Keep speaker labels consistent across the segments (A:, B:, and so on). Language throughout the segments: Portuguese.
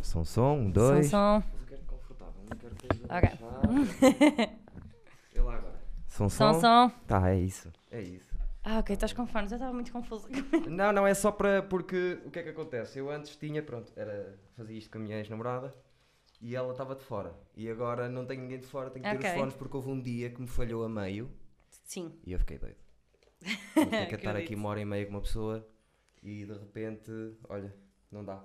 A: Som, som, um, dois.
B: Som, som.
C: Mas eu quero confortável, não quero que esteja
B: Ok.
C: Vê lá agora.
A: Som,
B: Som,
A: som.
B: som.
A: Tá, é isso. É isso.
B: Ah, ok, estás com fones. Eu estava muito confusa.
C: Não, não, é só para. Porque o que é que acontece? Eu antes tinha, pronto, era, fazia isto com a minha ex-namorada e ela estava de fora. E agora não tenho ninguém de fora, tenho que ter
B: Ok.
C: os fones porque houve um dia que me falhou a meio
B: Sim.
C: e eu fiquei doido. Vou ter que estar aqui
B: Acredito.
C: uma hora e meia com uma pessoa e de repente, olha, não dá.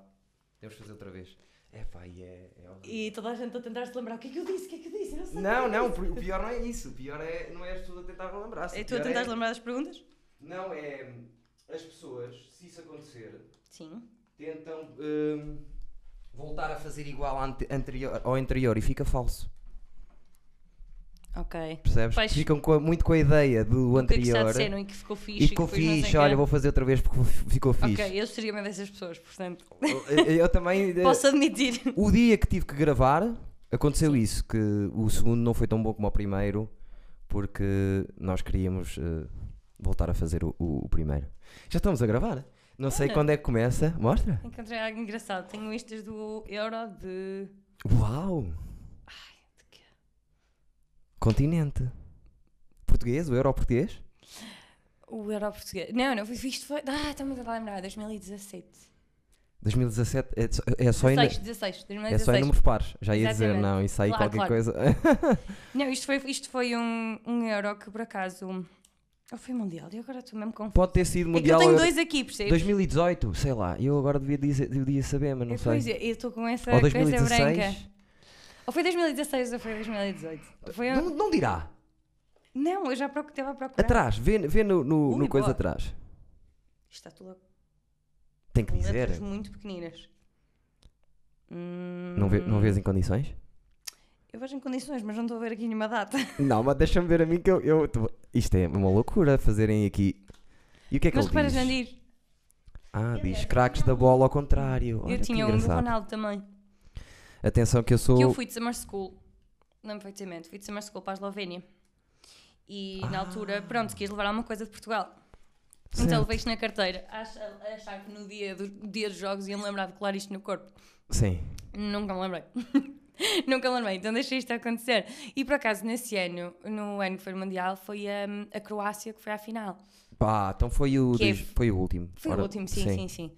C: Temos que fazer outra vez. É pá, e é. é horrível.
B: E toda a gente a tentar se lembrar o que é que eu disse, o que é que eu disse. Eu não sei.
C: Não, não, por- o pior não é isso. O pior é, não é as pessoas a tentar lembrar-se.
B: E
C: o
B: tu a
C: pior
B: tentar
C: é-
B: lembrar das perguntas?
C: Não, é. As pessoas, se isso acontecer,
B: Sim.
C: tentam hum, voltar a fazer igual ao ante- anterior- ao anterior e fica falso.
B: Ok.
C: Percebes?
B: Pois.
C: Ficam com a- muito com a ideia do
B: O que é que já
C: anterior.
B: disseram e que ficou fixe?
C: e ficou
B: que depois não sei
C: fixe,
B: quê?
C: olha, vou fazer outra vez porque f- ficou fixe.
B: Ok, eu seria uma dessas pessoas, portanto.
C: Eu, eu- eu também. eh,
B: Posso admitir.
C: O dia que tive que gravar, aconteceu isso, que o segundo não foi tão bom como o primeiro, porque nós queríamos eh, voltar a fazer o, o- o primeiro. Já estamos a gravar? Não sei
B: Olha.
C: quando é que começa. Mostra?
B: Encontrei algo engraçado. Tenho estas do Euro de.
C: Uau!
B: de quê?
C: Continente. Português? O euro português?
B: O Euro português. Não, não, foi isto foi. Ah, estou-me a tentar lembrar. 2017.
C: 2017 é só- é só, em,
B: 16, 16.
C: é só
B: 2016.
C: em números pares. Já ia dizer,
B: Exatamente.
C: não, isso aí
B: Claro,
C: qualquer
B: claro.
C: coisa.
B: Não, isto foi, isto foi um, um Euro que por acaso. Ou foi mundial? E agora estou mesmo confusa.
C: Pode ter sido
B: É que eu
C: mundial.
B: tenho
C: ou-
B: dois aqui, percebes?
C: 2018, sei lá. Eu agora devia, dizer, devia saber, mas não
B: Eu-
C: sei.
B: pois é, eu estou com essa
C: ou
B: coisa branca.
C: 2016?
B: Ou foi 2016 ou foi 2018? Foi um-
C: Não, não dirá.
B: Não, eu já procu- estava a procurar.
C: Atrás, vê, vê no, no-
B: Ui,
C: no coisa
B: boa.
C: atrás.
B: Isto está tudo a-
C: Tem que
B: com
C: dizer.
B: letras muito pequeninas. Hum,
C: Não, vê, não vês em condições?
B: Eu vejo em condições, mas não estou a ver aqui nenhuma data.
C: Não, mas deixa-me ver a mim que eu. eu tô- Isto é uma loucura fazerem aqui. E o que é que
B: mas
C: ele
B: reparas,
C: diz?
B: Jandir,
C: Ah, diz craques da bola ao contrário. Olha,
B: eu
C: que
B: tinha um do
C: engraçado.
B: Ronaldo também.
C: Atenção que eu sou.
B: Que eu fui de Summer School. Lembro perfeitamente, fui de Summer School para a Eslovénia. E na altura, pronto, quis levar alguma coisa de Portugal. Então
C: Ah. Certo.
B: levei isto na carteira, a achar, a achar que no dia, do, dia dos jogos iam lembrar de colar isto no corpo.
C: Sim.
B: Nunca me lembrei. Nunca me lembrei, então deixei isto acontecer. E por acaso, nesse ano, no ano que foi o Mundial, foi hum, a Croácia que foi à final.
C: Pá, então foi o,
B: Que é-
C: dos- foi o último.
B: Foi
C: Ora,
B: o último, sim, sim, sim.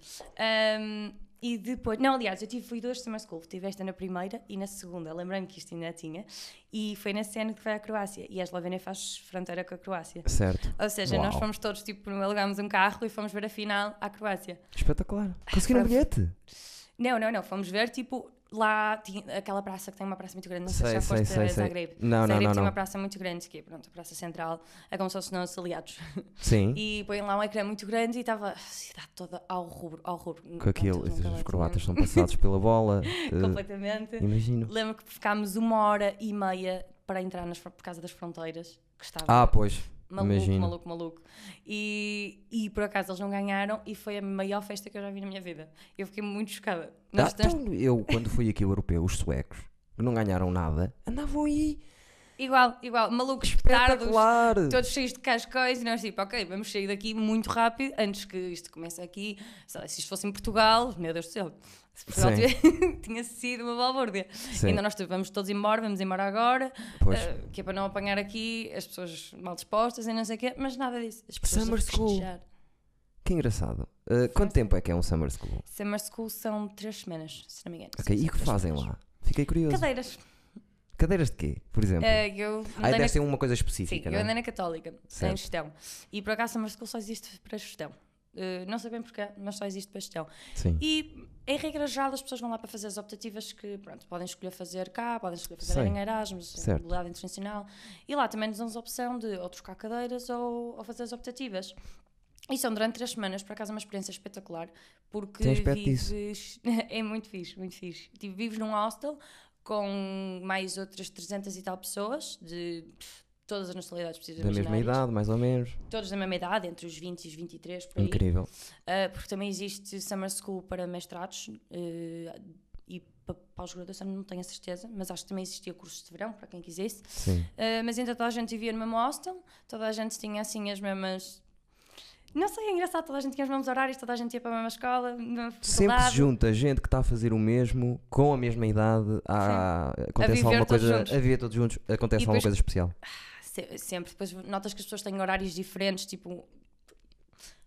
B: Hum, e depois, não, aliás, eu tive, fui duas summer school, tive esta na primeira e na segunda, lembrei-me que isto ainda tinha, e foi nesse ano que foi à Croácia, e a Eslovénia faz fronteira com a Croácia.
C: Certo.
B: Ou seja, nós
C: Uau.
B: fomos todos, tipo, alugámos um carro e fomos ver a final à Croácia.
C: Espetacular. Conseguiram um
B: foi-
C: bilhete?
B: Não, não, não, fomos ver, tipo, lá tinha aquela praça que tem uma praça muito grande, não sei, se já
C: Sei,
B: foste
C: sei, sei,
B: a
C: sei.
B: Zagreb.
C: Não, não,
B: Zagreb
C: não,
B: tem uma
C: não.
B: praça muito grande, que é, pronto, a praça central, é como se fossem nossos aliados.
C: Sim.
B: E põem lá um ecrã muito grande e estava a cidade toda ao rubro, ao rubro.
C: Com aquilo,
B: Pronto, nunca
C: os
B: mais
C: corbatas são
B: tinham-
C: passados pela bola. eh,
B: Completamente.
C: imagino.
B: Lembro que ficámos uma hora e meia para entrar nas, fron- por causa das fronteiras, que estava
C: Ah, pois.
B: maluco,
C: imagino.
B: maluco, maluco. E, e por acaso eles não ganharam e foi a maior festa que eu já vi na minha vida. Eu fiquei muito chocada.
C: Ah,
B: Nós estamos
C: então, eu, quando fui aqui o europeu, os suecos, que não ganharam nada, andavam aí
B: Igual, igual, malucos, petardos,
C: espetacular.
B: todos cheios de cascóis e nós tipo, ok, vamos sair daqui muito rápido antes que isto comece aqui. Sei lá, Se isto fosse em Portugal, meu Deus do céu, se Portugal
C: Sim.
B: tivesse- tinha sido uma balbúrdia.
C: Sim.
B: Ainda nós tipo, vamos todos embora, vamos embora agora,
C: Pois.
B: eh, que é para não apanhar aqui as pessoas mal dispostas e não sei o quê, mas nada disso. As pessoas
C: Summer
B: a
C: school.
B: festejar.
C: Que engraçado. Eh, quanto tempo é que é um summer school?
B: Summer School são três semanas, se não me engano.
C: Ok,
B: Sim,
C: e o
B: são
C: que
B: três
C: fazem
B: semanas.
C: lá? Fiquei curioso.
B: Cadeiras.
C: Cadeiras de quê, por exemplo?
B: Eh, eu
C: ah,
B: andei na-
C: deve ser uma coisa
B: Sim,
C: específica,
B: eu
C: não
B: andei
C: é?
B: na Católica,
C: Certo.
B: em gestão. E por acaso a Summer School só existe para gestão. Eh, não sei bem porquê, mas só existe para gestão.
C: Sim.
B: E, em regra geral, as pessoas vão lá para fazer as optativas que, pronto, podem escolher fazer cá, podem escolher fazer
C: Sim.
B: em Erasmus, em
C: Certo.
B: mobilidade internacional. E lá também nos dão a opção de ou trocar cadeiras ou, ou fazer as optativas. E são durante três semanas, por acaso é uma experiência espetacular, porque
C: Tem aspecto disso.
B: vives... é muito fixe, muito fixe. Tipo, vives num hostel com mais outras 300 e tal pessoas, de pff, todas as nacionalidades precisas
C: Da mesma idade, mais ou menos.
B: Todos da mesma idade, entre os 20 e os 23, por aí.
C: Incrível.
B: Uh, porque também existe Summer School para mestrados uh, e para pós-graduação, não tenho a certeza, mas acho que também existia curso de verão para quem quisesse. Ah,
C: Sim.
B: Uh, mas então toda a gente vivia no mesmo hostel, toda a gente tinha assim as mesmas. Não sei, é engraçado, toda a gente tinha os mesmos horários, toda a gente ia para a mesma escola, na mesma
C: Sempre se
B: faculdade.
C: junta gente que está a fazer o mesmo, com a mesma idade, há-
B: A
C: acontece
B: viver
C: alguma
B: todos
C: coisa.
B: juntos.
C: A viver todos juntos, acontece
B: E
C: alguma
B: depois- é
C: coisa especial.
B: Se- sempre. Depois notas que as pessoas têm horários diferentes, tipo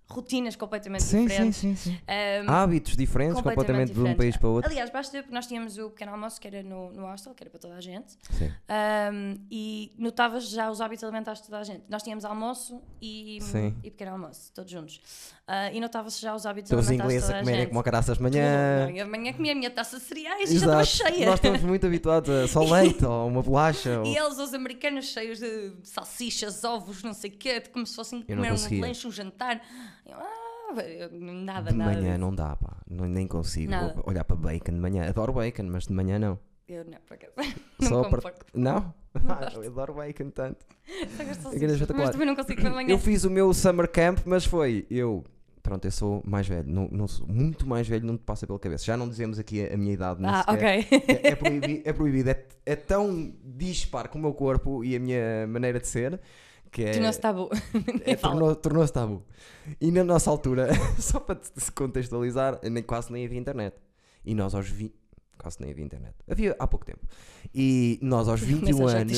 B: rotinas completamente
C: Sim, sim,
B: diferentes.
C: sim, sim.
B: Ahm,
C: Hábitos diferentes, completamente,
B: completamente
C: de um
B: diferentes.
C: país para outro.
B: Aliás, basta porque nós tínhamos o pequeno almoço que era no, no hostel, que era para toda a gente,
C: Sim.
B: Ahm, e notavas já os hábitos alimentares de toda a gente. Nós tínhamos almoço e,
C: Sim.
B: e pequeno almoço, todos juntos. Ah, e notava-se já os hábitos
C: Então os
B: alimentares
C: ingleses
B: de toda
C: a
B: a
C: comerem
B: gente.
C: como a caraças de
B: Não,
C: manhã.
B: eu amanhã comia a minha taça de cereais e já estava
C: Exato.
B: cheia.
C: Nós estamos muito habituados a só leite ou uma bolacha. ou-
B: E eles, os americanos, cheios de salsichas, ovos, não sei o quê, de como se fossem
C: Eu não
B: comer um
C: conseguia.
B: lanche, um jantar. Eu, ah, eu- nada,
C: De
B: nada.
C: manhã
B: disso.
C: não dá, pá. Não- Nem consigo
B: Nada.
C: olhar para bacon de manhã. Adoro bacon, mas de manhã não.
B: Eu não, por acaso.
C: Só
B: Não Só
C: a part-
B: conforto.
C: Não?
B: Não
C: Ah, eu adoro bacon tanto.
B: Só gosto de
C: Aquilo é
B: salsichas,
C: espetacular.
B: Mas também não consigo comer amanhã.
C: Eu fiz o meu summer camp, mas foi eu. Pronto, eu sou mais velho, não, não sou muito mais velho, não te passa pela cabeça. Já não dizemos aqui a, a minha idade, nem
B: Ah,
C: sequer.
B: ok.
C: É, é proibi- é proibido, é, é tão dispar com o meu corpo e a minha maneira de ser que é,
B: Tornou-se tabu.
C: é,
B: Ninguém tá fala.
C: tornou, tornou-se tabu. E na nossa altura, só para te se contextualizar, nem, quase nem havia internet. E nós aos 20. Quase nem havia internet. Havia há pouco tempo. E nós aos 21
B: Começa já a ter
C: anos.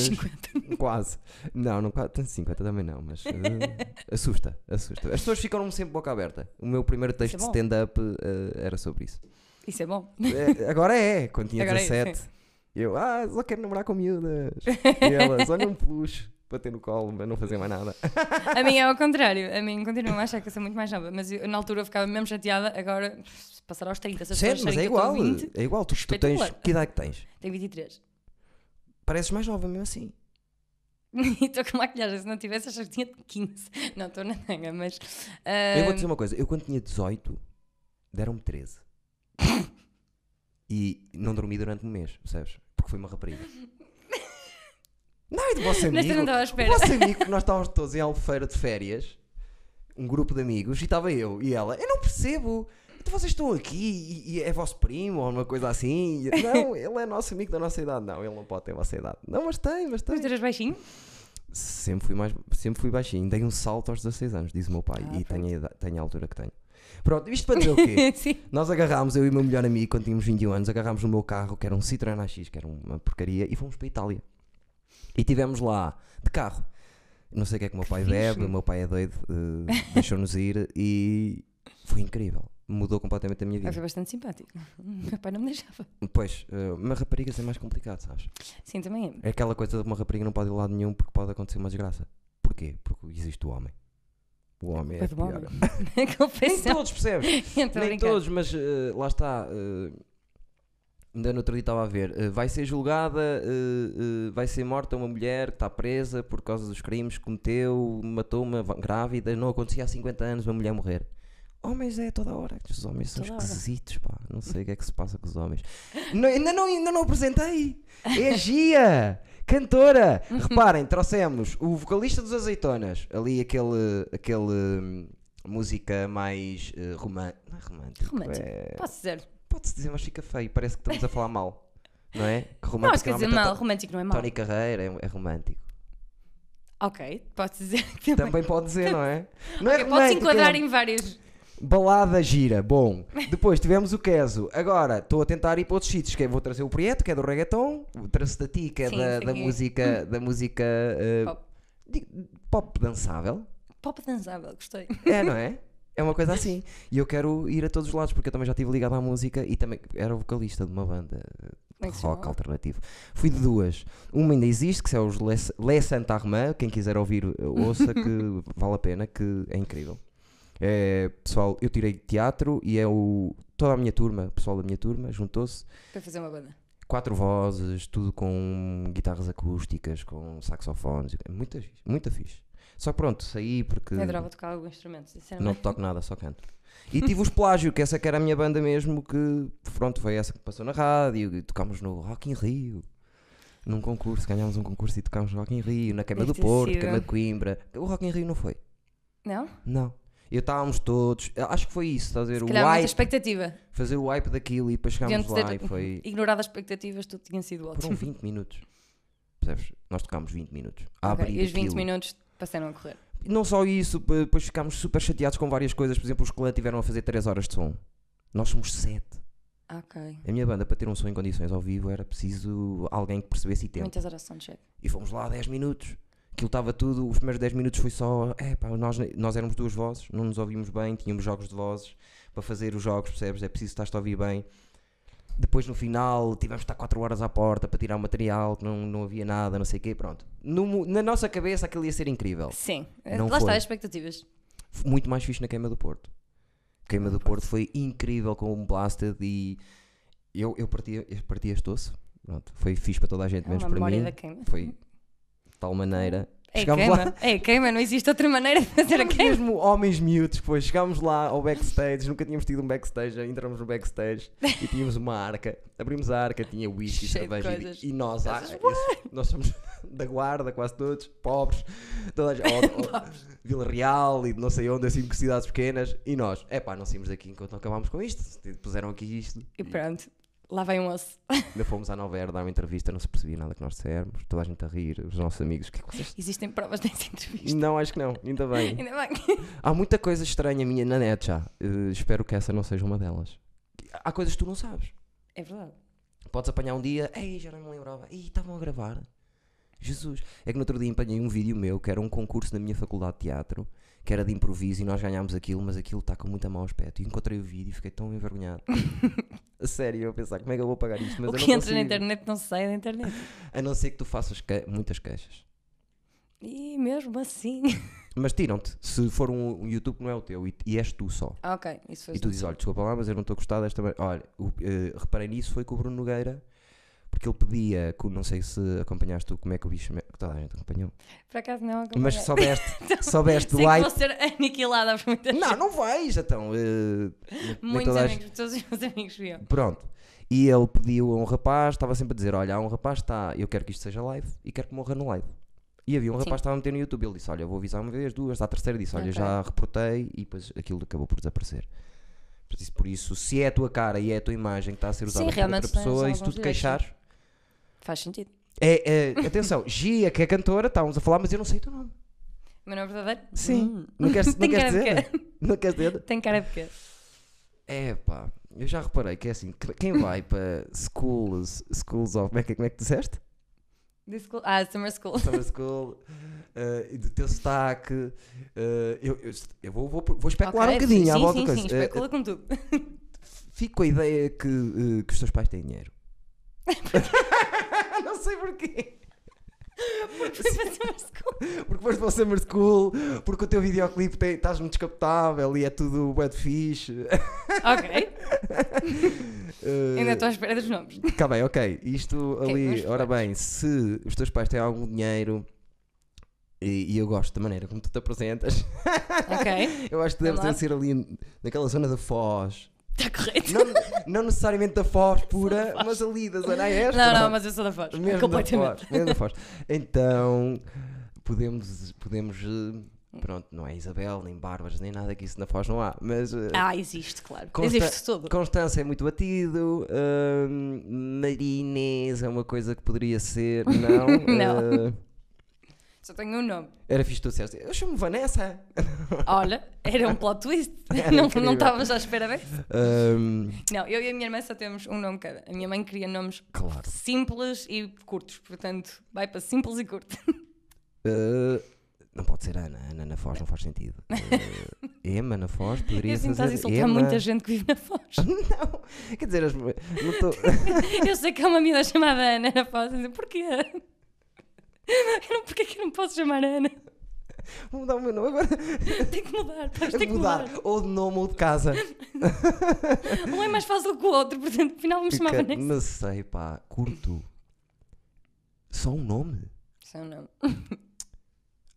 B: 50.
C: Quase. Não, não quase. Tanto 50 também não, mas. eh, assusta, assusta. As pessoas ficam sempre boca aberta. O meu primeiro texto de
B: é bom.
C: stand-up eh, era sobre isso.
B: Isso é bom.
C: É, agora é, quando tinha
B: Agora é,
C: 17. eu, ah, só quero namorar com miúdas. E elas, olha um peluche para ter no colo, mas não fazer mais nada.
B: A mim é ao contrário. A mim continuo a achar que eu sou muito mais nova. Mas eu, na altura eu ficava mesmo chateada. Agora, se passar aos 30. Se as
C: Sério,
B: pessoas
C: mas é
B: acharem que eu
C: igual.
B: estou 20,
C: É igual. Tu, tu tens.
B: Espetacular.
C: Que idade que tens?
B: tenho 23.
C: Pareces mais nova mesmo assim.
B: E estou com maquilhagem. Se não tivesse, achas que tinha 15. Não, estou na tanga, mas. ah,
C: Eu vou dizer uma coisa. Eu quando tinha 18, deram-me 13. e não dormi durante um mês, percebes? Porque foi uma rapariga. Não, é e do vosso
B: Nesta
C: amigo.
B: não estava à
C: O
B: espera.
C: vosso assim, amigo que nós estávamos todos em Albufeira de férias, um grupo de amigos, e estava eu e ela. Eu não percebo. Então vocês estão aqui e, e é vosso primo ou uma coisa assim? E- Não, ele é nosso amigo da nossa idade. Não, ele não pode ter a vossa idade. Não, mas tem, mas tem.
B: Mas tu eras baixinho?
C: Sempre fui, mais, sempre fui baixinho. Dei um salto aos 16 anos, diz o meu pai.
B: Ah,
C: e
B: pronto.
C: tenho a, idade- tenho a altura que tenho. Pronto, isto para dizer o quê?
B: Sim.
C: Nós agarrámos, eu e o meu melhor amigo, quando tínhamos 21 anos, agarrámos no meu carro, que era um Citroën AX, que era uma porcaria, e fomos para a Itália. E tivemos lá, de carro. Não sei o que é que o meu pai
B: fixe.
C: bebe, o meu pai é doido, eh, deixou-nos ir e foi incrível. Mudou completamente a minha
B: Ah, Foi
C: vida.
B: bastante simpático. Meu pai não me deixava.
C: Pois, eh, mas raparigas é mais complicado, sabes?
B: Sim, também é.
C: É aquela coisa de uma rapariga não pode ir a lado nenhum porque pode acontecer uma desgraça. Porquê? Porque existe o homem. O homem é,
B: Foi do
C: pior.
B: homem.
C: Nem
B: Confesso.
C: todos, percebes?
B: Estou a
C: Nem
B: brincar.
C: todos, mas eh, lá está. eh, ainda no outro dia estava a ver. eh, vai ser julgada, eh, eh, vai ser morta uma mulher que está presa por causa dos crimes que cometeu, matou uma va- grávida. Não acontecia há 50 anos uma mulher morrer. Homens é toda hora. que Os homens são
B: Toda hora.
C: esquisitos, pá. Não sei o que é que se passa com os homens. Não, ainda, não, ainda não apresentei. É a Gia, cantora.
B: Uhum.
C: Reparem, trouxemos o vocalista dos Azeitonas. Ali aquele... aquele hum, Música mais eh, roman- não é romântico.
B: Romântico.
C: é-
B: Posso dizer?
C: Pode-se dizer, mas fica feio. Parece que estamos a falar mal. Não é? Que romântico
B: Não, acho que dizer
C: realmente é
B: mal.
C: to-
B: Romântico não é mal.
C: Tony Carreira é, é romântico.
B: Ok, posso dizer que também.
C: Também pode dizer, não é? Não é
B: É Ok, Pode-se
C: romântico,
B: enquadrar
C: é-
B: em vários.
C: Balada gira, bom. Depois tivemos o Queso. Agora estou a tentar ir para outros sítios. Que é- vou trazer o Prieto, que é do reggaeton. Traço da ti, que é
B: Sim,
C: da,
B: isso
C: da
B: aqui.
C: música. Da música eh,
B: Pop.
C: di- pop dançável.
B: Pop dançável, gostei.
C: É, não é? É uma coisa assim. E eu quero ir a todos os lados, porque eu também já estive ligado à música e também era vocalista de uma banda
B: Como é
C: de
B: que se
C: rock
B: chama?
C: alternativo. Fui de duas. Uma ainda existe, que são os Les, Les Santa Armand. Quem quiser ouvir, eh, ouça, que vale a pena, que é incrível. É, pessoal, eu tirei teatro e é o. Toda a minha turma, o pessoal da minha turma, juntou-se
B: Para fazer uma banda.
C: quatro vozes, tudo com guitarras acústicas, com saxofones, e- muita, fixe, muita fixe. Só que pronto, saí porque
B: Eu adorava É tocar algum instrumento,
C: não
B: sinceramente.
C: toco nada, só canto. E tive os Plágio, que essa que era a minha banda mesmo, que pronto, foi essa que passou na rádio, e tocámos no Rock in Rio, num concurso, ganhámos um concurso e tocámos no Rock in Rio, na Câmara do
B: Deve ter
C: Porto,
B: sido.
C: Câmara de Coimbra. O Rock in Rio não foi,
B: Não?
C: não. Eu estávamos todos, acho que foi isso, estás a ver,
B: Se
C: o
B: calhar muita
C: um hype,
B: expectativa.
C: fazer o hype daquilo e depois chegámos
B: Deviam
C: lá e
B: ter-
C: foi
B: Ignorado as expectativas, tudo tinha sido
C: foram
B: ótimo.
C: 20 minutos. Percebes? Nós tocámos 20 minutos. A
B: Ok,
C: abrir
B: e os 20
C: aquilo.
B: minutos passaram a correr.
C: E não só isso, p- depois ficámos super chateados com várias coisas. Por exemplo, os Clã tiveram a fazer 3 horas de som. Nós somos 7.
B: Ok.
C: A minha banda, para ter um som em condições ao vivo, era preciso alguém que percebesse e tempo.
B: Muitas horas de soundcheck.
C: E fomos lá 10 minutos. Aquilo estava tudo, os primeiros 10 minutos foi só. É, pá, nós, nós éramos duas vozes, não nos ouvimos bem, tínhamos jogos de vozes para fazer os jogos, percebes? É preciso estar-te a ouvir bem. Depois no final tivemos de estar 4 horas à porta para tirar o material, que não, não havia nada, não sei o quê, pronto. No mu- na nossa cabeça aquilo ia ser incrível.
B: Sim.
C: Oh.
B: Eh,
C: Não
B: Lá está,
C: foi.
B: as expectativas. É
C: F- Muito mais fixe na Queima do Porto. Queima do Porto foi incrível com o Blasted e eu, eu parti, eu parti este osso. Pronto, foi fixe para toda a gente,
B: É
C: menos
B: uma
C: para
B: memória
C: mim.
B: da queima.
C: Foi de tal maneira.
B: É
C: Chegámos
B: queima.
C: lá.
B: É queima, não existe outra maneira de fazer a queima.
C: Mesmo homens miúdos, pois chegámos lá ao backstage, nunca tínhamos tido um backstage, entramos no backstage e tínhamos uma arca. Abrimos a arca, tinha whisky,
B: Cheio de
C: cerveja
B: coisas.
C: e, e nós, ah, isso- nós somos da guarda, quase todos, pobres, toda a gente, ou- ou- Vila Real e de não sei onde, assim, de cidades pequenas, e nós, é pá, não saímos daqui enquanto não acabámos com isto, puseram aqui isto.
B: E pronto, lá vem um osso.
C: Ainda fomos à Nova Era dar uma entrevista, não se percebia nada que nós dissermos, toda a gente a rir, os nossos amigos, que é que vocês.
B: Existem provas dessa entrevista.
C: Não, acho que não, ainda bem.
B: Ainda bem.
C: Há muita coisa estranha minha na net já. Eh, espero que essa não seja uma delas. Há coisas que tu não sabes.
B: É verdade.
C: Podes apanhar um dia, ei, já não me lembrava, ei, estavam a gravar. Jesus. É que no outro dia apanhei um vídeo meu que era um concurso na minha faculdade de teatro, que era de improviso e nós ganhámos aquilo, mas aquilo está com muito mau aspecto. E encontrei o vídeo e fiquei tão envergonhado. a sério, eu a pensar, como é que eu vou pagar isto? Mas
B: o
C: eu
B: que
C: não
B: entra na
C: consigo.
B: internet não sai da internet.
C: A não ser que tu faças que- muitas queixas.
B: E mesmo assim.
C: Mas tiram-te. Se for um, um YouTube que não é o teu e- e és tu só.
B: Ah, ok, isso foi.
C: E tu dizes, olha, desculpa lá, mas eu não estou a gostar desta... ma- Olha, o- eh, reparei nisso, foi com o Bruno Nogueira, porque ele pedia, co- não sei se acompanhaste o Como é que o bicho... Me... que Toda a gente acompanhou.
B: Por acaso não
C: Mas
B: acompanhei.
C: soubeste, soubeste do
B: Sei que vou
C: hype...
B: ser aniquilada por muitas
C: Não, não vais, então. eh, nem
B: Muitos
C: toda a gente-
B: amigos, todos os meus amigos viam.
C: Pronto. E ele pediu a um rapaz, estava sempre a dizer, olha, há um rapaz que está, eu quero que isto seja live e quero que morra no live. E havia um rapaz que estava a meter no YouTube, ele disse, olha, eu vou avisar uma vez, duas, à terceira disse, olha,
B: Ok.
C: já reportei e depois aquilo acabou por desaparecer. Por isso- Por isso, se é a tua cara e é a tua imagem que está a ser usada
B: Sim,
C: por outra
B: realmente tens
C: pessoa e se tu
B: alguns
C: te
B: direitos,
C: queixares...
B: Faz sentido.
C: É, é, atenção, Gia, que é cantora, estávamos a falar, mas eu não sei o teu nome.
B: Mas não é verdadeiro? Hum.
C: Não queres, não
B: Tem
C: queres
B: cara de
C: dizer? Não queres dizer?
B: Tem cara de quê?
C: É pá, eu já reparei que é assim, que- quem vai para schools, schools of, como é que, como é que disseste?
B: De school- Ah, summer school.
C: summer school, eh, e do teu sotaque. eh, eu eu- eu vou, vou, vou especular
B: Ok,
C: um bocadinho à
B: sim,
C: volta
B: sim,
C: da coisa.
B: Sim,
C: Eh,
B: especula com tudo.
C: fico com a ideia que, eh, que os teus pais têm dinheiro. Não sei porquê.
B: Porque foi para summer school.
C: Porque foste para o Summer School, porque o teu videoclipe tem- estás muito descapotável e é tudo bad fixe.
B: Ok,
C: Eh,
B: ainda estou à espera dos nomes.
C: Tá bem, ok. Isto
B: Ok, vamos
C: ali,
B: por
C: ora bem, se os teus pais têm algum dinheiro e, e eu gosto da maneira como tu te apresentas,
B: Ok,
C: eu acho que deve
B: Vamos lá.
C: ter sido ali naquela zona da Foz.
B: está correto.
C: Não, não necessariamente da Foz pura, mas ali da zona oeste.
B: Não, não,
C: pronto.
B: mas eu sou da Foz.
C: mesmo da
B: completamente.
C: Foz, mesmo da Foz. Então, podemos, podemos, eh, pronto, não é Isabel, nem Bárbaras, nem nada que isso na Foz não há, mas... eh,
B: Ah, existe, claro.
C: Consta-
B: Existe tudo.
C: Constância é muito batido, hum, Marinês é uma coisa que poderia ser, não?
B: Não.
C: eh,
B: Só tenho um nome.
C: era fixe tu disseste, eu chamo Vanessa.
B: Olha, era um plot twist.
C: Era
B: não
C: incrível.
B: não estávamos à espera desse.
C: Hum,
B: Não, eu e a minha irmã só temos um nome cada. A minha mãe queria nomes
C: claro.
B: simples e curtos. Portanto, vai para simples e curto.
C: Eh, não pode ser Ana, Ana na Foz não faz sentido. Eh, Emma na Foz
B: Eu
C: poderia
B: assim estás a
C: fazer
B: insultar
C: Emma.
B: muita gente que vive na Foz.
C: Não, quer dizer, as, não tô-
B: Eu sei que há uma miúda chamada Ana na Foz. Eu digo, porquê? Eu não, porquê que eu não posso chamar Ana?
C: vou mudar o meu nome agora.
B: Tem que mudar, tens que
C: mudar,
B: mudar.
C: ou de nome ou de casa.
B: Um é mais fácil que o outro, portanto, afinal vamos chamar
C: Fica-
B: Vanessa.
C: não sei, pá, curto. Só um nome?
B: Isso é um nome.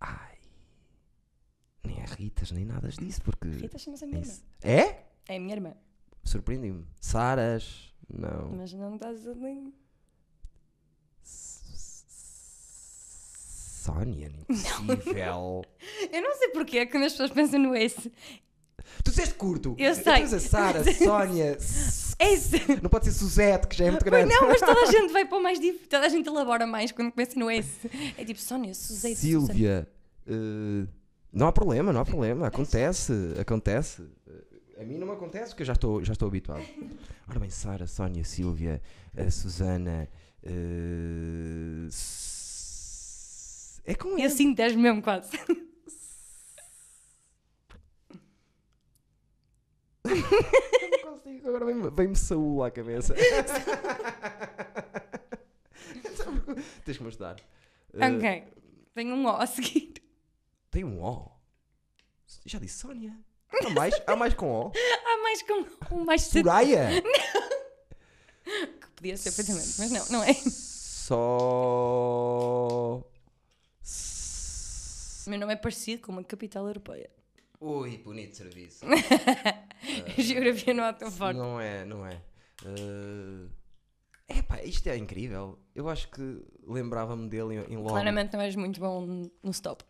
C: Ai. Nem há Ritas, nem nada disso, porque.
B: Rita chama-se a minha
C: nem
B: irmã.
C: se- É?
B: É a minha irmã.
C: Surpreendi-me. Saras. Não.
B: Mas não estás a nem.
C: S- S- Sónia, impossível.
B: Eu não sei porquê quando as pessoas pensam no S.
C: tu disseste curto.
B: Eu sei.
C: Estás a Sara, Sónia. S-
B: S!
C: Não pode ser Suzette, que já é muito
B: É Pois
C: grande.
B: não, mas toda a gente vai para o mais difícil. Toda a gente elabora mais quando começa no S. É tipo Sónia, Suzeito.
C: Silvia. eh, Não há problema, não há problema. Acontece, acontece. A mim não me acontece porque eu já estou, já estou habituado. Ora bem, Sara, Sónia, Silvia, a Susana. eh, s- É com
B: Eu
C: esse.
B: sinto 10 mesmo quase.
C: não consigo, agora vem-me vem Saúl à cabeça. Tens que me ajudar. Eh,
B: Ah, Ok. Tenho um O a seguir.
C: Tem um O. Já disse Sónia. Há mais, há mais com O.
B: Há mais com um mais
C: Soraya!
B: que podia ser pensamento, mas não, não é.
C: Só.
B: O meu nome é parecido com uma capital europeia.
C: Ui, bonito serviço.
B: A Geografia não é tão forte.
C: Eh, não é, não é. É Epá, isto é incrível. Eu acho que lembrava-me dele em, em LOL.
B: Claramente não és muito bom no stop.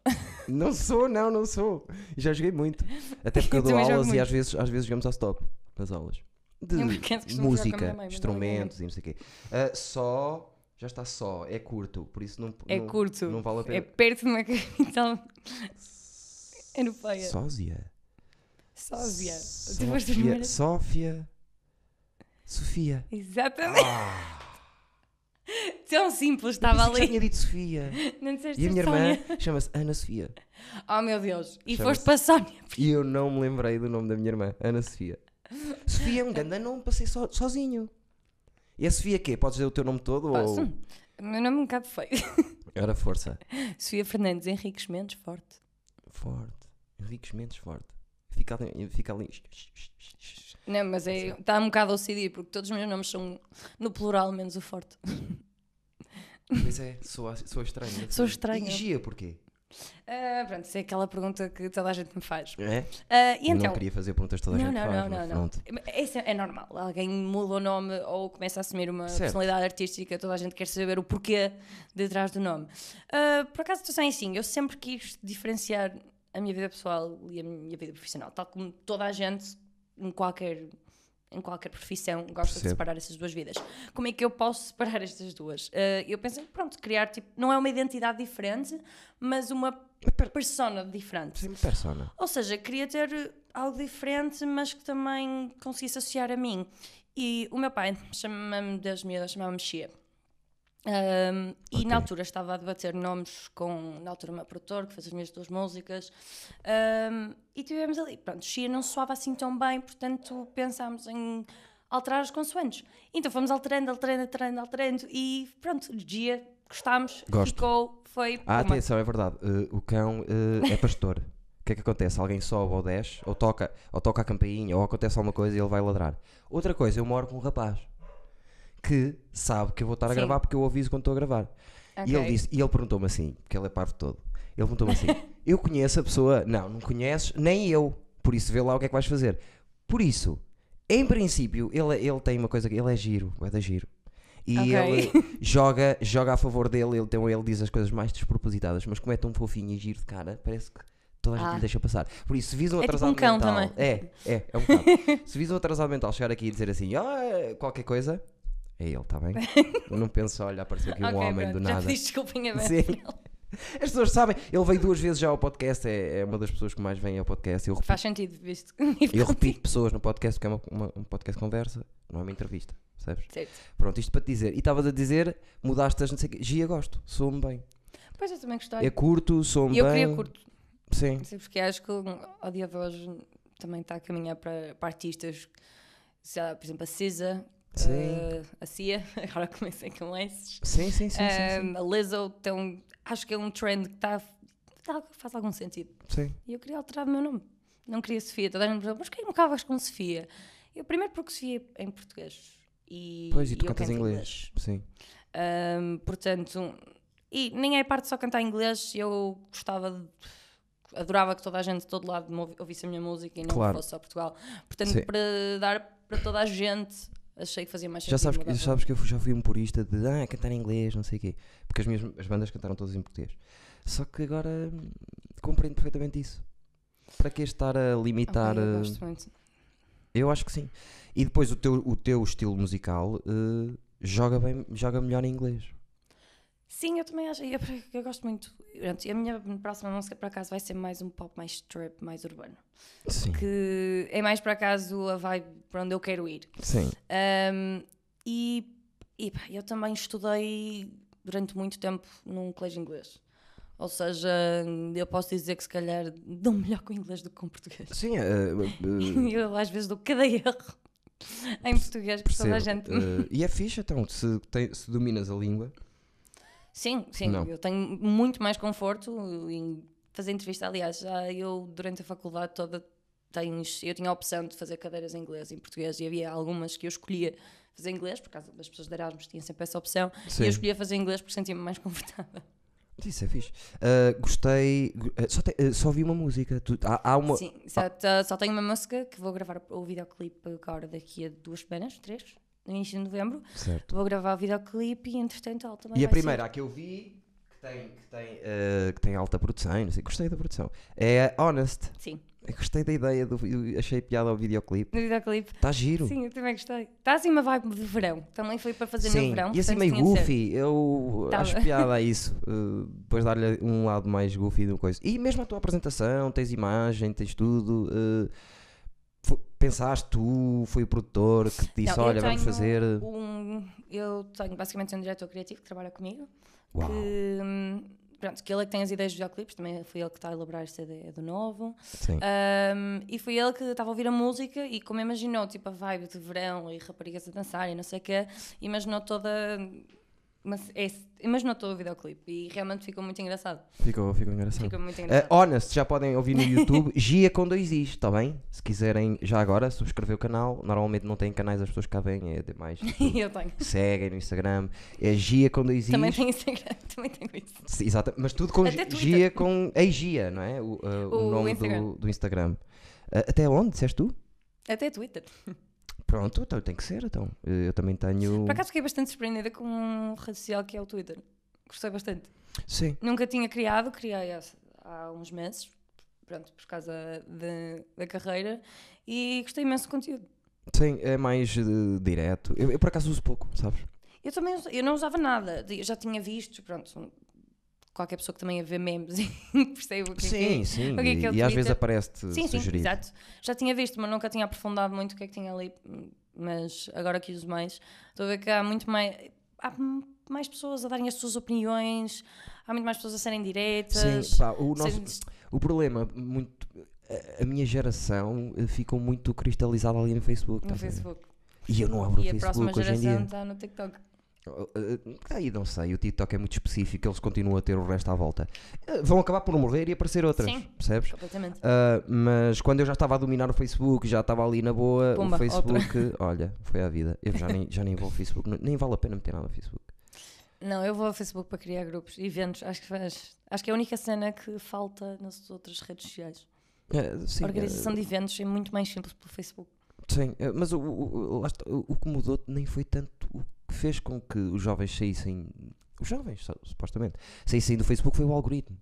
C: Não sou, não, não sou. Já joguei muito. Até porque eu dou
B: Também jogo
C: aulas e
B: muito.
C: às vezes, às vezes jogamos ao stop nas aulas. De
B: Eu, por acaso, costumo jogar com a
C: música,
B: minha mãe, mas não é
C: instrumentos e não sei o quê. Ah, só, já está só, é curto, por isso não.
B: É
C: não-
B: curto.
C: Não vale a
B: É
C: pena.
B: perto de uma capital europeia.
C: Sósia.
B: É- Sósia. Tu foste a
C: Sófia.
B: primeira.
C: Sófia. Sofia.
B: Exatamente.
C: Ah,
B: Tão simples,
C: eu pensei
B: estava
C: que já
B: ali.
C: tinha dito Sofia.
B: Não disseste
C: E a minha
B: Sónia.
C: irmã chama-se Ana Sofia.
B: Oh meu Deus. E
C: Chama-se-
B: foste para Sónia.
C: E eu não me lembrei do nome da minha irmã, Ana Sofia. Sofia é um grande nome para ser so- sozinho. E a Sofia quê? Podes dizer o teu nome todo?
B: Posso?
C: Ou...
B: O meu nome é um bocado feio.
C: Era força.
B: Sofia Fernandes Henriques Mendes Forte.
C: Forte. Henriques Mendes Forte. Fica ali. Fica ali.
B: Não, mas é- está um bocado OCD, porque todos os meus nomes são no plural, menos o forte.
C: Pois é, sou, sou estranho. não é?
B: Sou estranha.
C: E Gia porquê?
B: Ah, pronto, isso é aquela pergunta que toda a gente me faz.
C: É?
B: Ah, e então,
C: Não queria fazer perguntas toda a
B: Não,
C: gente
B: não,
C: faz,
B: não,
C: mas
B: não, não.
C: pronto.
B: Isso é é normal. Alguém muda o nome ou começa a assumir uma
C: Certo.
B: personalidade artística, toda a gente quer saber o porquê de trás do nome. Ah, por acaso, estou sem sim, eu sempre quis diferenciar a minha vida pessoal e a minha vida profissional, tal como toda a gente em qualquer. Em qualquer profissão, gosta de
C: Percebo.
B: separar essas duas vidas. Como é que eu posso separar estas duas? Ah, eu pensei, pronto, criar tipo, não é uma identidade diferente, mas uma persona diferente.
C: Sempre persona.
B: Ou seja, queria ter eh, algo diferente, mas que também conseguisse associar a mim. E o meu pai chama-me das miúdas, chamava-me Xia. Ahm, E
C: Ok.
B: na altura estava a debater nomes com, na altura, o meu produtor, que fez as minhas duas músicas. Ahm, e tivemos ali, pronto, Xia não soava assim tão bem, portanto pensámos em alterar as consoantes. Então fomos alterando, alterando, alterando, alterando. E pronto, Gia, gostámos,
C: Gosto.
B: ficou, foi
C: Ah,
B: uma.
C: atenção, é verdade. Eh, o cão eh, é pastor. O que é que acontece? Alguém sobe ou desce, ou toca, ou toca a campainha, ou acontece alguma coisa e ele vai ladrar. Outra coisa, eu moro com um rapaz que sabe que eu vou estar a
B: Sim.
C: gravar porque eu aviso quando estou a gravar. E
B: Ok.
C: ele disse, e ele perguntou-me assim, porque ele é parvo todo. Ele perguntou-me assim: Eu conheço a pessoa? Não, não conheces, nem eu. Por isso, vê lá o que é que vais fazer. Por isso, em princípio, ele, ele tem uma coisa que ele é giro, é da giro. E
B: Ok.
C: ele joga, joga a favor dele, ele, então ele diz as coisas mais despropositadas, mas como é tão fofinho e giro de cara, parece que toda a gente
B: Ah.
C: lhe deixa passar. Por isso, se vis um
B: É tipo
C: atrasado
B: um cão
C: mental.
B: também.
C: É, é, é um cão. se vis um atrasado mental chegar aqui e dizer assim, ah, qualquer coisa, é ele, está bem? não penso, olha, apareceu aqui um
B: Ok,
C: homem
B: pronto,
C: do
B: já
C: nada.
B: pediste desculpinha, mas-
C: Sim. As pessoas sabem, ele veio duas vezes já ao podcast, é, é uma das pessoas que mais vem ao podcast. Eu, repi-
B: Faz sentido, visto. que-
C: eu repito pessoas no podcast, porque é uma, uma- um podcast de conversa, não é uma entrevista, percebes?
B: Certo.
C: Pronto, isto para te dizer. E estavas a dizer, mudaste as não sei o quê. Gia, gosto, sou-me bem.
B: Pois eu também gostei.
C: É curto, sou-me bem.
B: e eu queria curto.
C: Sim.
B: Sim, porque acho que ao dia de hoje também está a caminhar para, para artistas, sei lá, por exemplo, a Cisa,
C: Sim.
B: eh, a Cia, agora comecei com esses,
C: Sim, sim, sim, sim,
B: eh,
C: sim,
B: a Lizzo, então acho que é um trend que está, está- faz algum sentido.
C: sim.
B: E eu queria alterar o meu nome. Não queria Sofia, toda a gente me perguntou, mas quem me cavas com Sofia? Eu primeiro porque Sofia é em português. E,
C: Pois, e tu
B: eu
C: cantas em
B: canto
C: inglês. Sim.
B: Ahm, portanto, e nem é parte de só cantar inglês, eu gostava de. Adorava que toda a gente de todo lado me ouvi- ouvisse a minha música e não
C: Claro.
B: fosse só Portugal. Portanto,
C: Sim.
B: para dar para toda a gente, achei que fazia mais
C: Já
B: sentido.
C: sabes, que-
B: mudar
C: já sabes que eu fui- já fui um purista de ah, cantar em inglês, não sei o quê. Porque as minhas as bandas cantaram todas em português. Só que agora hum, compreendo perfeitamente isso. Para que estar a
B: para lá.
C: limitar.
B: Ok, eu
C: eh,
B: gosto muito.
C: Eu acho que sim. E depois o teu, o teu estilo musical eh, joga, bem, joga melhor em inglês.
B: Sim, eu também acho. Eu, eu gosto muito. Pronto, e a minha próxima música, por acaso, vai ser mais um pop, mais trap, mais urbano.
C: Sim.
B: Que é mais, por acaso, a vibe para onde eu quero ir.
C: Sim.
B: Um, e e pá, eu também estudei durante muito tempo num colégio inglês. Ou seja, eu posso dizer que se calhar dou melhor com o inglês do que com o português.
C: Sim, eh, eh,
B: Eu às vezes dou cada erro em português por toda a
C: percebo.
B: gente.
C: Eh, e é fixe, então, se, tem- se dominas a língua.
B: Sim, sim,
C: Não.
B: eu tenho muito mais conforto em fazer entrevista. Aliás, já eu durante a faculdade toda tens, eu tinha a opção de fazer cadeiras em inglês e em português e havia algumas que eu escolhia fazer em inglês, por causa das pessoas de Erasmus tinha sempre essa opção, e eu
C: Sim.
B: escolhia fazer em inglês porque sentia-me mais confortável.
C: Isso é fixe. Eh, gostei. eh, só, te- eh, só vi uma música. Tu- há, há uma. Ah.
B: Sim, só, te- só tenho uma música que vou gravar o videoclipe agora daqui a duas semanas, três, no início de novembro.
C: Certo.
B: Vou gravar o videoclipe e entretanto ela também
C: E a
B: vai
C: primeira, a que eu vi, que tem, que tem, eh, que tem alta produção, e não sei, gostei da produção, é a Honest.
B: Sair. Sim,
C: Eu gostei da ideia, do, eu achei piada ao videoclipe.
B: no videoclipe.
C: Está giro.
B: Sim, eu também gostei. Está assim uma vibe de verão. Também foi para fazer
C: Sim,
B: no verão.
C: e assim
B: portanto
C: meio
B: tinha de ser.
C: goofy, eu
B: Tava.
C: acho piada a isso. eh, depois dar-lhe um lado mais goofy de uma coisa. E mesmo a tua apresentação, tens imagem, tens tudo. eh, fo- pensaste tu, foi o produtor que te disse:
B: Não, eu
C: Olha, vamos
B: tenho
C: fazer.
B: Um, eu tenho basicamente um diretor criativo que trabalha comigo.
C: Uau,
B: Que, hum, pronto, que ele é que tem as ideias dos videoclipes. Também foi ele que está a elaborar esta ideia do novo.
C: sim.
B: Um, e foi ele que estava a ouvir a música e como imaginou, tipo, a vibe de verão e raparigas a dançar e não sei o quê, imaginou toda... Mas é, imaginou todo o videoclipe e realmente ficou muito engraçado.
C: Ficou, ficou engraçado.
B: Ficou muito
C: Eh,
B: engraçado.
C: honest, já podem ouvir no YouTube Gia com dois Is, está bem? Se quiserem já agora subscrever o canal. Normalmente não tem canais, as pessoas cá vêm, é demais.
B: E eu tenho.
C: Seguem no Instagram. É Gia com dois Is.
B: Também tenho Instagram, também tenho isso.
C: Sim, Exato, mas tudo com
B: Até
C: Gi-
B: Twitter.
C: Gia com. É Gia, não é? O, eh, o
B: O
C: nome
B: Instagram.
C: Do, do Instagram. Eh, até onde? Disseste tu?
B: Até Twitter.
C: Pronto, então tem que ser. Então. Eh, eu também tenho.
B: Por acaso fiquei bastante surpreendida com um rede social que é o Twitter. Gostei bastante.
C: Sim.
B: Nunca tinha criado, criei há, há uns meses, pronto, por causa da- da carreira, e gostei imenso do conteúdo.
C: Sim, é mais eh, direto. Eu, eu por acaso uso pouco, sabes?
B: Eu também usa- eu não usava nada, eu já tinha visto, pronto, um, qualquer pessoa que também a ver memes e percebe o que é.
C: Sim,
B: que
C: sim.
B: o que é que é o
C: e, e às vezes
B: Twitter?
C: aparece-te
B: é. Sim, sim,
C: sugerido.
B: exato. Já tinha visto, mas nunca tinha aprofundado muito o que é que tinha ali, mas agora que uso mais, estou a ver que há muito mais. Há m- mais pessoas a darem as suas opiniões, há muito mais pessoas a serem diretas.
C: Sim, pá, o nosso,
B: serem-
C: O problema, muito, a, a minha geração eh, ficou muito cristalizada ali no Facebook.
B: no
C: estás tá a ver?
B: Facebook.
C: E eu não abro
B: e
C: o
B: a próxima
C: Facebook hoje em
B: geração
C: dia.
B: está no TikTok.
C: Oh, eh, Aí não sei, o TikTok é muito específico, eles continuam a ter o resto à volta. Eh, Vão acabar por morrer e aparecer outras,
B: Sim.
C: percebes?
B: Completamente.
C: Ah, mas quando eu já estava a dominar o Facebook, já estava ali na boa,
B: Pumba,
C: o Facebook, olha, foi à vida. Eu já nem, já nem vou ao Facebook, nem vale a pena meter nada no Facebook.
B: Não, eu vou ao Facebook para criar grupos, eventos. Acho que, faz, acho que é a única cena que falta nas outras redes sociais.
C: Eh, sim,
B: a organização
C: eh,
B: de eventos é muito mais simples pelo Facebook.
C: Sim, eh, mas o, o- o- lá está, o- o que mudou nem foi tanto o que fez com que os jovens saíssem, os jovens, su- supostamente, saíssem do Facebook foi o algoritmo.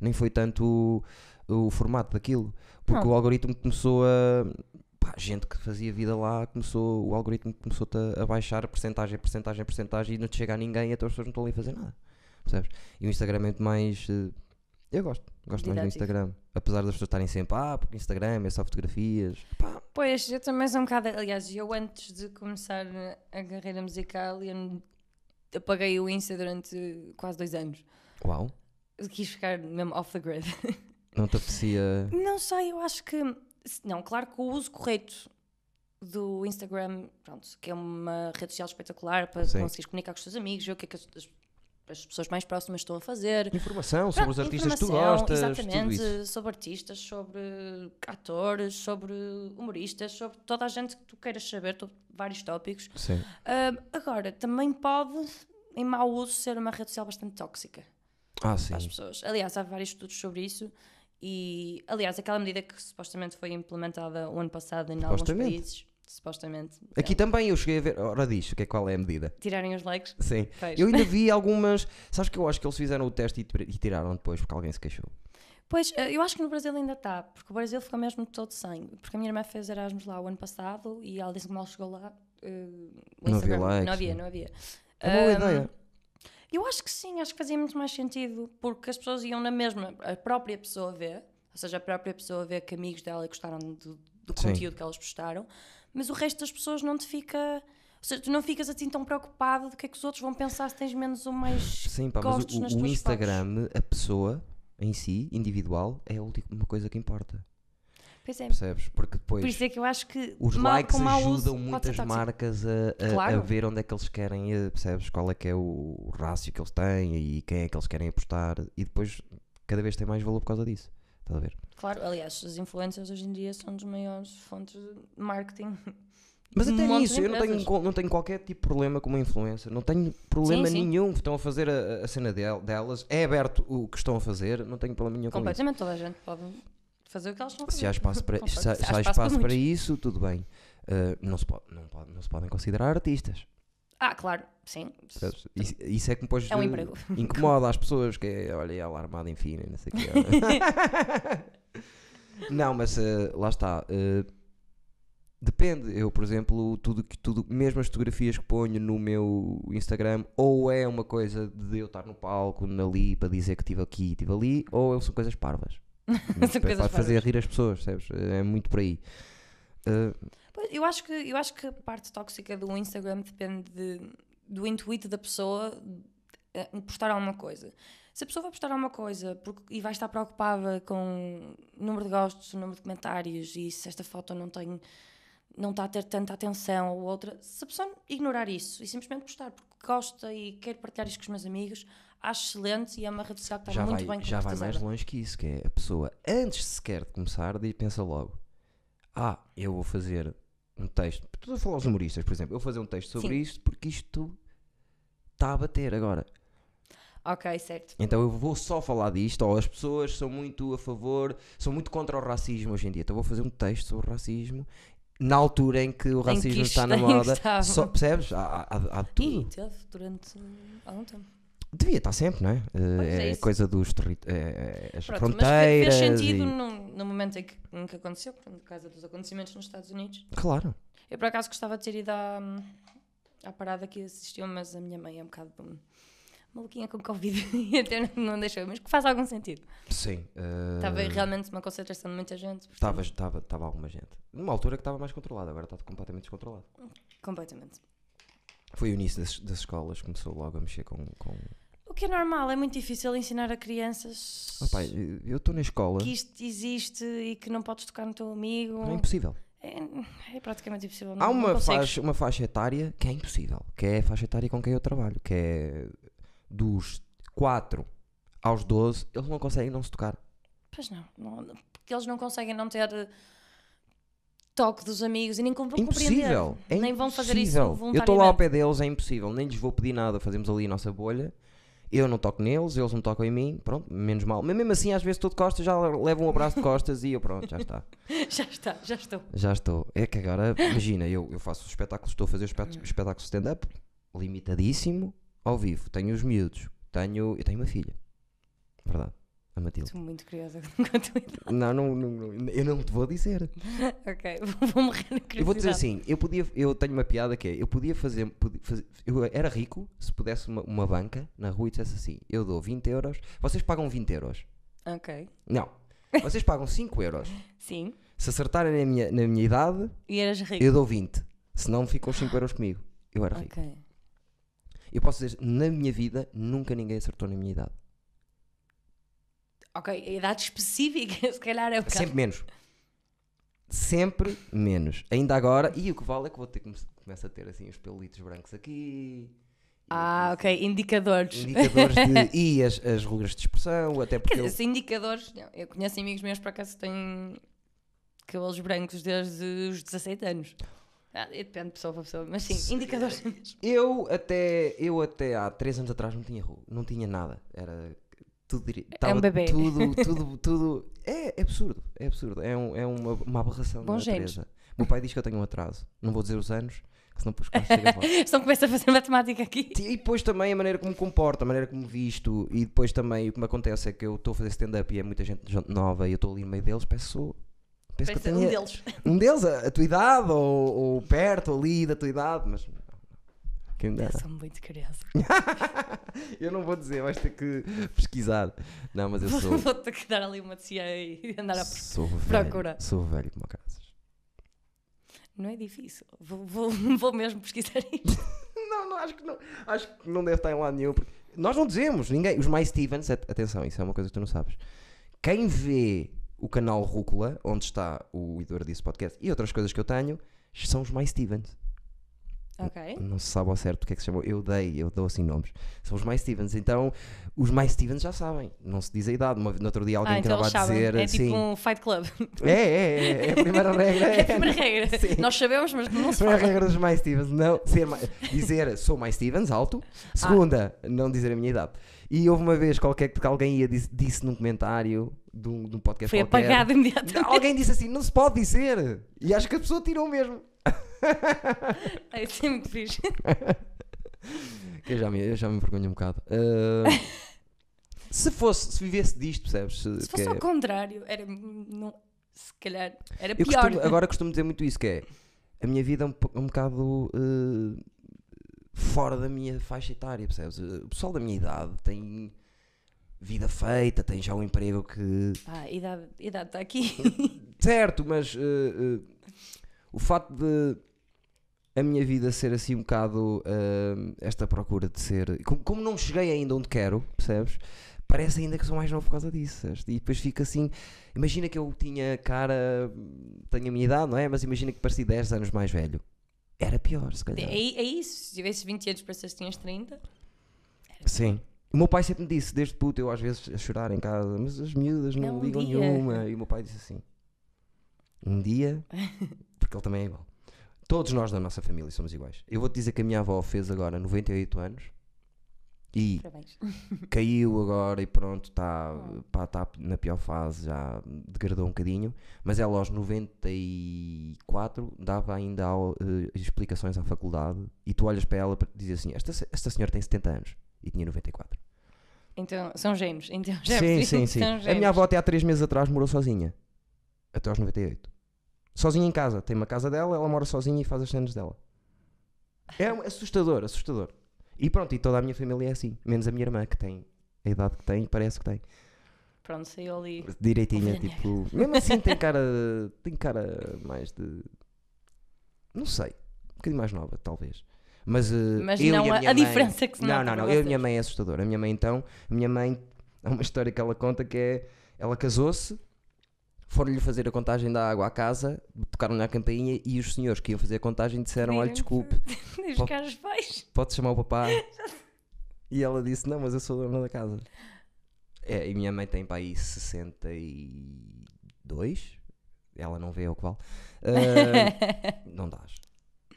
C: Nem foi tanto o, o formato daquilo. Porque
B: Não.
C: o algoritmo começou a. Pá, gente que fazia vida lá começou. O algoritmo começou a baixar a porcentagem, a porcentagem, a porcentagem e não te chega a ninguém e então as pessoas não estão ali a fazer nada. Percebes? E o Instagram é muito mais. eh, Eu gosto. Gosto mais do
B: Didático.
C: Instagram. Apesar das pessoas estarem sempre. Ah, porque Instagram é só fotografias. Pá,
B: Pois, eu também sou um bocado. Aliás, eu antes de começar a carreira musical, eu n- apaguei o Insta durante quase dois anos.
C: uau.
B: Eu quis ficar mesmo off the grid.
C: Não te apetecia.
B: Não sei, eu acho que. se- Não, claro que o uso correto do Instagram, pronto, que é uma rede social espetacular para
C: Sim.
B: conseguires comunicar com os teus amigos, ver o que é que as, as- as pessoas mais próximas estão a fazer.
C: Informação sobre os
B: Pronto,
C: artistas que tu
B: informação,
C: gostas, tudo
B: Exatamente,
C: isso.
B: sobre artistas, sobre atores, sobre humoristas, sobre toda a gente que tu queiras saber, to- vários tópicos.
C: Sim.
B: Ahm, agora, também pode, em mau uso, ser uma rede social bastante tóxica
C: Ah, sim.
B: para as pessoas. Aliás, há vários estudos sobre isso. E, aliás, aquela medida que supostamente foi implementada o ano passado em alguns
C: Supostamente.
B: países, supostamente,
C: Aqui
B: então,
C: também eu cheguei a ver. Ora, diz, o que é, qual é a medida?
B: tirarem os likes.
C: Sim.
B: Pois.
C: Eu ainda vi algumas. Sabes que eu acho que eles fizeram o teste e, tira- e tiraram depois porque alguém se queixou.
B: Pois, eh, eu acho que no Brasil ainda está, porque o Brasil ficou mesmo todo sem. Porque a minha irmã fez Erasmus lá o ano passado e ela disse que mal chegou lá. eh, o
C: Não havia
B: Instagram-
C: likes,
B: Não havia,
C: né?
B: não havia.
C: É uma boa
B: Ahm,
C: ideia.
B: Eu acho que sim, acho que fazia muito mais sentido, porque as pessoas iam na mesma, a própria pessoa vê, ou seja, a própria pessoa vê que amigos dela gostaram do, do
C: Sim.
B: conteúdo que elas postaram, mas o resto das pessoas não te fica. Ou seja, tu não ficas assim tão preocupado do que é que os outros vão pensar se tens menos ou mais
C: Sim, pá, mas
B: gostos
C: o-
B: nas
C: o,
B: tuas
C: Instagram, a pessoa em si, individual, é a última coisa que importa.
B: fotos. Pois é.
C: Percebes? Porque depois
B: Por isso é que eu acho que
C: os
B: mal-
C: likes
B: com mau
C: ajudam
B: uso pode ser
C: muitas
B: tóxico.
C: marcas a, a- a
B: Claro.
C: ver onde é que eles querem, eh, percebes? Qual é que é o rácio que eles têm e quem é que eles querem apostar. E depois cada vez tem mais valor por causa disso. Estás a ver?
B: Claro, aliás, as influencers hoje em dia são dos maiores fontes de marketing.
C: Mas
B: de
C: até
B: montes
C: nisso,
B: de
C: eu não tenho,
B: empresas.
C: qual- não tenho qualquer tipo de problema com uma influencer. Não tenho problema
B: Sim, sim.
C: nenhum. Estão a fazer a, a cena del- delas. É aberto o que estão a fazer. Não tenho problema nenhum com isso.
B: Completamente toda a gente pode fazer o que elas estão a fazer.
C: Se há espaço para,
B: Concordo.
C: se há-
B: Se
C: se há
B: há espaço para
C: espaço para
B: muitos.
C: isso, tudo bem. Ah, não, se pode, não, pode- não se podem considerar artistas.
B: Ah, claro, sim.
C: percebes? Isso, isso é que me pôs,
B: É um
C: eh,
B: emprego.
C: incomoda as pessoas, que é, olha, é alarmada, enfim, não sei o quê. olha. não, mas eh, lá está. eh, depende. Eu, por exemplo, tudo que tudo, mesmo as fotografias que ponho no meu Instagram, ou é uma coisa de eu estar no palco, ali, para dizer que estive aqui e estive ali, ou são coisas parvas. para
B: São coisas
C: fazer rir as pessoas, percebes? É muito por aí. Eh,
B: Pois, Eu acho, que, eu acho que a parte tóxica do Instagram depende de- do intuito da pessoa eh, em postar alguma coisa. Se a pessoa vai postar alguma coisa porque- e vai estar preocupada com o número de gostos, o número de comentários e se esta foto não tem não está a ter tanta atenção ou outra, se a pessoa ignorar isso e simplesmente postar porque gosta e quer partilhar isto com os meus amigos, acho excelente e é uma rede social que está
C: já
B: muito
C: vai,
B: bem
C: já vai mais
B: concretizada.
C: longe que isso, que é a pessoa, antes sequer de começar, diz- pensa logo: Ah, eu vou fazer um texto. Estou a falar aos humoristas, por exemplo. Eu vou fazer um texto sobre
B: Sim.
C: isto porque isto está a bater agora.
B: Ok, certo.
C: Então eu vou só falar disto. Ou as pessoas são muito a favor, são muito contra o racismo hoje em dia. Então eu vou fazer um texto sobre o racismo. Na altura em que o
B: que
C: racismo
B: isto-
C: está na
B: em que
C: moda,
B: estava.
C: só, percebes? Há, há- há- há de tudo.
B: E teve durante hum, algum tempo.
C: Devia estar sempre, não é? Eh,
B: Pois é
C: é
B: isso.
C: coisa dos territórios. É, é, as
B: Pronto, mas
C: fronteiras.
B: fe- fez sentido
C: e-
B: no, no momento em que, em que aconteceu, por causa dos acontecimentos nos Estados Unidos.
C: Claro.
B: Eu, por acaso, gostava de ter ido à, à parada que assistiu, mas a minha mãe é um bocado hum, maluquinha com Covid e até não- não deixou, mas que faz algum sentido.
C: Sim. eh,
B: Estava
C: É.
B: realmente uma concentração de muita gente. portanto,
C: Estava estava- estava alguma gente. Numa altura que estava mais controlada, agora está completamente descontrolado.
B: Completamente.
C: Foi o início das, das escolas, começou logo a mexer com. com...
B: O que é normal, é muito difícil ensinar a crianças
C: Ah, pá, eu estou na escola.
B: que isto existe e que não podes tocar no teu amigo.
C: Não é impossível.
B: É, é praticamente impossível.
C: Há
B: não- não
C: uma
B: consegues.
C: faixa, uma faixa etária que é impossível, que é a faixa etária com quem eu trabalho, que é dos 4 aos 12, eles não conseguem não se tocar.
B: Pois não, não- não- porque eles não conseguem não ter eh, toque dos amigos e nem com- vão
C: impossível.
B: compreender.
C: É
B: nem vão fazer isso
C: impossível. Eu
B: voluntariamente.
C: estou lá ao pé deles, é impossível. Nem lhes vou pedir nada, fazemos ali a nossa bolha. Eu não toco neles, eles não tocam em mim, pronto, menos mal. Mas mesmo assim, às vezes estou de costas, já levo um abraço de costas e eu pronto, já está.
B: Já está, já estou.
C: Já estou. É que agora, imagina, eu, eu faço o espetáculo, estou a fazer o espet- espetáculo stand-up, limitadíssimo, ao vivo. Tenho os miúdos, tenho, eu tenho uma filha. Verdade, a Matilde.
B: Estou muito curiosa com a tua idade.
C: Não, não, não, não, eu não te vou dizer.
B: Ok, vou, vou morrer de curiosidade.
C: Eu vou dizer assim, eu podia, eu tenho uma piada que é, eu podia fazer, podia fazer- eu era rico se pudesse uma, uma banca na rua e dissesse assim, eu dou 20 euros, vocês pagam 20 euros.
B: Ok,
C: Não, vocês pagam 5 euros.
B: sim.
C: Se acertarem na minha, na minha idade,
B: E eras rico.
C: eu dou 20. Se não, ficam os 5 euros comigo. Eu era rico.
B: Ok.
C: Eu posso dizer, na minha vida, nunca ninguém acertou na minha idade.
B: Ok, a idade específica, se calhar é o caso.
C: Sempre menos. Sempre menos. Ainda agora, e o que vale é que vou ter, come- começo a ter assim os pelitos brancos aqui. e
B: Ah,
C: aqui,
B: ok, indicadores.
C: indicadores de, e as, as rugas de expressão, até
B: Quer
C: porque
B: dizer, se indicadores, não, eu conheço amigos meus por acaso que têm cabelos brancos desde os 17 anos. Ah, depende de pessoa para pessoa, mas sim, indicadores.
C: eu, eu até eu até há 3 anos atrás não tinha ruga, não tinha nada, era tudo diri- tava
B: É um bebê.
C: tudo, tudo, tudo, é, é absurdo, é absurdo, é, um- é uma, uma aberração da
B: Bons genes.
C: natureza. Meu pai diz que eu tenho um atraso, não vou dizer os anos, que senão depois quase chega lá.
B: Só começa a fazer matemática aqui.
C: E depois também a maneira como me comporto, a maneira como me visto, e depois também o que me acontece é que eu estou a fazer stand-up e é muita gente nova e eu estou ali no meio deles, penso, penso que eu
B: Parece
C: tenho
B: um deles.
C: um deles, a, a tua idade, ou, ou perto ali da tua idade, mas não, não. Quem me
B: Eu
C: dera.
B: sou muito curiosa.
C: Eu não vou dizer, vais ter que pesquisar. Não, mas eu sou.
B: Vou ter que dar ali uma tia e andar a.
C: sou velho.
B: procura.
C: Sou velho como casas.
B: Não é difícil. Vou, vou, vou mesmo pesquisar isto.
C: Não, não, acho que não. Acho que não deve estar em lado nenhum. porque Nós não dizemos, ninguém. Os mais Stevens, at- atenção, isso é uma coisa que tu não sabes. Quem vê o canal Rúcula, onde está o Idor disse podcast e outras coisas que eu tenho, são os mais Stevens.
B: Ok.
C: Não se sabe ao certo porque é que se chamou. Eu dei, eu dou assim nomes. São os mais Stevens. Então, os mais Stevens já sabem. Não se diz a idade. Uma, no outro dia alguém
B: ah, então
C: estava
B: eles
C: a
B: sabem.
C: dizer
B: é
C: assim.
B: tipo um fight club.
C: É, é, é, é a primeira regra.
B: É a primeira regra.
C: Sim.
B: Nós sabemos, mas não se
C: Primeira
B: fala.
C: regra dos mais Stevens, não ser mais, dizer sou mais Stevens, alto.
B: Ah.
C: Segunda, não dizer a minha idade. E houve uma vez qualquer que alguém ia disse, disse num comentário de um, de um podcast
B: Foi
C: qualquer.
B: apagado imediatamente.
C: Alguém disse assim, não se pode dizer. E acho que a pessoa tirou mesmo.
B: Ai, Isso é muito fixe.
C: Que Eu já me, eu já me envergonho um bocado. Ah, se fosse, se vivesse disto, percebes?
B: Se
C: que
B: fosse ao
C: é-
B: contrário, era. Não, se calhar. Era
C: Eu
B: pior.
C: costumo- agora costumo dizer muito isso, que é a minha vida é um, po- um bocado eh, fora da minha faixa etária, percebes? Eh, O pessoal da minha idade tem vida feita, tem já um emprego que.
B: Ah, a idade a idade está aqui.
C: Certo, mas eh, eh, o facto de a minha vida ser assim um bocado eh, esta procura de ser. Como, como não cheguei ainda onde quero, percebes? Parece ainda que sou mais novo por causa disso. sabes? E depois fica assim. Imagina que eu tinha cara. Tenho a minha idade, não é? Mas imagina que parecia 10 anos mais velho. Era pior, se calhar.
B: É, é isso. Se tivesses 20 anos, pensas que tinhas 30.
C: Sim. O meu pai sempre me disse, desde puto, eu às vezes a chorar em casa, mas as miúdas não,
B: Não, um
C: ligam
B: dia."
C: nenhuma. E o meu pai disse assim: um dia, porque ele também é igual. Todos nós da nossa família somos iguais. Eu vou-te dizer que a minha avó fez agora 98 anos e
B: Parabéns.
C: caiu agora e pronto, está na pior fase, já degradou um bocadinho. Mas ela aos 94 dava ainda ao- eh, explicações à faculdade e tu olhas para ela e dizes assim: esta, se- esta senhora tem 70 anos e tinha 94.
B: Então, são gênios. Então, já
C: sim,
B: percebi.
C: sim, sim.
B: São
C: A
B: gênios.
C: minha avó até há 3 meses atrás morou sozinha. Até aos 98. Sozinha em casa. Tem uma casa dela, ela mora sozinha e faz as cenas dela. É um- assustador, assustador. E pronto, e toda a minha família é assim. Menos a minha irmã, que tem a idade que tem, parece que tem.
B: Pronto, saiu ali.
C: Direitinha,
B: Ovelha
C: tipo. Mesmo assim tem cara. Tem cara mais de. Não sei. Um bocadinho mais nova, talvez. Mas, eh,
B: Mas
C: eu
B: não
C: e
B: a-
C: a,
B: a
C: minha mãe-
B: diferença que se
C: Não,
B: nota
C: não,
B: para
C: não. Eu e a
B: vocês.
C: minha mãe é assustadora. A minha mãe, então. A minha mãe. Há uma história que ela conta que é. Ela casou-se, foram-lhe fazer a contagem da água à casa, tocaram-lhe a campainha e os senhores que iam fazer a contagem disseram: Olha,
B: Pediram-lhe
C: desculpe,
B: Os
C: Pô.
B: caras baixos.
C: pode chamar o papá. e ela disse: Não, mas eu sou dona da casa. É, e minha mãe tem para aí 62. Ela não vê ao que vale. Ah, não dás.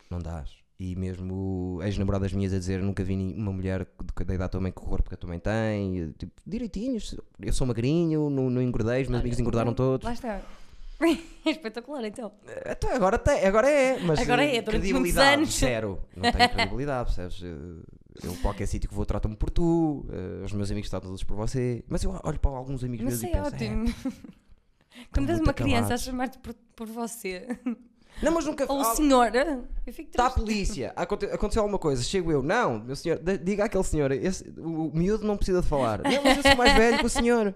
C: Não dás. E mesmo ex-namoradas minhas a dizer: Nunca vi nenhuma mulher de- da idade também que o corpo que a tua mãe tem. E, Tipo, direitinhos. Eu sou magrinho, não, não engordei, os meus
B: Olha,
C: amigos engordaram todos.
B: Lá está. Espetacular, então.
C: Até agora, tem, agora é, mas
B: Agora é,
C: eh,
B: durante
C: credibilidade
B: muitos anos.
C: zero. Não tenho credibilidade, percebes? Eh, Eu, qualquer sítio que vou, tratam-me por tu, eh, os meus amigos tratam todos por você. Mas eu olho para alguns amigos
B: Mas
C: meus e
B: isso é
C: penso, "É,
B: ótimo. Quando tens
C: muito
B: uma criança a
C: acabados."
B: chamar-te por, por você,
C: não, mas nunca.
B: ou
C: ah,
B: senhora, eu fico
C: Está a
B: triste.
C: polícia, Aconte- aconteceu alguma coisa, chego eu, não, meu senhor, de- diga àquele senhor, esse- o, o miúdo não precisa de falar, não, mas eu sou mais velho que o senhor.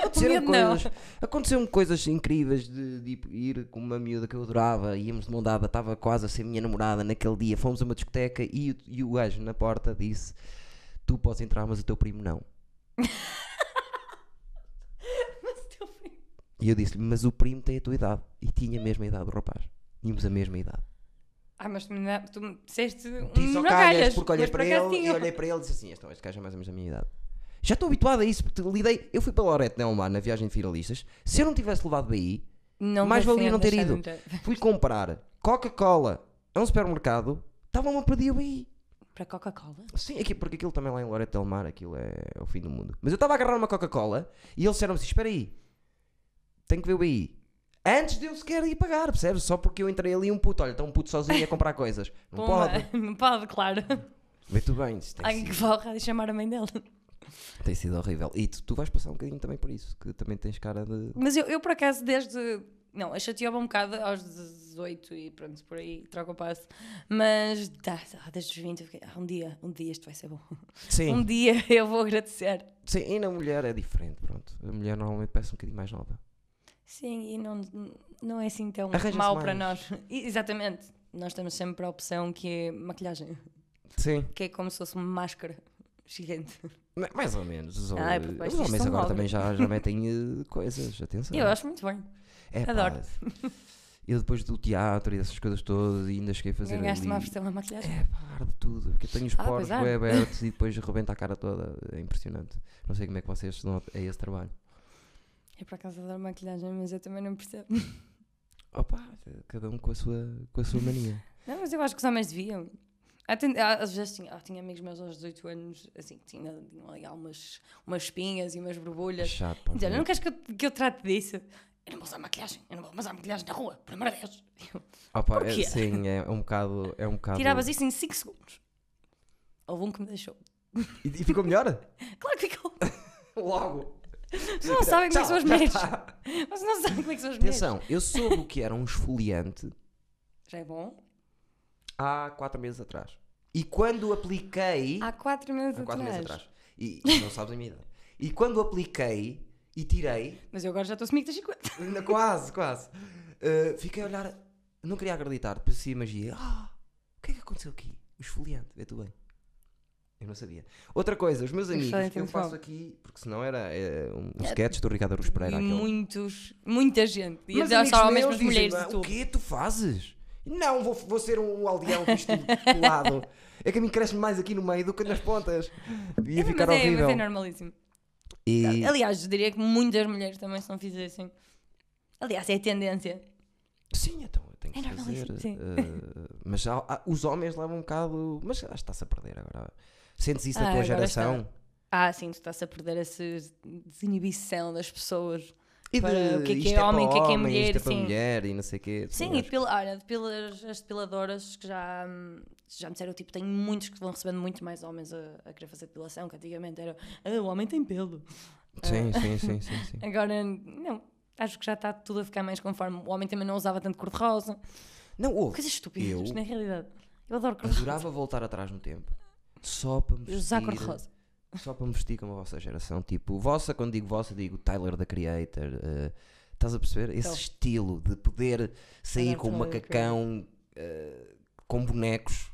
C: Aconteceram
B: miúdo não.
C: coisas, aconteceram coisas incríveis de, de ir com uma miúda que eu adorava, íamos de mão dada, estava quase a ser minha namorada naquele dia, fomos a uma discoteca e, o- e o gajo na porta disse: Tu podes entrar, mas o teu primo não.
B: Mas o teu filho-
C: E eu disse-lhe: Mas o primo tem a tua idade. E tinha a mesma idade do rapaz, tínhamos a mesma idade.
B: Ah, mas tu me, dá- tu me disseste um
C: Tipo, Disse ao
B: não
C: "Oh, calhas
B: calhas,
C: porque olhei
B: mas por
C: para
B: acaso
C: ele e
B: tinha.
C: olhei para ele e disse assim: este, este gajo é mais ou menos da minha idade. Já estou habituado a isso, porque lidei. Eu fui para Lorete Del Mar na viagem de finalistas. Se eu não tivesse levado BI,
B: um-" Não
C: mais
B: vou
C: valia não ter
B: deixar de
C: ido.
B: entrar.
C: Fui comprar Coca-Cola a um supermercado, estavam a perder o BI.
B: Para Coca-Cola?
C: Sim, aqui, porque aquilo também lá em Lorete Del Mar, aquilo é o fim do mundo. Mas eu estava a agarrar uma Coca-Cola e eles disseram-me assim: espera aí, tenho que ver o BI. Antes de eu sequer ir pagar, percebes? Só porque eu entrei ali um puto, olha, está um puto sozinho a comprar coisas. Não
B: Pumba.
C: pode.
B: Não pode, claro.
C: Muito bem, isto tem
B: Alguém
C: sido-
B: que vá ao rádio chamar a mãe dela.
C: Tem sido horrível. E tu, tu vais passar um bocadinho também por isso, que também tens cara de.
B: Mas eu, eu, por acaso, desde Não, a chateou-me um bocado aos 18 e pronto, por aí troca o passo. Mas tá, tá, desde os 20 eu fiquei, ah, um dia, um dia isto vai ser bom.
C: Sim.
B: Um dia eu vou agradecer.
C: Sim, e na mulher é diferente, pronto. A mulher normalmente parece um bocadinho mais nova.
B: Sim, e não, não é assim tão
C: Arranja-se
B: mau para
C: mais.
B: nós. E- Exatamente. Nós temos sempre a opção que é maquilhagem,
C: Sim.
B: que é como se fosse uma máscara gigante.
C: Ma- Mais ou menos. Os,
B: Ah, é
C: hom-
B: porque
C: os
B: vocês
C: homens
B: são
C: agora
B: magros.
C: também já, já metem eh, coisas, atenção.
B: Eu acho muito bem.
C: É, pá,
B: adoro.
C: Eu depois do teatro e dessas coisas todas e ainda cheguei a fazer
B: Ganhaste uma
C: ali...
B: versão à maquilhagem.
C: É pá, arde tudo, porque eu tenho os
B: Ah,
C: poros
B: pois arde.
C: bem abertos e depois rebenta a cara toda. É impressionante. Não sei como é que vocês dão a esse trabalho.
B: Eu por acaso adoro maquilhagem, mas eu também não percebo.
C: Opa, cada um com a sua, com a sua mania.
B: Não, mas eu acho que os homens deviam. Há ten- há- Às vezes tinha, ah, tinha amigos meus aos 18 anos, assim, que tinha, tinham ali algumas umas espinhas e umas borbulhas.
C: Chato, pá.
B: Dizer, não queres que eu, que eu trate disso? Eu não vou usar maquilhagem, eu não vou usar maquilhagem na rua, por amor de Deus. Eu-
C: Opa, é,
B: porquê?
C: sim, é um bocado. É um bocado...
B: Tiravas isso em 5 segundos. Houve um que me deixou.
C: E, e ficou melhor?
B: Claro que ficou.
C: Logo.
B: Vocês não sabem como é que são
C: Tchau,
B: os
C: já
B: mulheres.
C: está.
B: Vocês não sabem como é que são os mulheres.
C: Atenção, eu soube o que era um esfoliante
B: Já é bom.
C: há 4 meses atrás. E quando apliquei.
B: Há 4 meses,
C: há quatro meses
B: atrás.
C: atrás. E, e não sabes a minha idade. E quando apliquei e tirei,
B: Mas eu agora já estou semigo das 50.
C: na- quase, quase, uh, fiquei a olhar, não queria acreditar, parecia magia. Ah, o que é que aconteceu aqui? O esfoliante, vê tu bem. Eu não sabia. Outra coisa, os meus
B: O
C: amigos,
B: esfoliante é
C: eu
B: muito bom.
C: faço aqui, porque senão era eh, um, um sketch do Ricardo Aruz Pereira.
B: É E
C: aquele.
B: muitos, muita gente. E
C: Mas
B: já
C: amigos
B: só
C: meus
B: mesmo as
C: dizem-me,
B: mulheres de
C: O
B: tudo.
C: que tu fazes? Não, vou, vou ser um aldeão com isto tudo colado. É que a mim cresce mais aqui no meio do que nas pontas. Ia
B: Mas
C: ficar
B: é,
C: horrível.
B: Mas é normalíssimo.
C: E-
B: Aliás, eu diria que muitas mulheres também se não fizessem. Aliás, é a tendência.
C: Sim, então eu tenho que
B: É normalíssimo,
C: fazer.
B: sim.
C: eh, mas há- há- os homens levam um bocado. Mas acho que está-se a perder agora. Sentes isso na
B: Ah,
C: tua
B: agora está.
C: geração?
B: Ah, sim, tu estás a perder essa desinibição das pessoas.
C: E
B: Para o que é que
C: isto
B: é homem, o que é que é
C: para homem,
B: mulher,
C: Isto é para
B: sim.
C: mulher e não sei o quê.
B: Sim,
C: Eu
B: e
C: acho-
B: depila, olha, depilas, as depiladoras que já, hum, já me disseram, tipo, tenho muitos que vão recebendo muito mais homens a, a querer fazer depilação, que antigamente era, ah, o homem tem pelo.
C: sim, sim, sim, sim, sim.
B: Agora, não, acho que já está tudo a ficar mais conforme. O homem também não usava tanto cor-de-rosa.
C: Não, ouve,
B: Coisas estúpidas,
C: eu-
B: na realidade. Eu adoro cor-de-rosa.
C: adorava voltar atrás no tempo. Só para me
B: Eu Usar
C: vestir-
B: cor-de-rosa.
C: Só para me vestir como a vossa geração. Tipo, vossa, quando digo vossa, digo Tyler da Creator. eh, estás a perceber? Esse
B: Então.
C: estilo de poder sair
B: Tyler,
C: com um
B: Tyler, the
C: macacão, eh, com bonecos,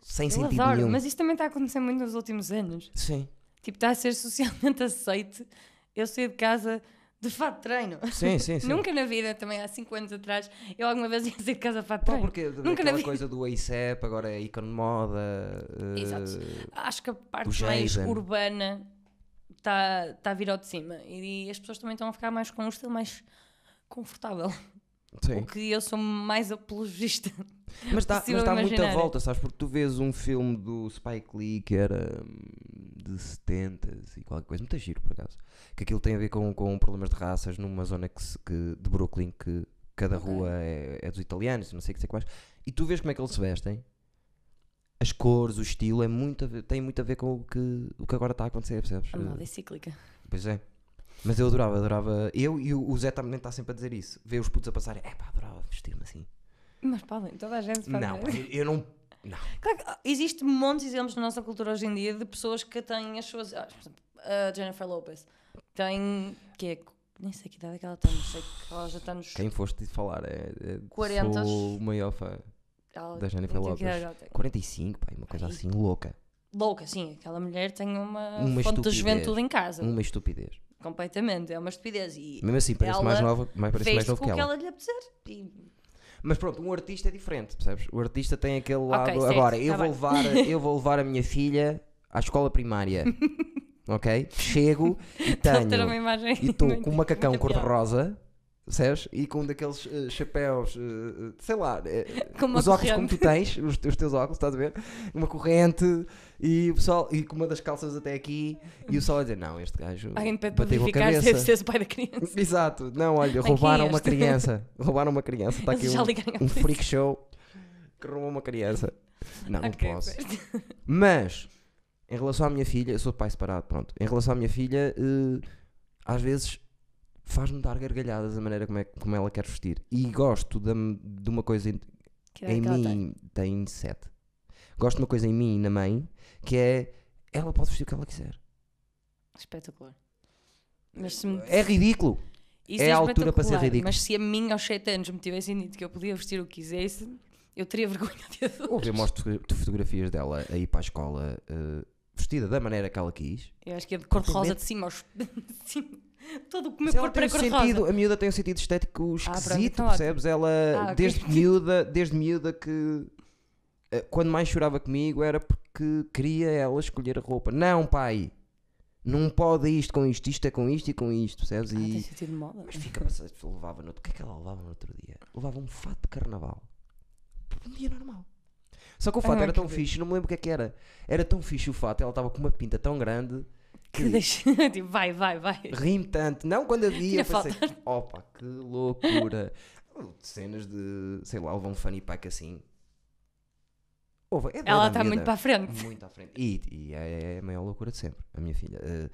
C: sem
B: Eu
C: sentido
B: adoro,
C: nenhum.
B: mas isso também está a acontecer muito nos últimos anos.
C: Sim,
B: Tipo, está a ser socialmente aceite eu sair de casa de fato de treino.
C: sim, sim. sim.
B: Nunca na vida, também há 5 anos atrás, eu alguma vez ia sair de casa de fato de
C: Pá,
B: treino.
C: porque
B: Nunca na
C: aquela
B: vida.
C: coisa do ASAP, agora é ícone de moda. eh,
B: Exato. Acho que a
C: do
B: parte mais
C: Jason.
B: urbana está tá a vir ao de cima e, as pessoas também estão a ficar mais com um estilo mais confortável.
C: Sim.
B: O que eu sou mais apologista.
C: Mas dá,
B: possível
C: mas dá muita
B: imaginar.
C: volta, sabes? Porque tu vês um filme do Spike Lee que era hum, de 70 e qualquer coisa, muito giro por acaso. Que aquilo tem a ver com, com problemas de raças numa zona que, se- que- de Brooklyn que cada
B: Ok.
C: rua é, é dos italianos, não sei o que sei quais. E tu vês como é que eles se vestem. As cores, o estilo, é muito a ver- tem muito a ver com o que, o que agora está a acontecer, percebes?
B: A moda é cíclica.
C: Pois é. Mas eu adorava, adorava. Eu e o o Zé também está sempre a dizer isso. Vê os putos a passarem, é pá, adorava vestir-me assim.
B: Mas podem, toda a gente pode.
C: Não, eu, eu não. Não.
B: Claro que ah, existe montes de exemplos na nossa cultura hoje em dia de pessoas que têm as suas. ah, por exemplo, a Jennifer Lopez tem. que é. Nem sei que idade é que ela tem, não sei que ela já está nos.
C: Quem foste de falar é. é
B: 40.
C: Sou o maior fã.
B: ela-
C: da Jennifer
B: não sei que idade
C: Lopez.
B: ela tem.
C: 45, pá, uma coisa
B: Ai.
C: assim louca.
B: Louca, sim, aquela mulher tem
C: Uma
B: uma, fonte de
C: estupidez.
B: juventude em casa.
C: Uma estupidez.
B: Completamente, é uma estupidez. E
C: Mesmo assim, parece mais
B: Ela
C: nova, mais, parece
B: fez
C: mais
B: com
C: novo
B: o
C: que
B: que
C: ela.
B: ela lhe apetecer. E
C: Mas pronto, um artista é diferente, percebes? O artista tem aquele lado.
B: certo,
C: Agora, eu, vou
B: tá bem.
C: levar, eu vou levar a minha filha à escola primária. ok? Chego e
B: ele tá ter uma
C: tenho.
B: imagem.
C: E estou
B: muito-
C: com um macacão
B: muita piada.
C: cor-de-rosa, percebes? E com um daqueles eh, chapéus, eh, eh, sei lá, eh,
B: Com É uma
C: os óculos como tu
B: corrente.
C: tens, os, te- os teus óculos, estás a ver? Uma corrente e o pessoal, e com uma das calças até aqui, e o pessoal a dizer: Não, este gajo
B: Alguém pede para
C: bateu com a
B: verificar se
C: cabeça.
B: deve ser o pai da criança.
C: Exato, não, olha,
B: Aqui
C: roubaram uma
B: este.
C: criança, roubaram uma criança, está aqui
B: Eles já
C: um,
B: ligaram
C: um freak show que roubou uma criança. Não, não
B: Ok,
C: posso.
B: pois.
C: Mas, em relação à minha filha, eu sou de pai separado, pronto. Em relação à minha filha, eh, às vezes faz-me dar gargalhadas da maneira como, é, como ela quer vestir. E gosto da- de uma coisa em,
B: Que idade é
C: em
B: que ela tem?
C: mim, tem sete. Gosto de uma coisa em mim e na mãe, que é ela pode vestir o que ela quiser.
B: Espetacular. Mas se me-
C: É ridículo.
B: Isso
C: É a altura para ser
B: espetacular,
C: ridículo.
B: Mas se a mim aos 7 anos me tivessem dito que eu podia vestir o que quisesse, eu teria vergonha de adulto.
C: Houve mostro fotografias dela a ir para a escola eh, vestida da maneira que ela quis.
B: Eu acho que é de cor-de-rosa de cima aos. de cima. Todo o meu
C: Se ela
B: corpo
C: tem
B: é era
C: um
B: cor-de-rosa.
C: sentido, a miúda tem um sentido estético
B: pronto,
C: esquisito,
B: então ótimo.
C: percebes? Ela,
B: Ah, ok.
C: desde, miúda, desde miúda que. eh, Quando mais chorava comigo era porque queria ela escolher a roupa. Não, pai, não pode isto com isto, isto é com isto e com isto, percebes?
B: Ah, tem
C: E-
B: sentido de moda.
C: Mas fica passado, levava no. O que é que ela levava no outro dia? Levava um fato de carnaval. Um dia normal. Só que o fato
B: Ah,
C: era tão
B: que
C: fixe, não me lembro o que é que era. Era tão fixe o fato, ela estava com uma pinta tão grande,
B: Que deixa. tipo, vai, vai, vai.
C: ri-me tanto. Não, quando a vi,
B: Tinha
C: eu pensei, opa, que loucura. Cenas de, sei lá, levam um fanny pack assim. Ouve, é doida
B: Ela está
C: a
B: muito
C: miúda.
B: para a frente.
C: Muito à frente. E, e é a maior loucura de sempre, a minha filha. Eh,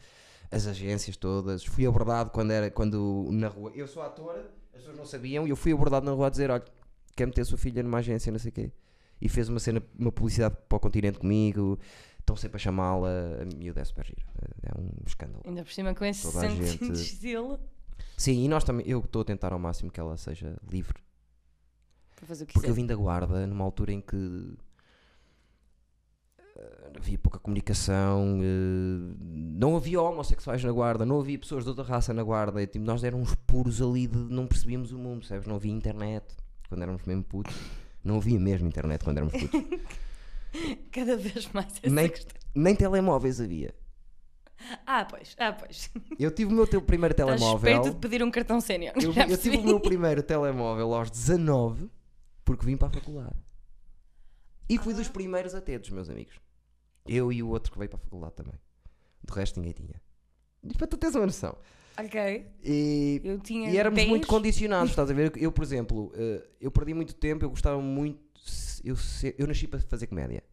C: as agências todas. Fui abordado quando era quando na rua. Eu sou ator, as pessoas não sabiam, e eu fui abordado na rua a dizer: olha, quer meter a sua filha numa agência, não sei o quê. E fez uma cena, uma publicidade para o continente comigo. Estão sempre a chamá-la. A miúda é super gira. É um escândalo.
B: Ainda por cima com esse
C: Toda a
B: sentido
C: gente-
B: de estilo.
C: Sim, e nós também. Eu estou a tentar ao máximo que ela seja livre.
B: Para fazer o que
C: Porque eu
B: quiser.
C: vim da Guarda numa altura em que eh, havia pouca comunicação, eh, não havia homossexuais na Guarda, não havia pessoas de outra raça na Guarda. E, tipo, nós éramos puros ali, de, não percebíamos o mundo, percebes? Não havia internet quando éramos mesmo putos. Não havia mesmo internet quando éramos putos.
B: Cada vez mais é essa
C: nem,
B: questão.
C: nem telemóveis havia.
B: Ah, pois, ah, pois.
C: Eu tive o meu teu primeiro
B: Estás suspeito de
C: telemóvel.
B: pedir um cartão sénior.
C: Eu,
B: Já
C: eu tive o
B: percebi.
C: meu primeiro telemóvel aos 19 porque vim para a faculdade. E fui
B: Ah.
C: dos primeiros a ter dos meus amigos. Eu e o outro que veio para a faculdade também. Do resto ninguém tinha. E Para tu teres uma noção.
B: Ok.
C: E,
B: Eu tinha.
C: e éramos
B: 10.
C: muito condicionados, estás a ver? Eu, por exemplo, eh, eu perdi muito tempo, eu gostava muito. Eu, se- eu nasci para fazer comédia.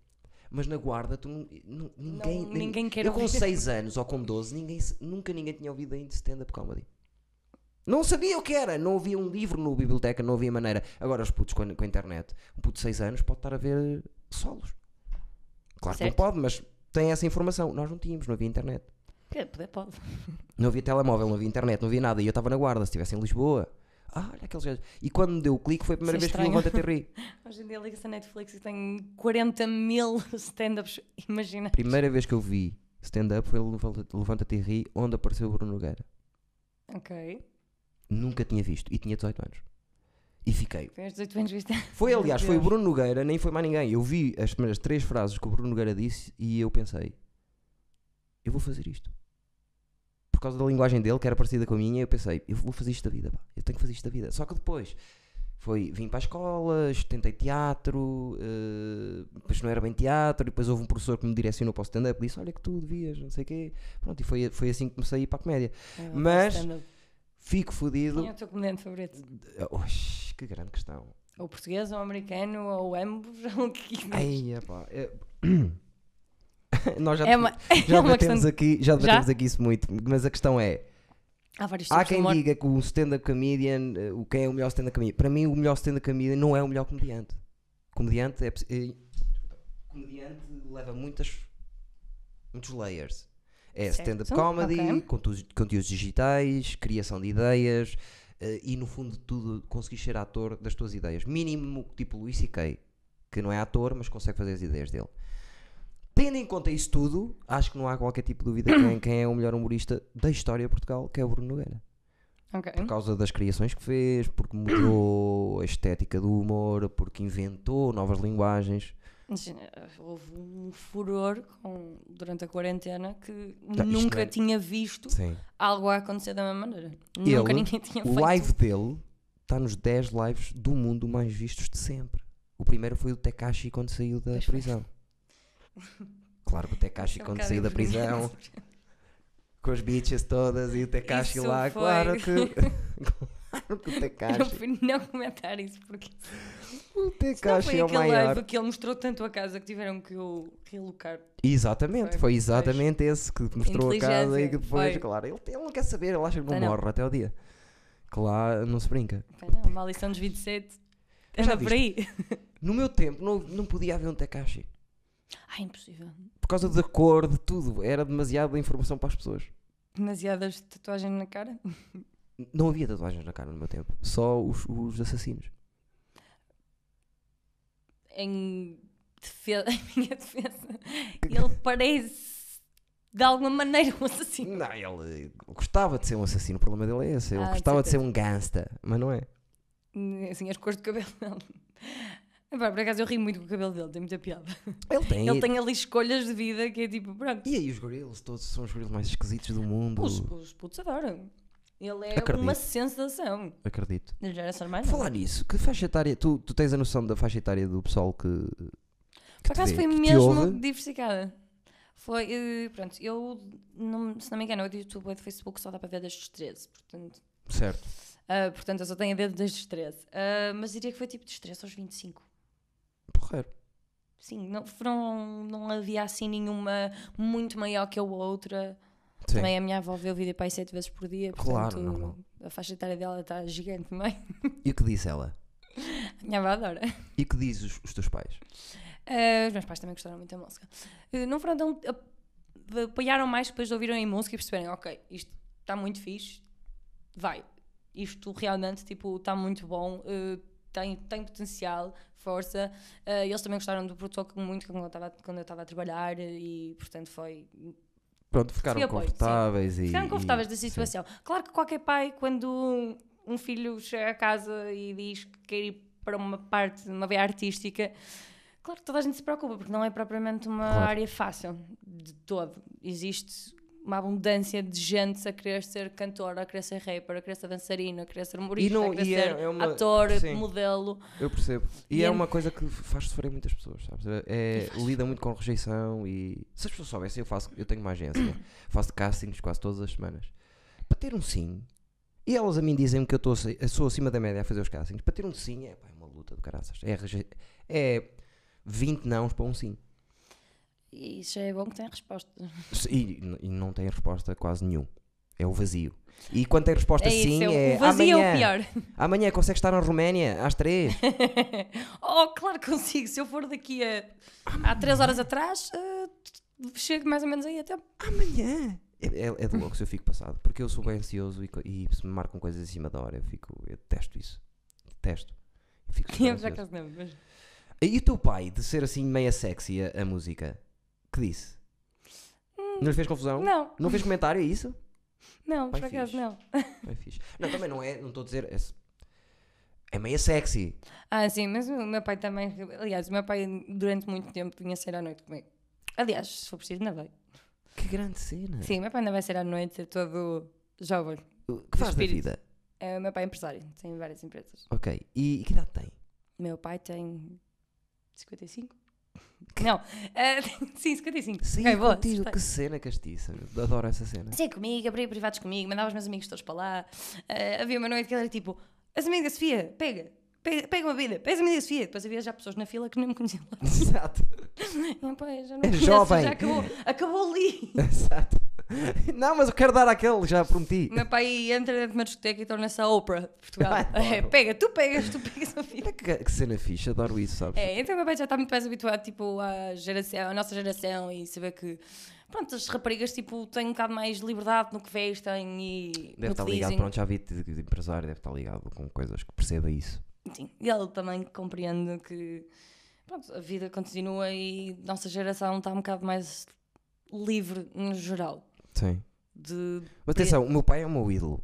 C: Mas na guarda, tu, não- não- ninguém,
B: Não,
C: nin-
B: ninguém quer
C: eu com
B: ouvir.
C: 6 anos ou com 12, ninguém, se- nunca ninguém tinha ouvido ainda stand-up comedy. Não sabia o que era, não havia um livro na biblioteca, não havia maneira. Agora os putos com a, com a internet, um puto de 6 anos pode estar a ver solos. Claro que não
B: Certo.
C: pode, mas tem essa informação. Nós não tínhamos, não havia internet.
B: Quer poder, pode.
C: Não havia telemóvel, não havia internet, não havia nada. E eu estava na guarda, se estivesse em Lisboa. Ah, olha aqueles gajos. E quando me deu o clique foi a primeira
B: Isso é
C: vez que vi o
B: estranho.
C: Ronda Terry.
B: Hoje em dia liga-se a Netflix e tem 40 mil stand-ups. Imagina.
C: Primeira vez que eu vi stand-up foi o Levanta- Levanta Terry, onde apareceu o Bruno Nogueira.
B: Ok.
C: Nunca tinha visto e tinha 18 anos. E fiquei.
B: Tens 18 anos vista.
C: Foi,
B: Meu
C: aliás, foi o
B: Deus.
C: Bruno Nogueira, nem foi mais ninguém. Eu vi as primeiras três frases que o Bruno Nogueira disse e eu pensei: eu vou fazer isto. Por causa da linguagem dele, que era parecida com a minha, eu pensei: eu vou fazer isto da vida, pá. eu tenho que fazer isto da vida. Só que depois foi, vim para as escolas, tentei teatro, eh, depois não era bem teatro, e depois houve um professor que me direcionou para o stand-up e disse: olha que tu devias, não sei o quê. Pronto, e foi, foi assim que comecei a ir para a comédia.
B: Ah,
C: Mas-
B: stand-up.
C: Fico fodido.
B: Quem é o teu comediante favorito?
C: Oxe, que grande questão.
B: Ou português, ou americano, ou ambos, ou o que quiser.
C: Ai, epá, é- Nós já,
B: É uma-
C: já
B: é uma
C: debatemos
B: questão
C: aqui, já debatemos
B: Já?
C: aqui isso muito, mas a questão é,
B: Há vários tipos
C: há
B: de
C: quem
B: humor.
C: diga que o stand-up comedian, eh, o quem é o melhor stand-up comedian? Para mim o melhor stand-up comedian não é o melhor comediante. Comediante é, possi- eh, comediante leva muitas muitos layers. É
B: Certo,
C: stand-up comedy,
B: ok.
C: conteúdos, conteúdos digitais, criação de ideias eh, e no fundo de tudo conseguir ser ator das tuas ideias. Mínimo tipo Luís C.K., que não é ator, mas consegue fazer as ideias dele. Tendo em conta isso tudo, acho que não há qualquer tipo de dúvida quem, quem é o melhor humorista da história de Portugal, que é o Bruno Nogueira.
B: Ok.
C: Por causa das criações que fez, porque mudou a estética do humor, porque inventou novas linguagens.
B: Imagina, Houve um furor com- durante a quarentena que
C: isto não
B: nunca
C: é-
B: tinha visto
C: Sim.
B: algo a acontecer da mesma maneira.
C: Ele,
B: nunca ninguém tinha
C: O
B: feito.
C: live dele está nos 10 lives do mundo mais vistos de sempre. O primeiro foi o Tekashi quando saiu da
B: Pois foi.
C: prisão. Claro que o Tekashi
B: É um
C: quando
B: bocado
C: saiu da
B: invertido.
C: prisão, com as bitches todas e o Tekashi
B: Isso
C: lá,
B: foi-
C: claro que. O
B: Eu
C: Tekashi.
B: prefiro não comentar isso porque
C: O
B: não
C: Tekashi
B: foi
C: é o
B: aquele live
C: maior.
B: que ele mostrou tanto a casa que tiveram que o relocar.
C: Exatamente,
B: Foi,
C: foi exatamente esse que te mostrou a casa e que
B: Inteligência,
C: depois,
B: foi.
C: claro, ele, ele não quer saber, ele acha que não,
B: Ah, não.
C: morre até o dia. Que lá não se brinca.
B: Pá, Não, uma lição dos 27.
C: Mas já
B: Anda por aí.
C: No meu tempo não, não podia haver um Tekashi.
B: Ai, impossível.
C: Por causa da cor, de tudo. Era demasiada informação para as pessoas.
B: Demasiadas tatuagens na cara.
C: Não havia tatuagens na cara no meu tempo. Só os, os assassinos.
B: Em, defe- em minha defesa, ele parece de alguma maneira um assassino.
C: Não, ele gostava de ser um assassino. O problema dele é esse. Ele
B: Ah, de
C: gostava de ser um gangsta. Mas não é.
B: Assim, as cores do cabelo dele. Epá, por acaso eu ri muito com o cabelo dele, tem muita piada.
C: Ele tem.
B: Ele tem ali escolhas de vida que é tipo, pronto.
C: E aí, os gorilas todos são os gorilas mais esquisitos do mundo.
B: Os, os putos adoram. Ele é
C: Acredito.
B: uma sensação
C: Acredito.
B: das gerações mais
C: Por Falar nisso, que faixa etária. Tu, tu tens a noção da faixa etária do pessoal que. que
B: Por
C: te
B: acaso
C: vê,
B: foi
C: que te
B: mesmo
C: ouve?
B: diversificada. Foi, eh, pronto, eu, não- se não me engano, eu do YouTube ou do Facebook só dá para ver desde os 13, portanto,
C: Certo.
B: ah, portanto eu só tenho a ver desde os 13. Ah, mas diria que foi tipo dos 13 aos 25.
C: Porreiro.
B: Sim, não, foram, não havia assim nenhuma muito maior que a outra.
C: Sim.
B: Também a minha avó vê o vídeo para aí 7 vezes por dia,
C: Claro,
B: portanto
C: normal.
B: a faixa etária dela está gigante também.
C: E o que diz ela?
B: A minha avó adora.
C: E o que diz os, os teus pais?
B: Ah, os meus pais também gostaram muito da música. Ah, não foram tão. ap- apoiaram mais depois de ouviram em música e perceberem, ok, isto está muito fixe, vai. Isto realmente tipo, está muito bom, ah, tem, tem potencial, força. Ah, eles também gostaram do produto muito quando eu estava- quando eu estava a trabalhar eh, e, portanto, foi
C: Pronto, ficaram
B: Fui apoio, sim.
C: confortáveis e.
B: Ficaram confortáveis
C: e-
B: da
C: sim.
B: situação. Claro que qualquer pai, quando um- um filho chega a casa e diz que quer ir para uma parte, uma veia artística, claro que toda a gente se preocupa, porque não é propriamente uma
C: Claro.
B: área fácil de todo. Existe uma abundância de gente a querer ser cantora, a querer ser rapper, a querer ser dançarina, a querer ser humorista,
C: não-
B: a querer
C: e é-
B: ser
C: é uma-
B: ator,
C: sim.
B: modelo.
C: Eu percebo. E,
B: E
C: é
B: é-
C: uma coisa que faz sofrer muitas pessoas, sabes? É,
B: faz
C: lida muito com rejeição e. Se as pessoas soubessem, eu faço, eu tenho uma agência, faço castings quase todas as semanas. Para ter um sim, e elas a mim dizem que eu estou aci- sou acima da média a fazer os castings, para ter um sim é, pá, é uma luta de caraças. É, reje... é 20 nãos para um sim.
B: E isso já é bom que tem resposta.
C: Se- E, e não tem resposta quase nenhum. É o vazio. E quando tem resposta
B: é
C: sim,
B: isso, é o-
C: é.
B: o vazio
C: amanhã,
B: é o pior.
C: Amanhã consegues estar na Roménia às 3.
B: Oh, claro que consigo. Se eu for daqui a, há três horas atrás, eh, chego mais ou menos aí até.
C: amanhã. É, é, é de louco se eu fico passado, porque eu sou bem ansioso e, co- e se me marcam coisas em cima da hora, eu fico, eu detesto isso. Detesto. Eu fico super
B: Eu já
C: ansioso.
B: acaso não, mas.
C: E o teu pai, de ser assim meia sexy a, a música, que disse? Não lhe fez confusão?
B: Hum. Não,
C: Não fez comentário a isso?
B: não,
C: Então, Bem
B: por acaso
C: fixe.
B: não.
C: É fixe. Não, também não é, não estou a dizer. É, s- é meia sexy.
B: Ah, sim, mas o meu pai também. Aliás, o meu pai durante muito tempo vinha ser à noite comigo. Aliás, se for preciso, ainda bem.
C: Que grande cena.
B: Sim, o meu pai ainda vai ser à noite, é todo jovem.
C: O que faz da
B: Espírito.
C: vida?
B: É, o meu pai é empresário, tem várias empresas.
C: Ok. E, e que idade tem?
B: O meu pai tem 55? Não, eh, sim, 55.
C: Sim,
B: Ok, boa,
C: contigo.
B: acertei.
C: Que cena castiça. meu. Adoro essa cena.
B: Sim, comigo, abria privados comigo, mandava os meus amigos todos para lá. Ah, havia uma noite que ele era tipo: As amigas da Sofia, pega, pega, pega uma vida, pega as amigas da Sofia. Depois havia já pessoas na fila que nem me conheciam lá.
C: Exato.
B: E, pá, eu já não
C: É
B: conheço,
C: jovem.
B: Já acabou, acabou ali.
C: Exato. Não, mas eu quero dar aquele, já prometi.
B: O meu pai entra dentro de uma discoteca e torna-se a Oprah de Portugal.
C: Ai, adoro.
B: É, pega, tu pegas, tu pegas a vida.
C: Olha Que, que cena fixe, adoro isso, sabes?
B: É, então o meu pai já está muito mais habituado tipo, à, geração, à nossa geração e saber que. Pronto, as raparigas tipo, têm um bocado mais liberdade no que vestem e
C: Deve
B: no que
C: estar ligado,
B: dizem.
C: pronto, já vi de, de empresário, deve estar ligado com coisas que perceba isso.
B: Sim, e ele também compreende que pronto, a vida continua e a nossa geração está um bocado mais livre no geral.
C: Sim.
B: De...
C: Mas atenção, o meu pai é o meu ídolo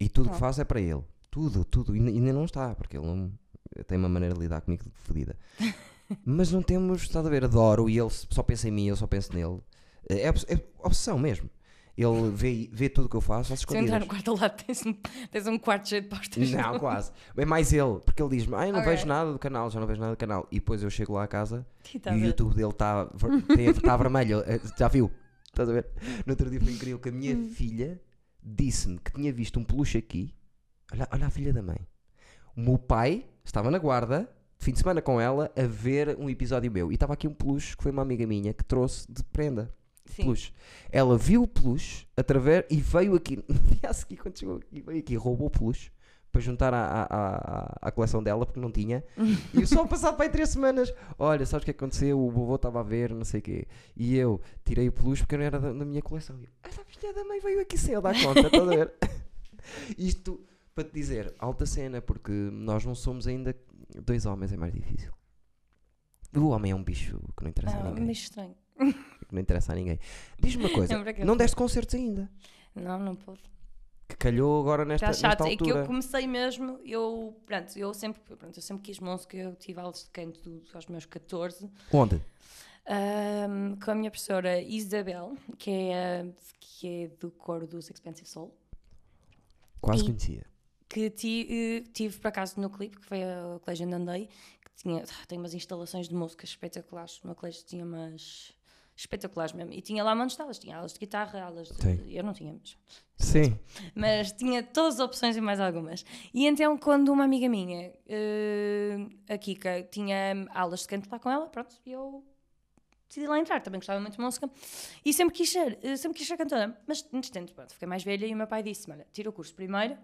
C: e tudo
B: Ah.
C: que faço é para ele. Tudo, tudo. Ainda, ainda não está, porque ele não, tem uma maneira de lidar comigo fodida. Mas não temos, estás a ver, adoro e ele só pensa em mim, eu só penso nele. É, obs- é obsessão mesmo. Ele vê, vê tudo o que eu faço, faço
B: Se eu
C: escondidas.
B: entrar no quarto ao lado, tens um, tens um quarto cheio de postas.
C: Não, quase. É mais ele, porque ele diz-me, ai, não
B: Então. Ok.
C: vejo nada do canal, já não vejo nada do canal. E depois eu chego lá a casa
B: Que
C: e o YouTube dele tá está tá vermelho, eh, já viu? Estás a ver? No outro dia foi incrível que a minha filha disse-me que tinha visto um peluche aqui Olha, olha a filha da mãe. O meu pai estava na guarda, de fim de semana com ela, a ver um episódio meu. E estava aqui um peluche que foi uma amiga minha que trouxe de prenda.
B: Sim. Ah,
C: Peluche. Ela viu o peluche através e veio aqui no dia a seguir, quando chegou aqui, veio aqui, roubou o peluche para juntar à, à, à- à coleção dela, porque não tinha. e só passado para aí três semanas. Olha, sabes o que aconteceu? O vovô estava a ver, não sei o quê. E eu tirei o peluche porque não era da, da minha coleção. E eu, olha, a filha da mãe veio aqui sem eu dar conta, estás a ver? Isto para te dizer, alta cena, porque nós não somos ainda dois homens, é mais difícil. O homem é um bicho que não interessa
B: Ah,
C: a ninguém.
B: mas estranho.
C: Que tipo, não interessa a ninguém. Diz-me uma coisa,
B: Não, por acaso
C: não deste concertos ainda?
B: Não, não pude.
C: Que calhou agora nesta,
B: Está chato.
C: nesta
B: É que
C: altura.
B: eu comecei mesmo, eu, pronto, eu sempre, pronto, eu sempre quis música, eu tive aulas de canto do- aos meus 14,
C: Onde?
B: ahm, com a minha professora Isabel, que é, ah, que é do coro dos Expensive Soul.
C: Quase
B: E-
C: conhecia.
B: que ti- eh, tive por acaso no clipe, que foi o colégio onde andei, que tinha, ah, tem umas instalações de música espetaculares. O meu colégio tinha umas espetaculares mesmo. E tinha lá montes de aulas, tinha aulas de guitarra, aulas de.
C: Tem.
B: Eu não tinha, mas,
C: Sim.
B: mas tinha todas as opções e mais algumas. E então, quando uma amiga minha, eh, a Kika, tinha aulas de canto lá com ela, pronto, e eu decidi lá entrar, também gostava muito de música e sempre quis ser, eh, sempre quis ser cantora. Mas, entretanto, pronto, fiquei mais velha e o meu pai disse: Olha, tira o curso primeiro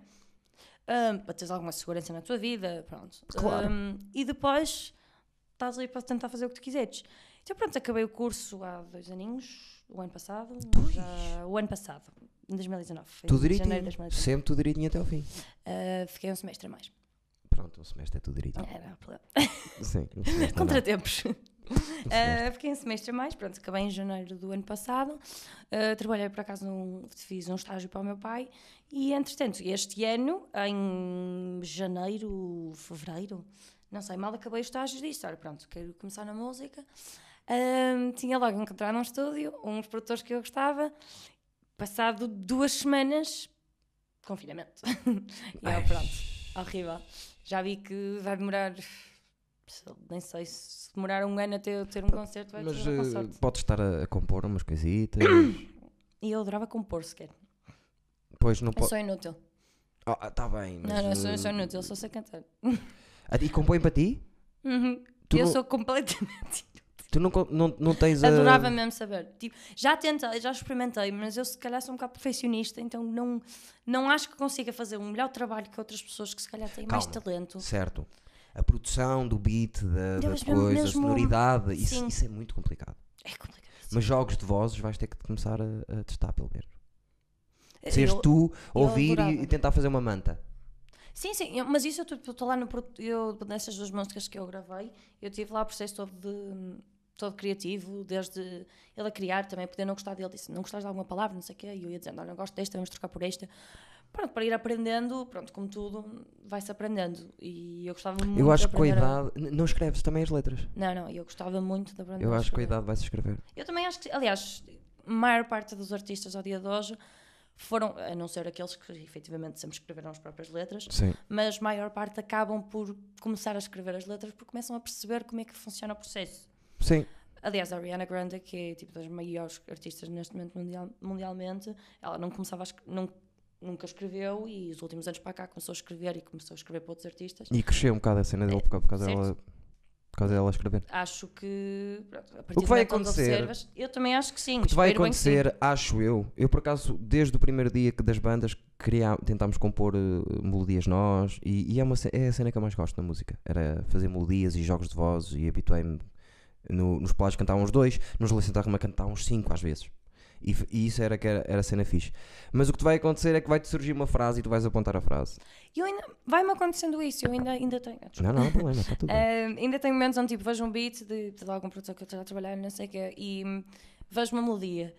B: ahm, para teres alguma segurança na tua vida, pronto.
C: Claro.
B: Ahm, e depois estás aí para tentar fazer o que tu quiseres. Então, pronto, acabei o curso há dois aninhos, o ano passado.
C: Dois?
B: já- o ano passado, em 2019. foi
C: Tudo
B: em janeiro
C: direitinho.
B: de 2019.
C: Sempre tudo direitinho até ao fim.
B: Ah, fiquei um semestre a mais.
C: Pronto, um semestre é tudo direitinho.
B: Era um problema.
C: Sim, um semestre. não dá.
B: Contratempos.
C: Um
B: Ah, fiquei um semestre a mais, pronto, acabei em janeiro do ano passado. Ah, trabalhei por acaso, num, fiz um estágio para o meu pai e, entretanto, este ano, em janeiro, fevereiro, não sei, mal acabei o estágio, disse: Olha, pronto, quero começar na música. Ah, tinha logo encontrado um estúdio, uns produtores que eu gostava. Passado duas semanas, confinamento. e eu,
C: Ai,
B: pronto, horrível. Já vi que vai demorar nem sei se demorar um ano até eu ter um concerto, vai
C: Mas
B: ter uma
C: eh,
B: sorte.
C: podes estar a, a compor umas coisitas.
B: E eu adorava compor sequer.
C: pois não
B: Eu
C: pode.
B: sou inútil.
C: Ah, tá bem. Mas,
B: É Não, não, eu sou,
C: eh,
B: eu sou inútil, eu só sei cantar.
C: ah, E compõe para ti?
B: Uhum.
C: Tu
B: eu
C: não- eh,
B: sou completamente.
C: Tu não, co- não, não tens a.
B: Adorava mesmo saber. Tipo, já tentei, já experimentei, mas eu se calhar sou um bocado perfeccionista, então não, não acho que consiga fazer um melhor trabalho que outras pessoas que se calhar têm mais
C: Calma.
B: talento.
C: Certo. A produção do beat, da, da
B: Não, mas mesmo-
C: coisa, a
B: mesmo-
C: sonoridade, isso,
B: sim.
C: isso é muito complicado.
B: É complicado.
C: Mas jogos de vozes vais ter que começar a, a testar, pelo menos.
B: Eu-
C: Seres tu, ouvir e-
B: adorava.
C: e, tentar fazer uma manta.
B: Sim, sim, eu- mas isso eu estou lá no. produ- Eu, nessas duas músicas que eu gravei, eu tive lá o processo todo, de, todo criativo, desde ele a criar também, poder não gostar dele, disse não gostaste de alguma palavra, não sei o quê, e eu ia dizendo, olha, não gosto desta, vamos trocar por esta. Pronto, para ir aprendendo, pronto, como tudo, vai-se aprendendo. E eu gostava muito
C: eu acho
B: de
C: que com a
B: aprender a-
C: idade. n- Não escreves também as letras.
B: Não, não, eu gostava muito de aprender.
C: Eu acho que com a
B: escrever.
C: idade vai-se escrever.
B: Eu também acho que, aliás, a maior parte dos artistas ao dia de hoje foram, a não ser aqueles que efetivamente sempre escreveram as próprias letras,
C: Sim.
B: mas maior parte acabam por começar a escrever as letras porque começam a perceber como é que funciona o processo.
C: Sim.
B: Aliás, a Ariana Grande, que é tipo das maiores artistas neste momento mundial- mundialmente, ela não começava a esc- nun- nunca escreveu e os últimos anos para cá começou a escrever e começou a escrever para outros artistas.
C: E cresceu um bocado a cena dele por causa, por causa
B: É, certo.
C: dela. Por causa dela escrever.
B: Acho que pronto, a partir
C: que
B: do
C: vai
B: momento onde
C: acontecer-
B: observas- eu também acho que sim.
C: O que vai
B: espero bem que sim.
C: acontecer, acho eu, eu por acaso, desde o primeiro dia que das bandas queria, tentámos compor eh, melodias nós, e, e é, uma, ce- é a cena que eu mais gosto na música, era fazer melodias e jogos de vozes, e habituei-me, no- nos plágios cantávamos dois, nos licentarmos a cantar uns cinco às vezes. E, f- e isso era que era, era a cena fixe. Mas o que te vai acontecer é que vai-te surgir uma frase e tu vais apontar a frase.
B: E eu ainda vai-me acontecendo isso, eu ainda, ainda tenho. ah,
C: Não, não, não há problema, está tudo bem.
B: Ahm, ainda tenho momentos onde tipo, vejo um beat de, de algum produtor que eu estou a trabalhar, não sei o quê, e hum, vejo uma melodia.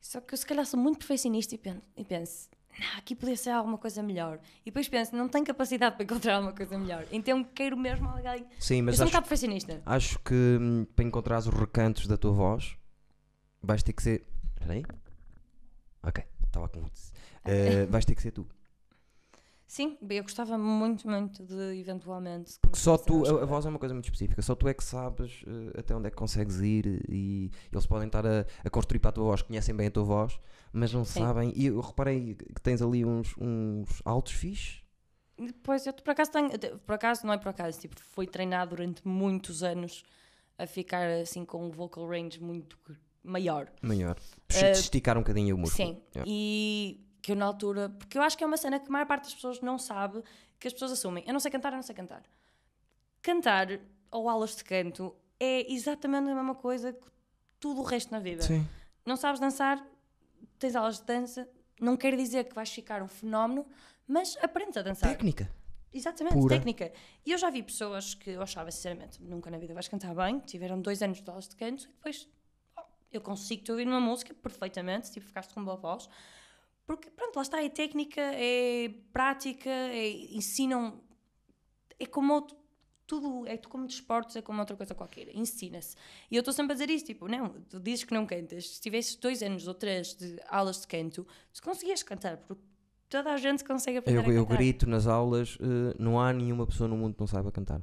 B: Só que eu se calhar sou muito perfeccionista e penso, e penso "Não, aqui podia ser alguma coisa melhor. E depois penso, não tenho capacidade para encontrar alguma coisa melhor. Então quero mesmo alguém.
C: Sim,
B: eu
C: mas
B: sou um
C: acho,
B: bocado perfeccionista.
C: acho que hum, para encontrares os recantos da tua voz, vais ter que ser. Espera aí. Ok, estava com. Eh, vais ter que ser tu.
B: Sim, eu gostava muito, muito de eventualmente.
C: Porque só
B: começar
C: tu,
B: a
C: a, a voz é uma coisa muito específica, só tu é que sabes eh, até onde é que consegues ir e eles podem estar a, a construir para a tua voz, conhecem bem a tua voz, mas não
B: Sim.
C: sabem. E eu reparei que tens ali uns, uns altos fixes
B: Pois, eu por acaso tenho, eu, por acaso não é por acaso, tipo, fui treinado durante muitos anos a ficar assim com um vocal range muito maior.
C: Maior.
B: Eh,
C: Esticar um bocadinho o músculo.
B: Sim,
C: Yeah.
B: e que eu na altura, porque eu acho que é uma cena que a maior parte das pessoas não sabe, que as pessoas assumem, eu não sei cantar, eu não sei cantar. Cantar ou aulas de canto é exatamente a mesma coisa que tudo o resto na vida.
C: Sim.
B: Não sabes dançar, tens aulas de dança, não quer dizer que vais ficar um fenómeno, mas aprendes a dançar.
C: Técnica.
B: Exatamente,
C: Pura.
B: técnica. E eu já vi pessoas que eu achava, sinceramente, nunca na vida vais cantar bem, tiveram dois anos de aulas de canto e depois oh, eu consigo te ouvir uma música perfeitamente, tipo, ficaste com boa voz. Porque, pronto, lá está, é técnica, é prática, é, ensinam. É como outro, tudo, é como desportos, é como outra coisa qualquer, ensina-se. E eu estou sempre a dizer isso, tipo, não, tu dizes que não cantas, se tivesses dois anos ou três de aulas de canto, tu conseguias cantar, porque toda a gente consegue aprender
C: Eu,
B: a
C: eu
B: cantar.
C: grito nas aulas, eh, não há nenhuma pessoa no mundo que não saiba cantar.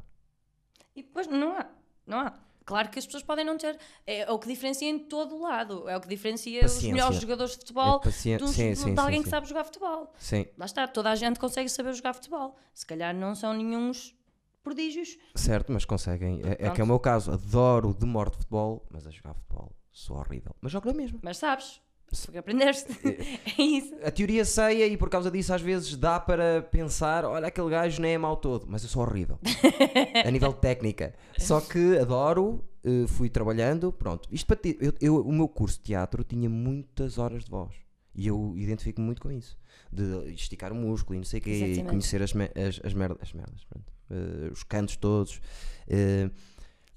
B: E depois não há, não há. Claro que as pessoas podem não ter. É o que diferencia em todo o lado. É o que diferencia
C: Paciência.
B: os melhores jogadores de futebol
C: É paciência-
B: dos-
C: sim,
B: de,
C: sim, sim,
B: alguém
C: sim.
B: que sabe jogar futebol.
C: Sim,
B: Lá está, toda a gente consegue saber jogar futebol. Se calhar não são nenhuns prodígios.
C: certo, mas conseguem. É, é que é
B: Pronto.
C: o meu caso. Adoro de morte futebol, mas a jogar futebol sou horrível. Mas jogo na mesma.
B: Mas sabes, porque aprendeste. é isso.
C: A teoria ceia e por causa disso às vezes dá para pensar, olha aquele gajo nem é mau todo, mas eu sou horrível. a nível de técnica. Só que adoro, eh, fui trabalhando, pronto. Isto para ti, eu, eu- o meu curso de teatro tinha muitas horas de voz. E eu identifico-me muito com isso. De esticar o músculo e não sei o quê, e
B: Exatamente.
C: conhecer as, me- as, as merdas, as merdas pronto. Eh, os cantos todos. Eh,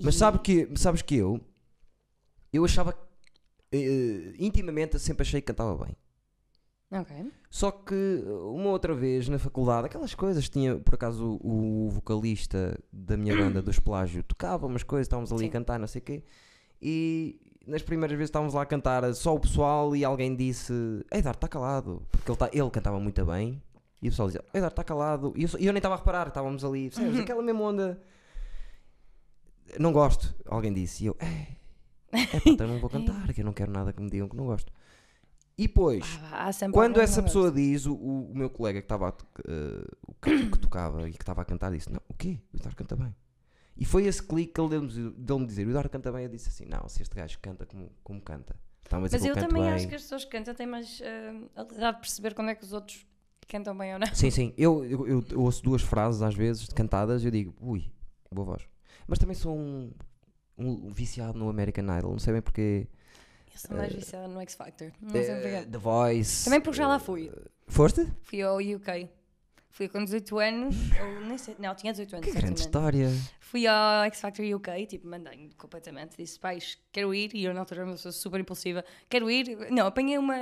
C: mas
B: E-
C: sabe que, sabes que eu, eu achava, eh, intimamente, eu sempre achei que cantava bem.
B: Ok.
C: Só que eh, uma outra vez na faculdade, aquelas coisas, tinha por acaso o, o vocalista da minha banda do Esplágio tocava umas coisas, estávamos ali a
B: Sim.
C: cantar, não sei o quê, e nas primeiras vezes estávamos lá a cantar eh, só o pessoal e alguém disse: Eidar, está calado, porque ele, tá- ele cantava muito bem, e o pessoal dizia: Eidar, está calado, e eu, só- e eu nem estava a reparar, estávamos ali, percebes? aquela mesma onda. Não gosto, alguém disse, e eu, é, é pá, então não vou cantar, que eu não quero nada que me digam que não gosto. E depois,
B: Ah, há sempre
C: quando
B: alguém
C: essa
B: que não
C: pessoa diz, o, o- o meu colega que estava a to- eh, o que, que tocava e que estava a cantar disse: Não, o quê? O Eduardo canta bem. E foi esse clique que ele deu-me deu dizer: O Eduardo canta bem. Eu disse assim: Não, se este gajo canta como, como canta. Está-me a dizer
B: Mas
C: que
B: eu
C: canto
B: também
C: bem.
B: acho que as pessoas que cantam têm mais ah, habilidade de perceber quando é que os outros cantam bem ou não.
C: Sim, sim. Eu, eu, eu- eu ouço duas frases às vezes cantadas e eu digo: Ui, boa voz. Mas também sou um, um viciado no American Idol. Não sei bem porquê.
B: Eu sou mais viciada no X Factor. Não sei
C: Eh,
B: porquê.
C: The Voice.
B: Também porque já lá fui.
C: Foste?
B: Fui ao UK. Fui com 18 anos, ou nem sei, não, tinha 18 anos.
C: Que grande
B: exatamente.
C: história.
B: Fui ao X Factor UK, tipo, mandei completamente. Disse, pais, quero ir. E eu, na altura, era uma pessoa super impulsiva. Quero ir. Não, apanhei uma,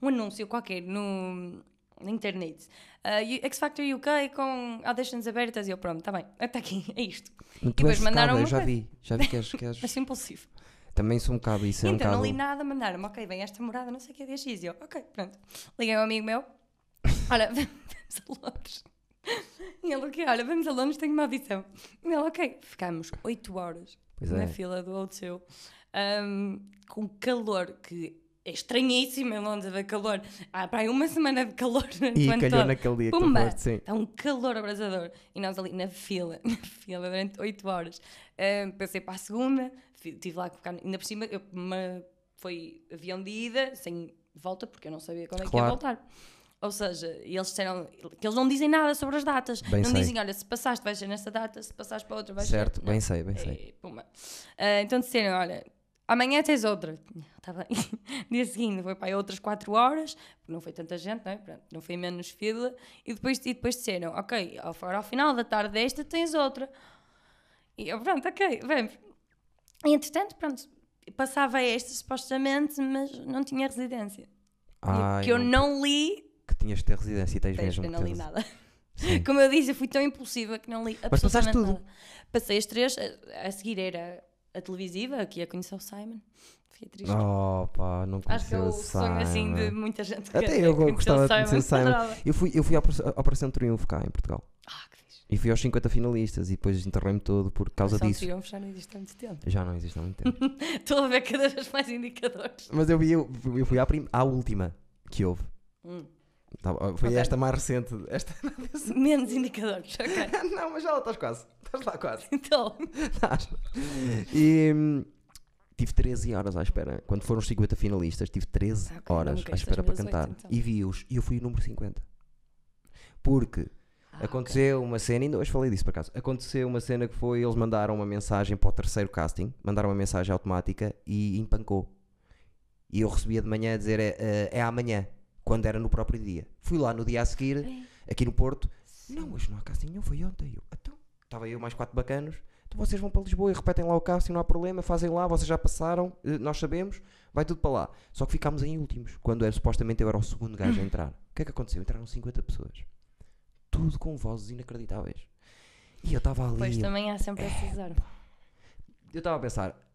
B: um anúncio qualquer no, na internet. Ah, e X Factor UK com auditions abertas. E eu, pronto, está bem, está aqui, é isto.
C: Tu
B: depois
C: és focada,
B: mandaram
C: eu
B: uma
C: já
B: coisa.
C: vi. Já vi que és. que és-
B: Mas sou impulsivo.
C: Também sou um bocado isso. É um
B: então,
C: bocado...
B: não li nada, mandaram-me, ok, vem esta morada, não sei o que é dia X. E eu, ok, pronto. Liguei a um amigo meu, olha, vamos a Londres. E ele, ok, olha, vamos a Londres, tenho uma audição. E ele, ok, ficámos 8 horas
C: Pois
B: na
C: é.
B: fila do Outsil, ahm, com calor que é estranhíssimo em Londres haver calor. Há para aí uma semana de calor durante
C: E
B: o ano
C: calhou
B: todo.
C: naquele dia que tu
B: Pumba!
C: foste, sim.
B: Está um calor abrasador. E nós ali na fila, na fila durante 8 horas. Ahm, passei para a segunda, fi- tive lá que ficar. Ainda por cima, eu, uma- foi avião de ida, sem volta, porque eu não sabia quando é que ia
C: Claro.
B: voltar. Ou seja, e eles disseram que eles não dizem nada sobre as datas.
C: Bem
B: não
C: sei.
B: dizem, olha, se passaste, vais ser nesta data, se passaste para outra, vais ser.
C: Certo,
B: Não.
C: bem sei, bem sei.
B: Eh, puma. Ah, então disseram, olha, amanhã tens outra. Tá bem. Dia seguinte foi para aí outras 4 horas, porque não foi tanta gente, não é? Pronto, não foi menos fila. E depois, e depois disseram, ok, ao, agora ao final da tarde desta tens outra. E eu, pronto, ok, vamos. E entretanto, pronto, passava esta supostamente, mas não tinha residência. E-
C: Ai,
B: É, que eu
C: não-
B: não li,
C: que tinhas de ter residência e tens
B: Tens,
C: mesmo.
B: eu
C: que
B: não
C: ter
B: li
C: resi-
B: nada.
C: Sim.
B: Como eu disse, eu fui tão impulsiva que não li absolutamente
C: Mas passaste tudo.
B: nada. Passei as três, a, a seguir era a televisiva, que ia conhecer o Simon. Fiquei triste.
C: Oh pá, não
B: Acho que é
C: conheceu
B: o
C: o
B: sonho assim de
C: Simon.
B: muita gente que
C: Até
B: quer
C: eu
B: conhecer o
C: gostava de conhecer o Simon.
B: Adorava.
C: Eu fui, eu fui à Opera- à Operação Triunfo cá em Portugal.
B: Ah, que fixe.
C: E fui aos 50 finalistas e depois enterrei-me todo por causa
B: Só
C: disso.
B: tiram fechar não existe há muito tempo.
C: Já não existe há muito tempo.
B: Estou a ver cada vez mais indicadores.
C: Mas eu, vi, eu, eu fui à, prim- à última que houve.
B: Hum.
C: Tá bom, foi
B: Ok.
C: esta mais recente. Esta...
B: Menos indicadores, ok.
C: não, mas já lá estás quase. Estás lá quase.
B: Então,
C: Estás. E hum, tive 13 horas à espera. Quando foram os 50 finalistas, tive 13
B: Ah, ok,
C: horas
B: nunca,
C: à espera para
B: 2018,
C: cantar.
B: então.
C: E vi-os. E eu fui o número 50. Porque
B: Ah,
C: aconteceu uma cena, ainda hoje falei disso por acaso. Aconteceu uma cena que foi: eles mandaram uma mensagem para o terceiro casting, mandaram uma mensagem automática e empancou. E eu recebia de manhã a dizer: é, eh, é amanhã, quando era no próprio dia. Fui lá no dia a seguir, aqui no Porto. Não, hoje não há casting nenhum, foi ontem. Eu, então, estava eu mais quatro bacanos. Então vocês vão para Lisboa e repetem lá o casting, não há problema, fazem lá, vocês já passaram, eh, nós sabemos, vai tudo para lá. Só que ficámos em últimos, quando era, supostamente eu era o segundo gajo a entrar. O que é que aconteceu? Entraram 50 pessoas. Tudo com vozes inacreditáveis. E eu estava ali.
B: Pois
C: eu-
B: também há sempre essa zona.
C: eu estava a pensar,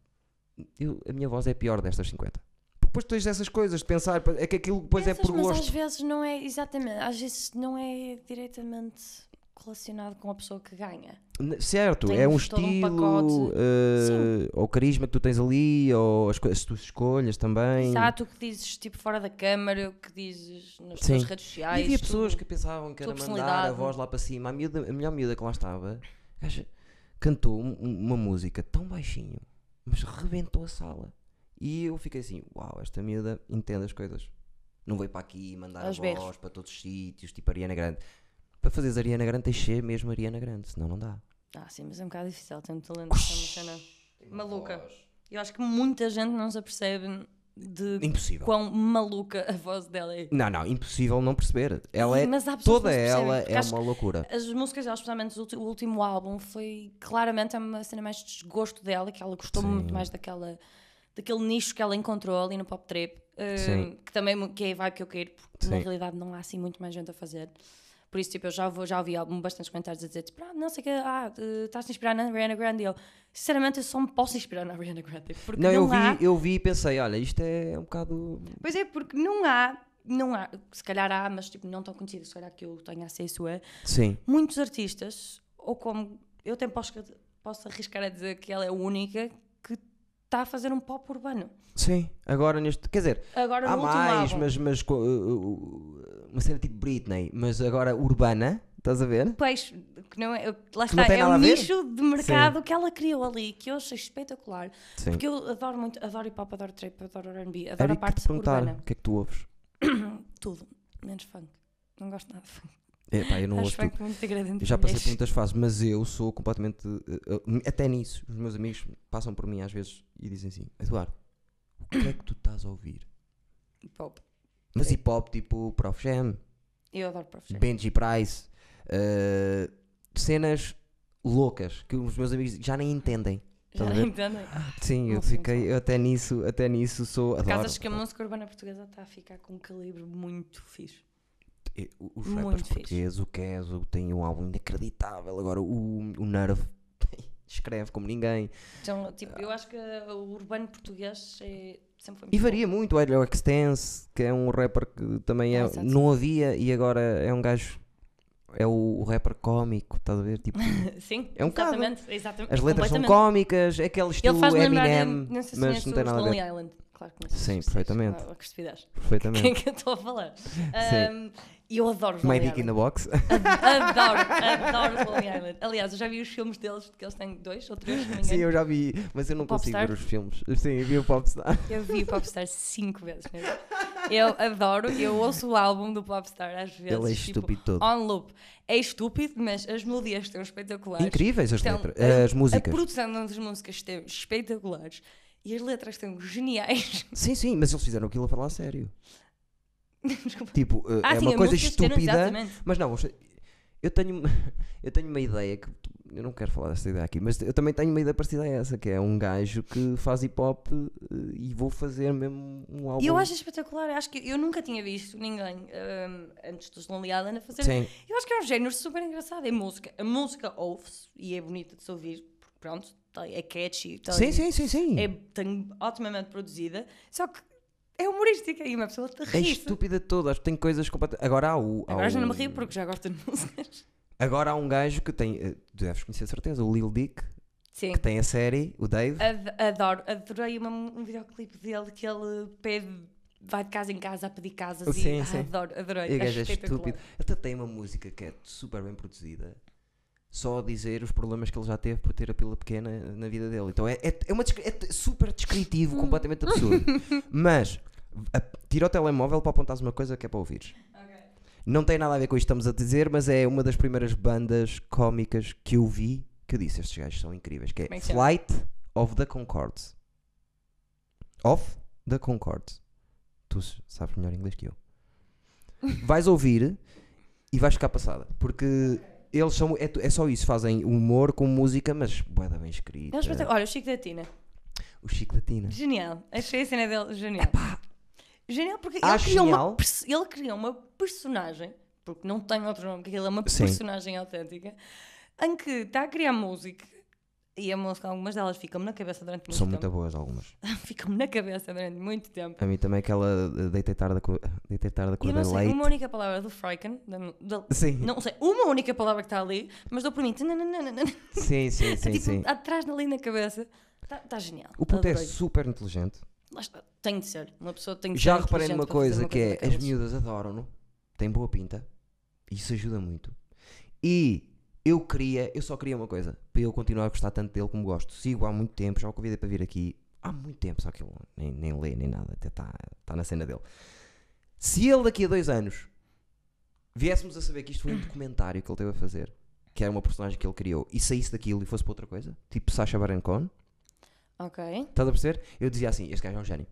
C: eu- a minha voz é a pior destas 50. Depois tens essas coisas de pensar, é que aquilo depois é
B: Pensas,
C: por
B: mas
C: gosto.
B: às vezes não é, exatamente, às vezes não é diretamente relacionado com a pessoa que ganha.
C: N- Certo,
B: Tem
C: é um
B: todo um
C: estilo,
B: pacote.
C: eh, ou o carisma que tu tens ali, ou as, co- as tuas escolhas também.
B: Exato, o que dizes tipo fora da câmara, o que dizes nas
C: Sim.
B: tuas redes
C: E
B: sociais.
C: havia pessoas
B: tudo.
C: que pensavam que era
B: Ah, tua
C: mandar a
B: personalidade.
C: voz lá para cima. A, miúda, a melhor miúda que lá estava gaja, cantou um- um- uma música tão baixinho, mas rebentou a sala. E eu fiquei assim: uau, esta miúda entende as coisas. Não veio para aqui mandar
B: Aos
C: a voz
B: berros.
C: para todos os sítios, tipo Ariana Grande. Para fazeres Ariana Grande, tens de ser mesmo Ariana Grande, senão não dá.
B: Ah, sim, mas é um bocado difícil, tem um talento, tem uma cena maluca. Eu acho que muita gente não se apercebe de
C: Impossível.
B: quão maluca a voz dela é.
C: Não, não, impossível não perceber. Ela é.
B: Mas há pessoas
C: Toda
B: que não se percebem,
C: ela
B: porque
C: é
B: acho eh,
C: uma loucura.
B: As músicas dela, especialmente o ulti- o último álbum, foi claramente é uma cena mais de desgosto dela, que ela gostou muito mais daquela, daquele nicho que ela encontrou ali no pop trip, eh,
C: Sim.
B: que também mu- que é a vibe que eu quero, porque na
C: Sim.
B: realidade não há assim muito mais gente a fazer. Por isso, tipo, eu já, vou, já ouvi algum, bastantes comentários a dizer, tipo, ah, não sei o que, ah, eh, estás-te a inspirar na Ariana Grande. E eu, sinceramente, eu só me posso inspirar na Ariana Grande, porque
C: Não,
B: não,
C: eu
B: há...
C: vi, eu vi e pensei, olha, isto é um bocado.
B: Pois é, porque não há, não há, se calhar há, mas tipo, não tão conhecido, se calhar que eu tenho acesso a,
C: Sim.
B: muitos artistas, ou como eu até posso, posso arriscar a dizer que ela é a única que está a fazer um pop urbano.
C: Sim. Agora neste. Quer dizer,
B: Agora
C: há
B: no último
C: mais,
B: álbum.
C: mas, mas co- uh, uh, uma cena tipo Britney, mas agora urbana, estás a ver?
B: Pois, que não é, lá
C: Que não
B: está,
C: tem
B: é
C: nada
B: um
C: a ver?
B: nicho de mercado que ela criou ali, que eu achei espetacular.
C: Sim.
B: Porque eu adoro muito, adoro hip hop, adoro trap, adoro RB, adoro
C: Era
B: a
C: que te
B: parte
C: perguntar
B: urbana.
C: o que é que tu ouves.
B: Tudo, menos funk. Não gosto nada de funk.
C: Epá, eu não
B: Acho
C: ouço tudo.
B: funk muito degradante.
C: Eu já
B: para
C: passei por
B: mulheres.
C: muitas fases, mas eu sou completamente. uh, uh, até nisso, os meus amigos passam por mim às vezes e dizem assim: Eduardo, o que é que tu estás a ouvir? um
B: Hip hop.
C: Mas
B: Eh,
C: hip hop tipo Prof Jam,
B: Eu adoro professor.
C: Benji Price, eh, cenas loucas que os meus amigos já nem entendem.
B: Já
C: estás tá a ver?
B: entendem.
C: Sim, eu
B: Não sei, não
C: fiquei, eu até nisso, até nisso sou.
B: Por acaso
C: Adoro.
B: acho que é a música urbana portuguesa está a ficar com um calibre muito fixe.
C: Eh, Os
B: muito
C: rappers
B: fixe.
C: portugueses, o Keso tem um álbum inacreditável. Agora o, o Nerve escreve como ninguém.
B: Então, tipo, eu acho que o urbano português é- sempre foi
C: E
B: muito
C: varia muito. O Helio Extense, que é um rapper que também é,
B: Ah, exato.
C: não havia e agora é um gajo. É o, o rapper cómico, estás a ver? Tipo,
B: bom. Sim,
C: É um bocado.
B: exatamente, exatamente.
C: as letras são
B: completamente.
C: cómicas, é aquele
B: Ele
C: estilo
B: faz lembrar,
C: Eminem,
B: não sei se
C: mas
B: conheces
C: não tem
B: os
C: nada a ver.
B: Lonely Island. Claro que conheces.
C: Sim,
B: percebes
C: perfeitamente.
B: A agressividade.
C: Perfeitamente.
B: Quem é que eu estou a falar? Ahm, E eu adoro os
C: My
B: Lonely
C: Dick in
B: Island.
C: the Box.
B: Adoro, adoro os Lonely Island. Aliás, eu já vi os filmes deles, que eles têm dois ou três, se não me
C: Sim,
B: engano.
C: eu já vi, mas eu não consigo
B: Popstar?
C: ver os filmes. Sim, eu vi o Popstar.
B: Eu vi o Popstar cinco vezes mesmo. Eu adoro, eu ouço o álbum do Popstar às vezes.
C: Ele é
B: tipo,
C: estúpido todo.
B: On loop. É estúpido, mas as melodias estão espetaculares.
C: Incríveis as
B: Então,
C: letras, eh,
B: a-
C: as músicas.
B: A produção das músicas esteve espetaculares e as letras estão geniais.
C: Sim, sim, mas eles fizeram aquilo a falar a sério.
B: Desculpa.
C: Tipo, uh,
B: Ah,
C: é
B: sim,
C: uma
B: as
C: coisa
B: músicas fizeram
C: estúpida.
B: exatamente.
C: Mas não, eu tenho, eu tenho uma ideia que. Eu não quero falar desta ideia aqui, mas eu também tenho uma ideia parecida a essa, que é um gajo que faz hip hop uh, e vou fazer mesmo um álbum.
B: E eu acho espetacular, acho que eu nunca tinha visto ninguém hum, antes dos Lonely Island a fazer.
C: Sim,
B: Eu acho que é um género super engraçado. É música. A música ouve-se e é bonita de se ouvir, porque pronto, tá- é catchy. tá-
C: sim, sim, sim. sim.
B: é tem, otimamente produzida, só que é humorística e uma pessoa te
C: É
B: ri.
C: estúpida toda, acho que tem coisas completamente. Agora há o. há
B: Agora já não me
C: o-
B: rio porque já gosto de músicas.
C: Agora há um gajo que tem. eh, Deves conhecer de certeza, o Lil Dick,
B: Sim.
C: que tem a série, o Dave.
B: Ad- Adoro, adorei uma- um videoclipe dele que ele pede vai de casa em casa a pedir casas e
C: Sim,
B: ah,
C: sim.
B: adoro, adorei.
C: E o gajo é
B: acho espetacular.
C: estúpido. Até tem uma música que é super bem produzida, só a dizer os problemas que ele já teve por ter a pila pequena na vida dele. Então é, é, é uma descri- é t- super descritivo,
B: Hum.
C: completamente absurdo. Mas a- tira o telemóvel para apontares uma coisa que é para ouvires. Não tem nada a ver com isto que estamos a dizer, mas é uma das primeiras bandas cómicas que eu vi que eu disse: estes gajos são incríveis, que é,
B: Como é que chama?
C: Flight of the Concorde. Of the Concorde. Tu s- sabes melhor inglês que eu. Vais ouvir e vais ficar passada, porque eles são. É, é só isso, fazem humor com música, mas boeda bem escrita.
B: É um espetáculo. Olha, o Chico da Tina.
C: Hum. O Chico da Tina.
B: Genial. Achei a cena dele genial. Genial porque ele
C: Acho
B: criou,
C: Ah, genial.
B: Uma, pers- ele criou uma personagem, porque não tem outro nome, porque ele é uma
C: Sim.
B: personagem autêntica, em que está a criar música. E a música, algumas delas ficam-me na cabeça durante muito
C: São muito
B: tempo.
C: boas algumas.
B: Ficam-me na cabeça durante muito tempo.
C: A mim também aquela eh, deitei tarde a co- deitei tarde a
B: E eu
C: correr
B: não sei
C: leite.
B: uma única palavra do Freuchen, da- da-
C: Sim.
B: não sei, uma única palavra que está ali, mas dou por mim. tananana,
C: Sim, sim, sim,
B: tipo,
C: sim.
B: atrás ali na cabeça. Está genial.
C: O puto é
B: Adorei.
C: super inteligente.
B: Lá está. Tem de ser. Uma pessoa tem de ser.
C: Já reparei
B: inteligente
C: numa
B: para fazer
C: coisa
B: uma
C: que é: as
B: daquelas.
C: miúdas adoram-no, tem boa pinta, isso ajuda muito. E eu queria, eu só queria uma coisa, para eu continuar a gostar tanto dele como gosto. Sigo há muito tempo, já o convidei para vir aqui há muito tempo, só que ele nem, nem lê nem nada, até está tá na cena dele. Se ele daqui a dois anos viéssemos a saber que isto foi um documentário que ele teve a fazer, que era uma personagem que ele criou, e saísse daquilo e fosse para outra coisa, tipo Sacha Baron Cohen,
B: Ok.
C: Estás a perceber? Eu dizia assim: este gajo é um gênio.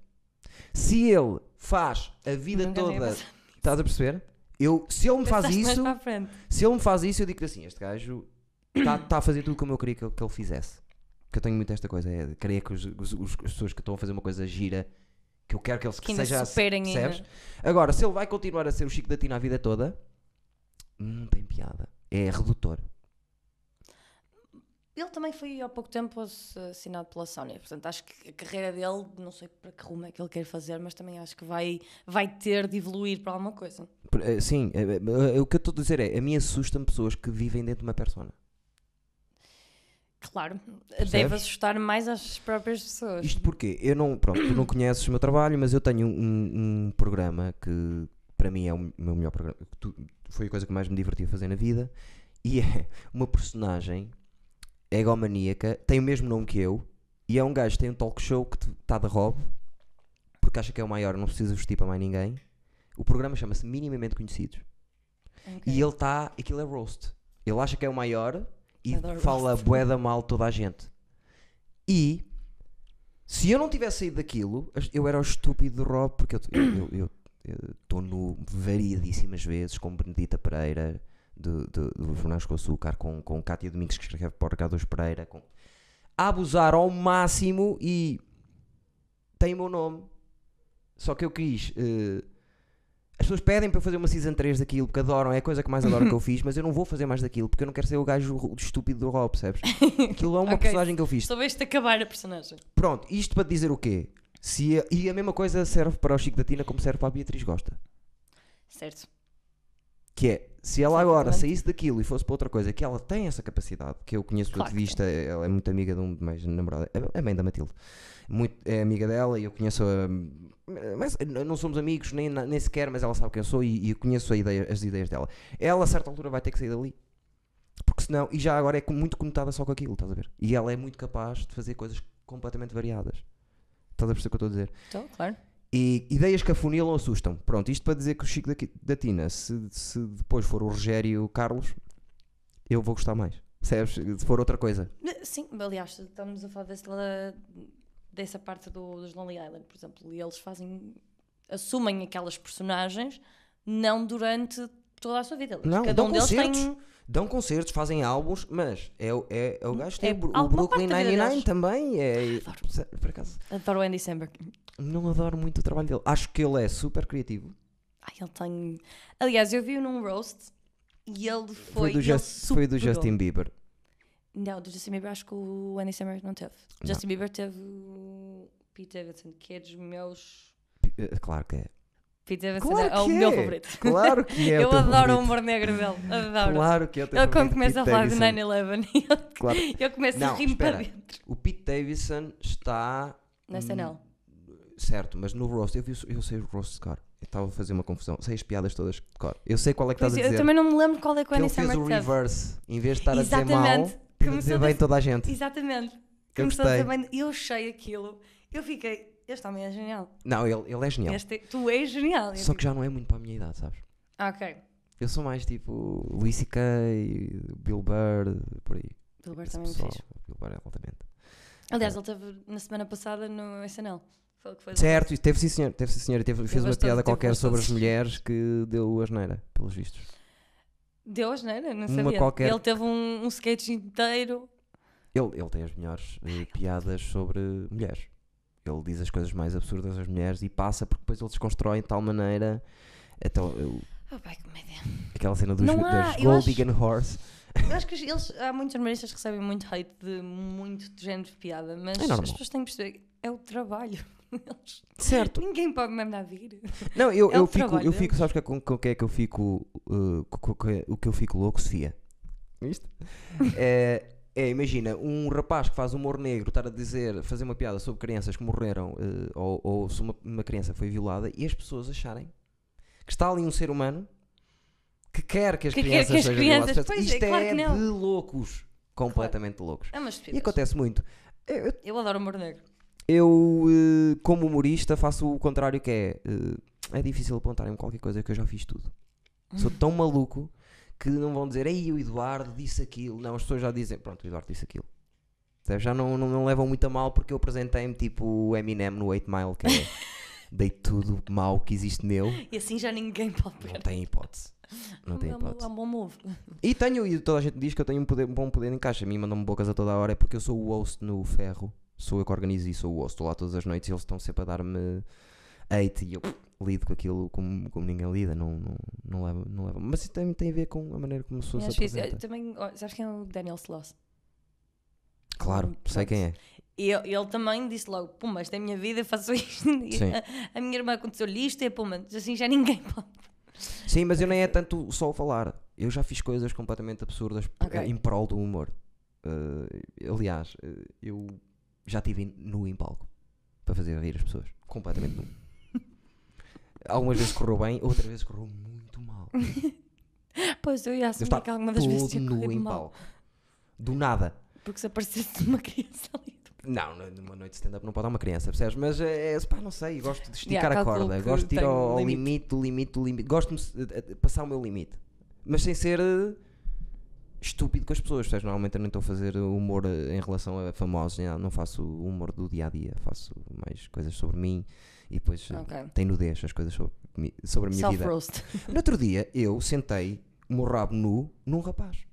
C: Se ele faz a vida
B: Nunca tinha
C: toda.
B: pensado
C: Estás a perceber? Eu, se ele me faz
B: Pensaste mais
C: isso,
B: para a frente.
C: se ele me faz isso, eu digo assim: este gajo está a fazer tudo como eu queria que, ele- que ele fizesse. Porque eu tenho muito esta coisa, é de querer que os, os- os- as pessoas que estão a fazer uma coisa gira, que eu quero que eles
B: Que ainda
C: seja assim,
B: superem ainda.
C: percebes? Agora, se ele vai continuar a ser o Chico da Tina a vida toda, não tem piada. É redutor.
B: Ele também foi há pouco tempo ass- assinado pela Sony. Portanto, acho que a carreira dele, não sei para que rumo é que ele quer fazer, mas também acho que vai, vai ter de evoluir para alguma coisa.
C: Por- eh, Sim, eh, eh, eh, o que eu estou a dizer é: a mim assustam pessoas que vivem dentro de uma persona.
B: Claro.
C: Percebes?
B: Deve assustar mais as próprias pessoas.
C: Isto porque eu não, pronto, tu não conheces o meu trabalho, mas eu tenho um, um programa que para mim é o meu melhor programa, que tu- foi a coisa que mais me divertiu fazer na vida, e é uma personagem egomaníaca, tem o mesmo nome que eu, e é um gajo que tem um talk show que está de robe, porque acha que é o maior, não precisa vestir para mais ninguém. O programa chama-se Minimamente Conhecidos.
B: Ok.
C: E ele está, aquilo é roast. Ele acha que é o maior e
B: Adoro
C: fala
B: roast.
C: bué da mal toda a gente. E se eu não tivesse saído daquilo, as- eu era o estúpido do Rob, porque eu estou no variadíssimas vezes com Benedita Pereira, do, do, do Jornais com Açúcar, com, com Cátia Domingos, que escreve para o Regados Pereira, com, a abusar ao máximo e tem o meu nome. Só que eu quis. eh, as pessoas pedem para eu fazer uma season 3 daquilo porque adoram, é a coisa que mais adoro que eu fiz, mas eu não vou fazer mais daquilo porque eu não quero ser o gajo ru- estúpido do Rob, percebes? Aquilo é uma
B: Ok.
C: personagem que eu fiz.
B: Soubeste acabar a personagem.
C: Pronto, isto para dizer o quê? Se a- e a mesma coisa serve para o Chico da Tina como serve para a Beatriz Gosta.
B: Certo.
C: Que é, se ela agora
B: Exatamente.
C: saísse daquilo e fosse para outra coisa, que ela tem essa capacidade, que eu conheço
B: Claro
C: do
B: que
C: ativista, ela é muito amiga de um mais namorado, é a mãe da Matilde, muito, é amiga dela e eu conheço a. Mas n- não somos amigos, nem, na- nem sequer, mas ela sabe quem eu sou e, e eu conheço a ideia- as ideias dela. Ela, a certa altura, vai ter que sair dali. Porque senão, e já agora é co- muito conotada só com aquilo, estás a ver? E ela é muito capaz de fazer coisas completamente variadas. Estás a perceber o que eu estou a dizer?
B: Estou, Então, claro.
C: E ideias que afunilam assustam. Pronto, isto para dizer que o Chico da, Qui- da Tina, se, se depois for o Rogério Carlos, eu vou gostar mais. Percebes? Se for outra coisa.
B: Sim, aliás, estamos a falar desse la- dessa parte do, dos Lonely Island, por exemplo, e eles fazem, assumem aquelas personagens não durante toda a sua vida. Eles-
C: Não,
B: cada
C: dão
B: um deles
C: concertos.
B: tem.
C: Dão concertos, fazem álbuns, mas é, o- é, é o gajo que tem
B: É
C: o Bru- o
B: alguma
C: Brooklyn
B: parte da vida
C: 99
B: deles. Ah,
C: também. É, por acaso,
B: Adoro o Andy Samberg.
C: não adoro muito o trabalho dele. Acho que ele é super criativo.
B: Ai, ele tem. Aliás, eu vi-o num roast e ele foi.
C: Foi, do,
B: ele
C: Just- foi do
B: superou.
C: Justin Bieber.
B: Não, do Justin Bieber acho que o Andy Samberg não teve. Justin Bieber teve o Pete Davidson, que é dos meus.
C: Eh, Claro que é.
B: Pete Davidson
C: Claro que
B: é o meu
C: é.
B: favorito.
C: Claro que é. o
B: eu
C: teu
B: adoro o
C: favorito.
B: humor negro dele. Adoro.
C: Claro que é. o teu
B: Ele quando
C: favorito,
B: começa a
C: Pete
B: falar de
C: Davidson.
B: 9-11 e eu,
C: assim. Claro.
B: eu começo
C: Não,
B: a rir
C: espera. Hum,
B: para dentro.
C: O Pete Davidson está
B: Na SNL.
C: certo, mas no roast, eu, vi, os- eu sei os roasts de cor. Eu estava a fazer uma confusão. Sei as piadas todas de cor. Eu sei qual é que
B: Pois,
C: estás a
B: eu
C: dizer.
B: também não me lembro qual é
C: que
B: quando
C: ele
B: é
C: fez
B: Summer
C: o
B: Tough.
C: reverse. Em vez de estar a dizer
B: Exatamente.
C: mal, teve a
B: Começou
C: dizer
B: a
C: bem
B: dizer-
C: toda a gente.
B: Exatamente.
C: Eu
B: Começou a
C: gostei.
B: também. Eu achei aquilo. Eu fiquei. Este homem é genial.
C: Não, ele, ele é genial.
B: Este, tu és genial. Eu
C: Só
B: digo,
C: que já não é muito para a minha idade, sabes?
B: "Ah, ok.
C: Eu sou mais tipo Luís C.K., Bill Bird, por aí.
B: Bill Burr
C: Esse
B: também me
C: pessoal. É.
B: fiz.
C: Bill Burr é altamente.
B: Aliás, ele esteve na semana passada no SNL. Foi o que foi.
C: Certo, isso teve sim senhor, teve sim senhor. e Teve, fez uma
B: gostoso,
C: piada
B: teve
C: qualquer
B: gostoso.
C: sobre as mulheres que deu asneira, pelos vistos.
B: Deus, não era? Não
C: Uma
B: sabia.
C: qualquer-
B: Ele teve um, um sketch inteiro.
C: Ele, ele tem as melhores eh, piadas sobre mulheres. Ele diz as coisas mais absurdas às mulheres e passa porque depois ele desconstrói de tal maneira. Então, eu-
B: Oh, pai, que comédia.
C: aquela cena dos,
B: Não há,
C: das
B: eu
C: Gold
B: acho-
C: Digging Horse.
B: Eu acho que os- eles, há muitos humoristas que recebem muito hate de muito de género de piada, mas
C: É normal.
B: as pessoas têm que perceber que é o trabalho. Eles-
C: Certo.
B: ninguém pode mandar vir.
C: Não, eu,
B: É
C: eu
B: o
C: fico,
B: trabalho
C: eu
B: deles.
C: fico, sabes que é com, com o que é que eu fico, uh, com- com- o que eu fico louco, Sofia? Isto? é, é, imagina, um rapaz que faz humor negro estar a dizer, fazer uma piada sobre crianças que morreram uh, ou, ou se uma, uma criança foi violada e as pessoas acharem que está ali um ser humano que quer que as
B: Que quer
C: crianças
B: que as
C: sejam
B: crianças-
C: violadas.
B: pois é,
C: Isto
B: claro que não.
C: de loucos, completamente loucos.
B: É uma
C: E
B: estupidez.
C: acontece muito. Eu- eu
B: Eu adoro humor negro.
C: eu, eh, como humorista, faço o contrário que é. eh, É difícil apontarem-me qualquer coisa que eu já fiz tudo. Sou tão maluco que não vão dizer, ei, o Eduardo disse aquilo. Não, as pessoas já dizem, pronto, o Eduardo disse aquilo. Percebes? Já não, não, não levam muito a mal porque eu apresentei-me tipo o Eminem no 8 Mile, que é. dei tudo mal que existe meu.
B: E assim já ninguém pode
C: Não
B: ver.
C: tem hipótese. Não tem
B: é, um, é
C: hipótese.
B: um bom move.
C: E tenho, e toda a gente diz que eu tenho um, poder- um bom poder em caixa. A mim mandam-me bocas a toda a hora, é porque eu sou o host no ferro. Sou eu que organizo e sou o host. Estou lá todas as noites e eles estão sempre a dar-me hate e eu lido com aquilo como, como ninguém lida. Não, não, não, leva, não leva. Mas isso também tem a ver com a maneira como as pessoas se
B: Eu acho que isso- eu
C: apresentam.
B: também, ó, sabes quem é o Daniel Sloss?
C: Claro, sei quem é.
B: E eu- ele também disse logo: Puma, esta é a minha vida, eu faço isto. E
C: Sim.
B: A, a minha irmã aconteceu-lhe isto, e Puma, assim já ninguém pode.
C: Sim, mas eu nem é tanto só o falar. Eu já fiz coisas completamente absurdas p-
B: Ok.
C: em prol do humor. Eh, aliás, eh, eu já estive em- nu em palco para fazer rir as pessoas. Completamente nu. Algumas vezes correu bem, outras vezes correu muito mal. Eu
B: Pois eu ia assumir
C: estava
B: que alguma das vezes
C: todo
B: ia correr
C: nu em
B: mal.
C: palco. Do nada.
B: Porque se aparecesse uma criança ali.
C: Não, n- numa noite de stand-up não pode dar uma criança, percebes? Mas é, é- pá, não sei, gosto de esticar
B: Yeah,
C: a
B: calculo
C: corda,
B: que
C: gosto de ir
B: tem
C: ao,
B: um
C: ao
B: limite.
C: limite do limite do limite. Gosto de me- de- de eh, passar o meu limite, mas sem ser eh, estúpido com as pessoas, percebes? Normalmente eu não estou a fazer humor eh, em relação a famosos, nem nada, não faço humor do dia a dia, faço mais coisas sobre mim e depois eh,
B: Ok.
C: tem nudez as coisas sobre, mi- sobre a minha vida.
B: Self-roast.
C: No outro dia, eu sentei o meu rabo nu num rapaz.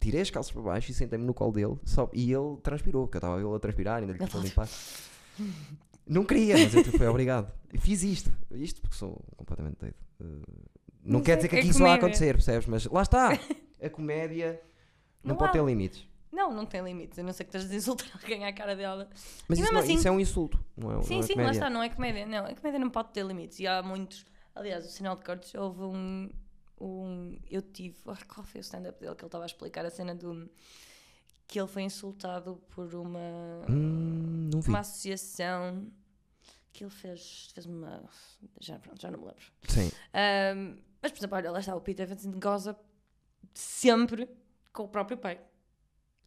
C: Tirei as calças para baixo e sentei-me no colo dele só, e ele transpirou, que eu estava a vê-lo a transpirar, ainda lhe
B: Ele tá-
C: fui limpar. Não queria, mas eu fui obrigado. E fiz isto, isto porque sou completamente doido. Uh, Não
B: Mas
C: quer
B: é-
C: dizer que
B: é
C: aqui isso vai
B: comédia.
C: acontecer, percebes? Mas lá está, a comédia não,
B: Não
C: pode
B: há.
C: ter limites.
B: Não, não tem limites. A não ser que estás a insultar alguém à cara dela.
C: Mas isso,
B: E mesmo
C: não,
B: assim-
C: isso é um insulto, não é,
B: Sim,
C: não é
B: sim, lá
C: comédia.
B: está, não é comédia. Não, a comédia não pode ter limites. E há muitos. Aliás, o sinal de cortes houve um. um eu tive. ai, qual foi o stand-up dele que ele estava a explicar a cena do. que ele foi insultado por uma.
C: Hum, não vi.
B: uma associação que ele fez. fez uma. Já, pronto, já não me lembro.
C: Sim.
B: Ahm, mas, por exemplo, olha, lá está, o Pete Davidson goza sempre com o próprio pai.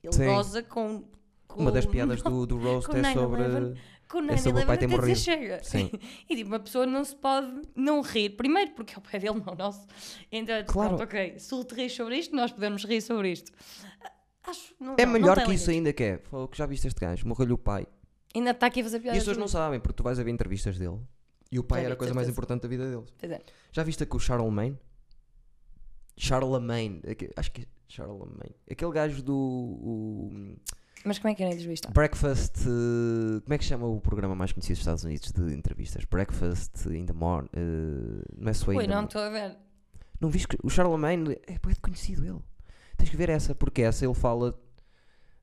B: Ele
C: Sim.
B: goza com. com
C: Uma das
B: o-
C: piadas do, do Roast
B: com
C: é sobre.
B: 9/11. Com o
C: é sobre o pai
B: 9-11
C: ter
B: até dizer
C: morrido.
B: chega.
C: Sim.
B: E tipo, uma pessoa não se pode não rir. Primeiro, porque é o pai dele, não o nosso. Então, é tipo,
C: Claro.
B: pronto, ok, se ele te rir sobre isto, nós podemos rir sobre isto. Ah, Acho. Não,
C: É
B: não, não
C: melhor
B: tem
C: que isso
B: limites.
C: ainda que é. Pô, que já viste este gajo, morreu-lhe o pai.
B: Ainda está aqui a fazer
C: E as
B: piadas.
C: pessoas
B: do-
C: não sabem, porque tu vais a ver entrevistas dele e o pai
B: Já
C: era
B: vi,
C: a coisa mais
B: certeza.
C: importante da vida deles.
B: Pois é.
C: Já viste que o Charlemagne? Charlemagne, aque- acho que é Charlemagne. Aquele gajo do o-
B: Mas como é que era a entrevista?
C: Breakfast. eh, como é que chama o programa mais conhecido dos Estados Unidos de entrevistas? Breakfast in the Morning. não é só in
B: Ui,
C: the
B: não
C: Morning.
B: estou a ver.
C: Não viste que o Charlemagne é bué de conhecido ele. Tens que ver essa, porque essa ele fala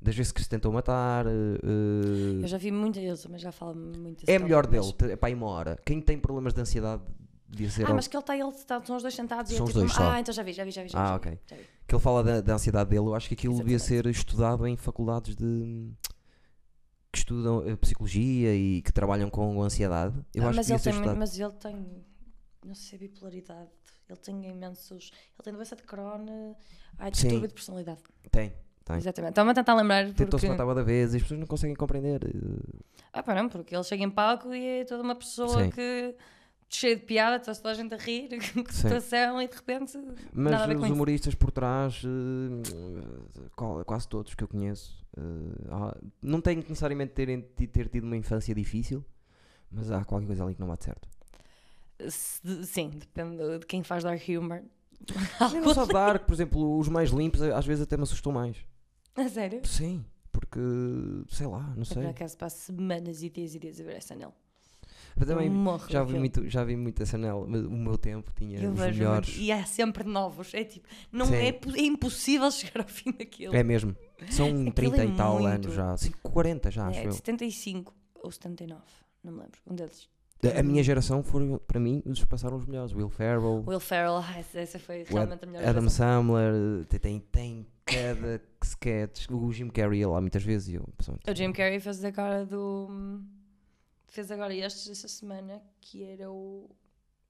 C: das vezes que se tentou matar. eh, eh,
B: Eu já vi muita isso, mas já falo muito
C: é
B: desse
C: melhor
B: tópico,
C: dele, te- é para ir uma hora. Quem tem problemas de ansiedade devia ser
B: mas... Ah,
C: ao-
B: mas que ele está, ele está, são os dois sentados e
C: São
B: é
C: os
B: tipo,
C: dois só.
B: ah, então já vi, já vi, já vi. Já vi,
C: Ah,
B: já
C: ok.
B: Vi, já vi.
C: que ele fala da, da ansiedade dele. Eu acho que aquilo devia
B: Exatamente.
C: ser estudado em faculdades de que estudam eh, psicologia e que trabalham com ansiedade. Eu
B: Ah,
C: acho
B: mas,
C: que devia
B: ele
C: ser
B: tem,
C: estudado.
B: mas ele tem, não sei se é bipolaridade, ele tem imensos. Ele tem doença de Crohn, ai,
C: Sim.
B: distúrbio de personalidade.
C: Tem, tem.
B: Exatamente. Estava-me a tentar lembrar.
C: Tentou-se
B: porque-
C: matar bué da vez e as pessoas não conseguem compreender. eh,
B: Ah, pá, não, porque ele chega em palco e é toda uma pessoa
C: Sim.
B: que. cheia de piada, está toda a gente a rir, que
C: Sim.
B: situação, e de repente.
C: Mas
B: nada a ver com
C: os
B: isso.
C: humoristas por trás, eh, qual- quase todos que eu conheço, eh, há- não têm que necessariamente terem, ti- ter tido uma infância difícil, mas há qualquer coisa ali que não bate certo.
B: se- de- Sim, depende de quem faz dark humor.
C: Nem não só dark, por exemplo, os mais limpos eh, às vezes até me assustam mais.
B: A sério?
C: Sim, porque sei lá, não
B: Eu, por
C: sei.
B: acaso passo semanas e dias e dias a ver essa anel.
C: Mas também
B: eu morro
C: já vi,
B: daquilo.
C: muito, já vi muito essa anel, mas o meu tempo tinha
B: Eu
C: os
B: vejo
C: melhores.
B: muito. E há sempre novos. É tipo, não
C: Sim.
B: é, po- é impossível chegar ao fim daquilo.
C: É mesmo. São
B: Aquilo
C: 30
B: é
C: e tal
B: muito.
C: anos já. Sim, 40 já, acho
B: É,
C: eu.
B: de 75 ou 79, não me lembro. Um deles.
C: A- A minha geração foram, para mim, os que passaram os melhores. Will Ferrell,
B: Will Ferrell, ah, essa, essa foi
C: Ad-
B: realmente a melhor
C: Adam
B: geração.
C: Sandler, tem, tem, tem cada sketch. O Jim Carrey ia lá muitas vezes e eu, pronto.
B: O Jim Carrey fez agora do. Fez agora este esta semana, que era o.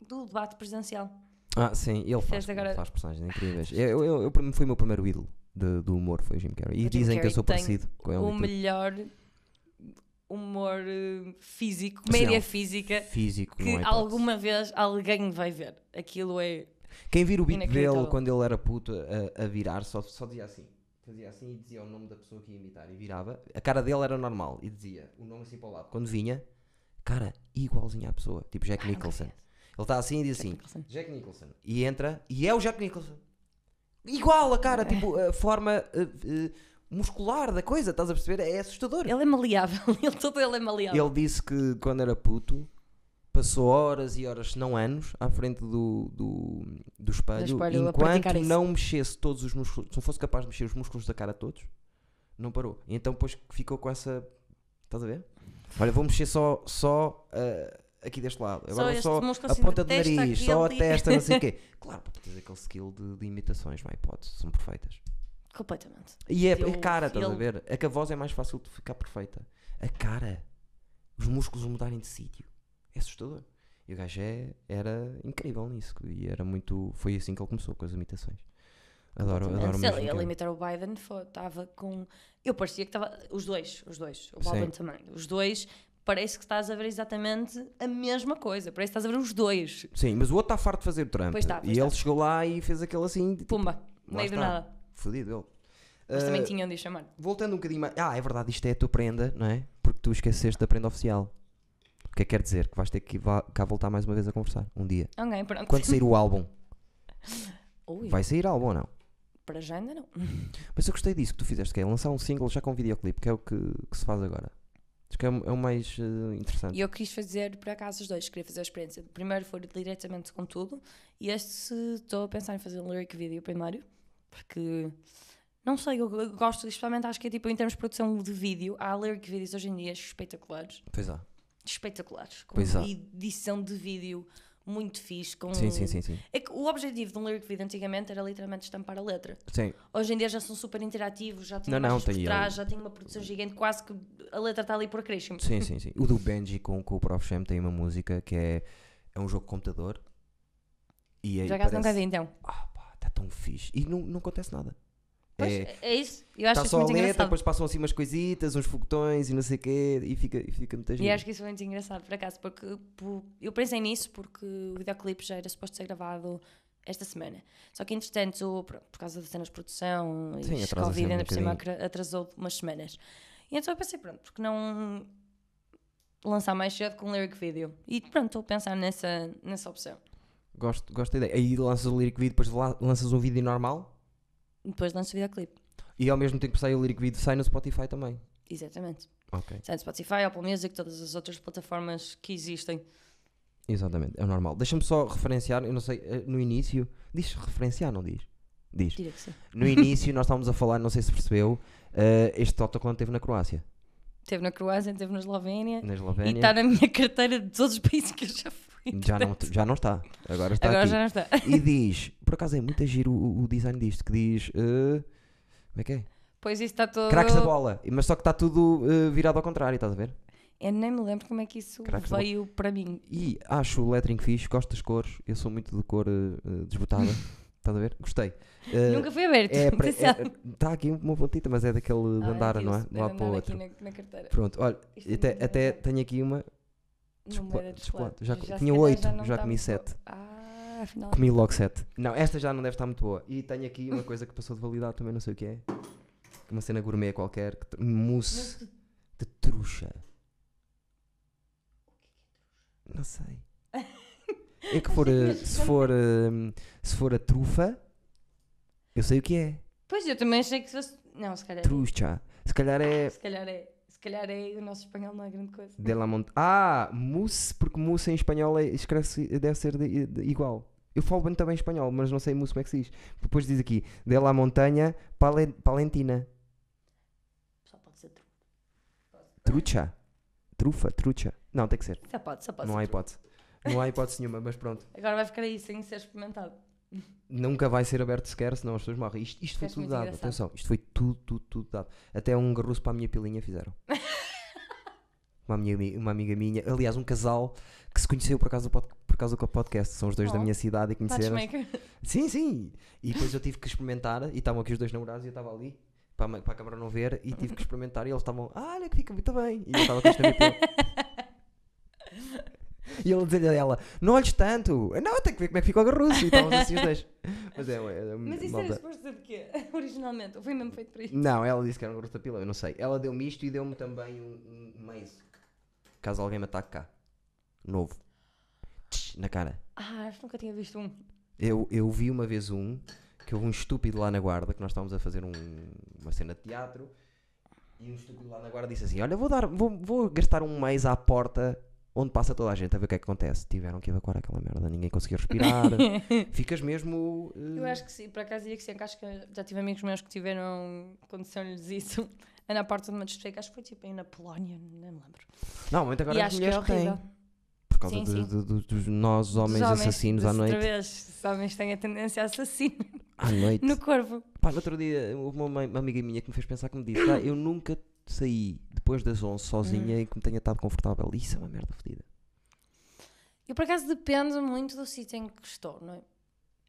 B: do debate presidencial.
C: Ah, sim, ele
B: Fez
C: faz,
B: agora- Ah,
C: ele faz personagens incríveis. Eu, eu, eu, para mim, foi o meu primeiro ídolo de- do humor, foi o Jim Carrey. E
B: O Então, Jim
C: dizem que eu
B: Carrey
C: sou
B: tem
C: parecido com ele.
B: o
C: e É tipo, tudo.
B: melhor humor eh, físico, comédia física
C: é um Físico,
B: que
C: não é
B: alguma vez alguém vai ver. Aquilo é.
C: Quem vira o beat
B: Inacreditável.
C: dele quando ele era puto a, a virar, só, só dizia assim. Fazia assim e dizia o nome da pessoa que ia imitar e virava. A cara dele era normal e dizia o nome assim para o lado. Quando vinha, cara, igualzinho à pessoa. Tipo
B: Ah,
C: Jack Nicholson. Ele está assim e diz assim:
B: é Nicholson.
C: Jack Nicholson. E entra e é o Jack Nicholson. Igual a cara, tipo, a forma eh, eh, muscular da coisa, estás a perceber? É assustador.
B: Ele é maleável, ele todo ele é maleável.
C: Ele disse que quando era puto passou horas e horas, se não anos, à frente do, do, do espelho,
B: Do espelho, a praticar
C: enquanto
B: isso.
C: não mexesse todos os músculos, se não fosse capaz de mexer os músculos da cara todos, não parou. E então depois ficou com essa. Estás a ver? Olha, vou mexer só, só ah, aqui deste lado.
B: Só
C: Agora
B: este
C: só,
B: músculo
C: a
B: assim da
C: ponta do
B: testa,
C: nariz,
B: aqui,
C: só a
B: ali.
C: testa, não sei o quê. Claro, para teres aquele skill de, de imitações, não há hipótese, são perfeitas.
B: Completamente.
C: E é,
B: Ele-
C: é cara, estás a
B: ele-
C: ver? É que a voz é mais fácil de ficar perfeita. A cara, os músculos mudarem de sítio. É assustador. E o gajo é- era incrível nisso. E era muito. Foi assim que ele começou com as imitações. Adoro, adoro
B: Mas
C: mesmo. é.
B: ele, ele
C: cara.
B: imitar o Biden foi- estava com. Eu parecia que estava. Os dois, os dois. O
C: Sim.
B: Biden também. Os dois, parece que estás a ver exatamente a mesma coisa. Parece que estás a ver os dois.
C: Sim, mas o outro está farto de fazer o Trump.
B: Pois está, pois
C: e ele
B: está.
C: chegou lá e fez aquele assim. de-
B: Pumba,
C: lá
B: meio do
C: está.
B: nada.
C: Fodido ele.
B: Mas também
C: Ah,
B: tinham de o chamar.
C: Voltando um bocadinho mais. Ah, é verdade, isto é a tua prenda, não é? Porque tu esqueceste da prenda oficial. O que é que quer dizer? Que vais ter que ir vá- cá voltar mais uma vez a conversar. Um dia.
B: Ok, pronto.
C: Quando sair o álbum.
B: Ui,
C: Vai sair álbum ou não?
B: para já ainda não.
C: Mas eu gostei disso que tu fizeste, que é lançar um single já com videoclipe, que é o que, que se faz agora. Acho que é, o- é o mais eh, interessante.
B: E eu quis fazer, por acaso, os dois. Queria fazer a experiência. O primeiro foi diretamente com tudo. E este, estou a pensar em fazer um lyric video primário. Porque, não sei, eu eu gosto, especialmente acho que é tipo, em termos de produção de vídeo, há lyric videos hoje em dia espetaculares.
C: Pois é. há.
B: Espetaculares. Com
C: Pois há.
B: edição de vídeo muito fixe. Com...
C: Sim, sim, sim, sim.
B: É que o objetivo de um lyric video antigamente era literalmente estampar a letra.
C: Sim,
B: Hoje em dia já são super interativos, já têm
C: Não, não, tá
B: imagens por
C: tem-
B: trás, já têm uma produção gigante, quase que a letra está ali por acréscimo.
C: sim, sim. sim. O do Benji com, com o Prof. Jam tem uma música que é, é um jogo de computador. E aí
B: Já acaso nunca
C: parece,
B: vi então.
C: ah pá, está tão fixe. E não, não acontece nada.
B: Pois,
C: É-
B: é, isso. Eu acho
C: Está
B: isso
C: só a
B: muito
C: letra,
B: engraçado.
C: depois passam assim umas coisitas, uns foguetões e não sei o quê, e fica, e fica muita
B: E
C: gente.
B: acho que isso foi muito engraçado, por acaso, porque por- eu pensei nisso porque o videoclipe já era suposto ser gravado esta semana. Só que, entretanto, pronto, por causa das cenas de produção e
C: Sim,
B: este
C: atrasa
B: Covid,
C: sempre
B: ainda
C: um
B: por cima,
C: bocadinho.
B: acra- atrasou umas semanas. E então eu pensei, pronto, porque não lançar mais cedo com um lyric video? E pronto, estou a pensar nessa, nessa opção.
C: Gosto, gosto da ideia. Aí lanças o lyric video, depois la- lanças um vídeo normal
B: Depois lanço o videoclipe.
C: e ao mesmo tempo que sai o lyric video, sai no Spotify também.
B: Exatamente.
C: Ok.
B: Sai no Spotify, Apple Music, todas as outras plataformas que existem.
C: Exatamente, é normal. Deixa-me só referenciar, eu não sei, eh, no início. Diz referenciar, não diz? Diz.
B: Diria que sim.
C: No início nós estávamos a falar, não sei se percebeu, eh, este autocolante teve na Croácia,
B: Teve na Croácia, teve na Eslovénia.
C: na
B: E está
C: Eslovénia.
B: na minha carteira de todos os países que eu já fui.
C: Já não, já não está. Agora está
B: Agora
C: aqui.
B: já não está.
C: E diz, por acaso é muito giro o, o design disto, que diz. eh, como é que é?
B: Pois isso está todo.
C: Craques da bola. Mas só que está tudo eh, virado ao contrário, estás a ver?
B: Eu nem me lembro como é que isso
C: Craques da bola.
B: veio para mim.
C: E acho o lettering fixe, gosto das cores. Eu sou muito de cor eh, eh, desbotada. estás a ver? Gostei. Eh,
B: Nunca foi aberto.
C: é, pra-
B: atenção.
C: é- tá aqui uma pontita, mas é daquele de
B: Ah,
C: andar, não é?
B: viu-se,
C: De um lado para o
B: andar
C: outro.
B: Aqui na, na carteira.
C: Pronto, olha,
B: Isto é
C: até,
B: muito
C: até
B: bom.
C: tenho aqui uma de
B: Não
C: chocolate-
B: era de
C: de chocolate.
B: chocolate.
C: Já
B: se
C: co-
B: calhar
C: tinha oito,
B: não
C: já
B: tá
C: comi
B: muito boa.
C: sete.
B: Ah, afinal.
C: Comi logo 7. Não, esta já não deve estar muito boa. E tenho aqui uma coisa que passou de validade também, não sei o que é. Uma cena gourmet qualquer. Que tr- mousse de truxa. Não sei. É que for, eh, se, for, eh, se for a trufa, eu sei o que é.
B: Pois eu também achei que fosse. Não, se calhar. é.
C: Trucha. Se calhar é.
B: Se calhar é. Se calhar é. O nosso espanhol não é grande coisa.
C: De la mont... Ah, mousse, porque mousse em espanhol é, escreve-se- deve ser de- de- igual. Eu falo bem também espanhol, mas não sei mousse como é que se diz. Depois diz aqui, de la montanha pale- palentina.
B: Só pode ser trufa.
C: Trucha. Trufa, trucha. Não, tem que ser.
B: Só pode, só pode
C: Não
B: ser
C: há
B: trufa.
C: hipótese. Não há hipótese nenhuma, mas pronto.
B: Agora vai ficar aí sem ser experimentado.
C: Nunca vai ser aberto sequer, senão as pessoas morrem. Isto, isto foi
B: Faz
C: tudo
B: muito
C: dado,
B: engraçado.
C: atenção. Isto foi tudo, tudo, tudo dado. Até um garruço para a minha pilinha fizeram. uma, minha, ami- uma amiga minha, aliás, um casal que se conheceu por causa do, pod, por causa do podcast. São os dois da
B: Oh.
C: minha cidade e conheceram.
B: Matchmaker.
C: Sim, sim. E depois eu tive que experimentar, e estavam aqui os dois namorados e eu estava ali. Para a, ma- para a câmara não ver, e tive que experimentar, e eles estavam, ah, olha que fica muito bem. E eu estava com isto na minha pele. E ele dizia a ela, não olhes tanto, "Eu, não, tem que ver como é que fica o garruço. E estávamos assim os dois. Mas é, é, é
B: Mas isso era
C: malta.
B: suposto ser de quê? Originalmente. Ou foi mesmo feito para isso?
C: Não, ela disse que era um garruço da pila, eu não sei. Ela deu-me isto e deu-me também um, um meizo. Caso alguém me ataque cá. Novo. Tch, Na cara.
B: Ah, acho que nunca tinha visto um.
C: Eu, eu vi uma vez um que houve um estúpido lá na guarda que nós estávamos a fazer um- uma cena de teatro e um estúpido lá na guarda disse assim: Olha, vou, dar, vou, vou gastar um mês à porta onde passa toda a gente a ver o que é que acontece. Tiveram que evacuar aquela merda, ninguém conseguia respirar. Ficas mesmo. eh,
B: Eu acho que sim, por acaso ia que sim, que acho que já tive amigos meus que tiveram, aconteceu-lhes isso, na parte de uma discoteca, acho que foi tipo aí na Polónia, nem me lembro.
C: Não, muito agora
B: e
C: as
B: acho que é
C: mulheres
B: horrível.
C: têm. Por causa
B: Sim,
C: de-
B: sim.
C: de- de- dos nós, homens,
B: Os
C: assassinos à
B: disse
C: noite.
B: Outra vez, os homens têm a tendência a assassino
C: À noite.
B: no corpo.
C: Pá, no outro dia, houve uma, uma amiga minha que me fez pensar que me disse: "Ah, eu nunca saí depois das 11 sozinha
B: Hum.
C: e que me tenha estado confortável. Isso é uma merda fodida.
B: Eu por acaso depende muito do sítio em que estou, não é?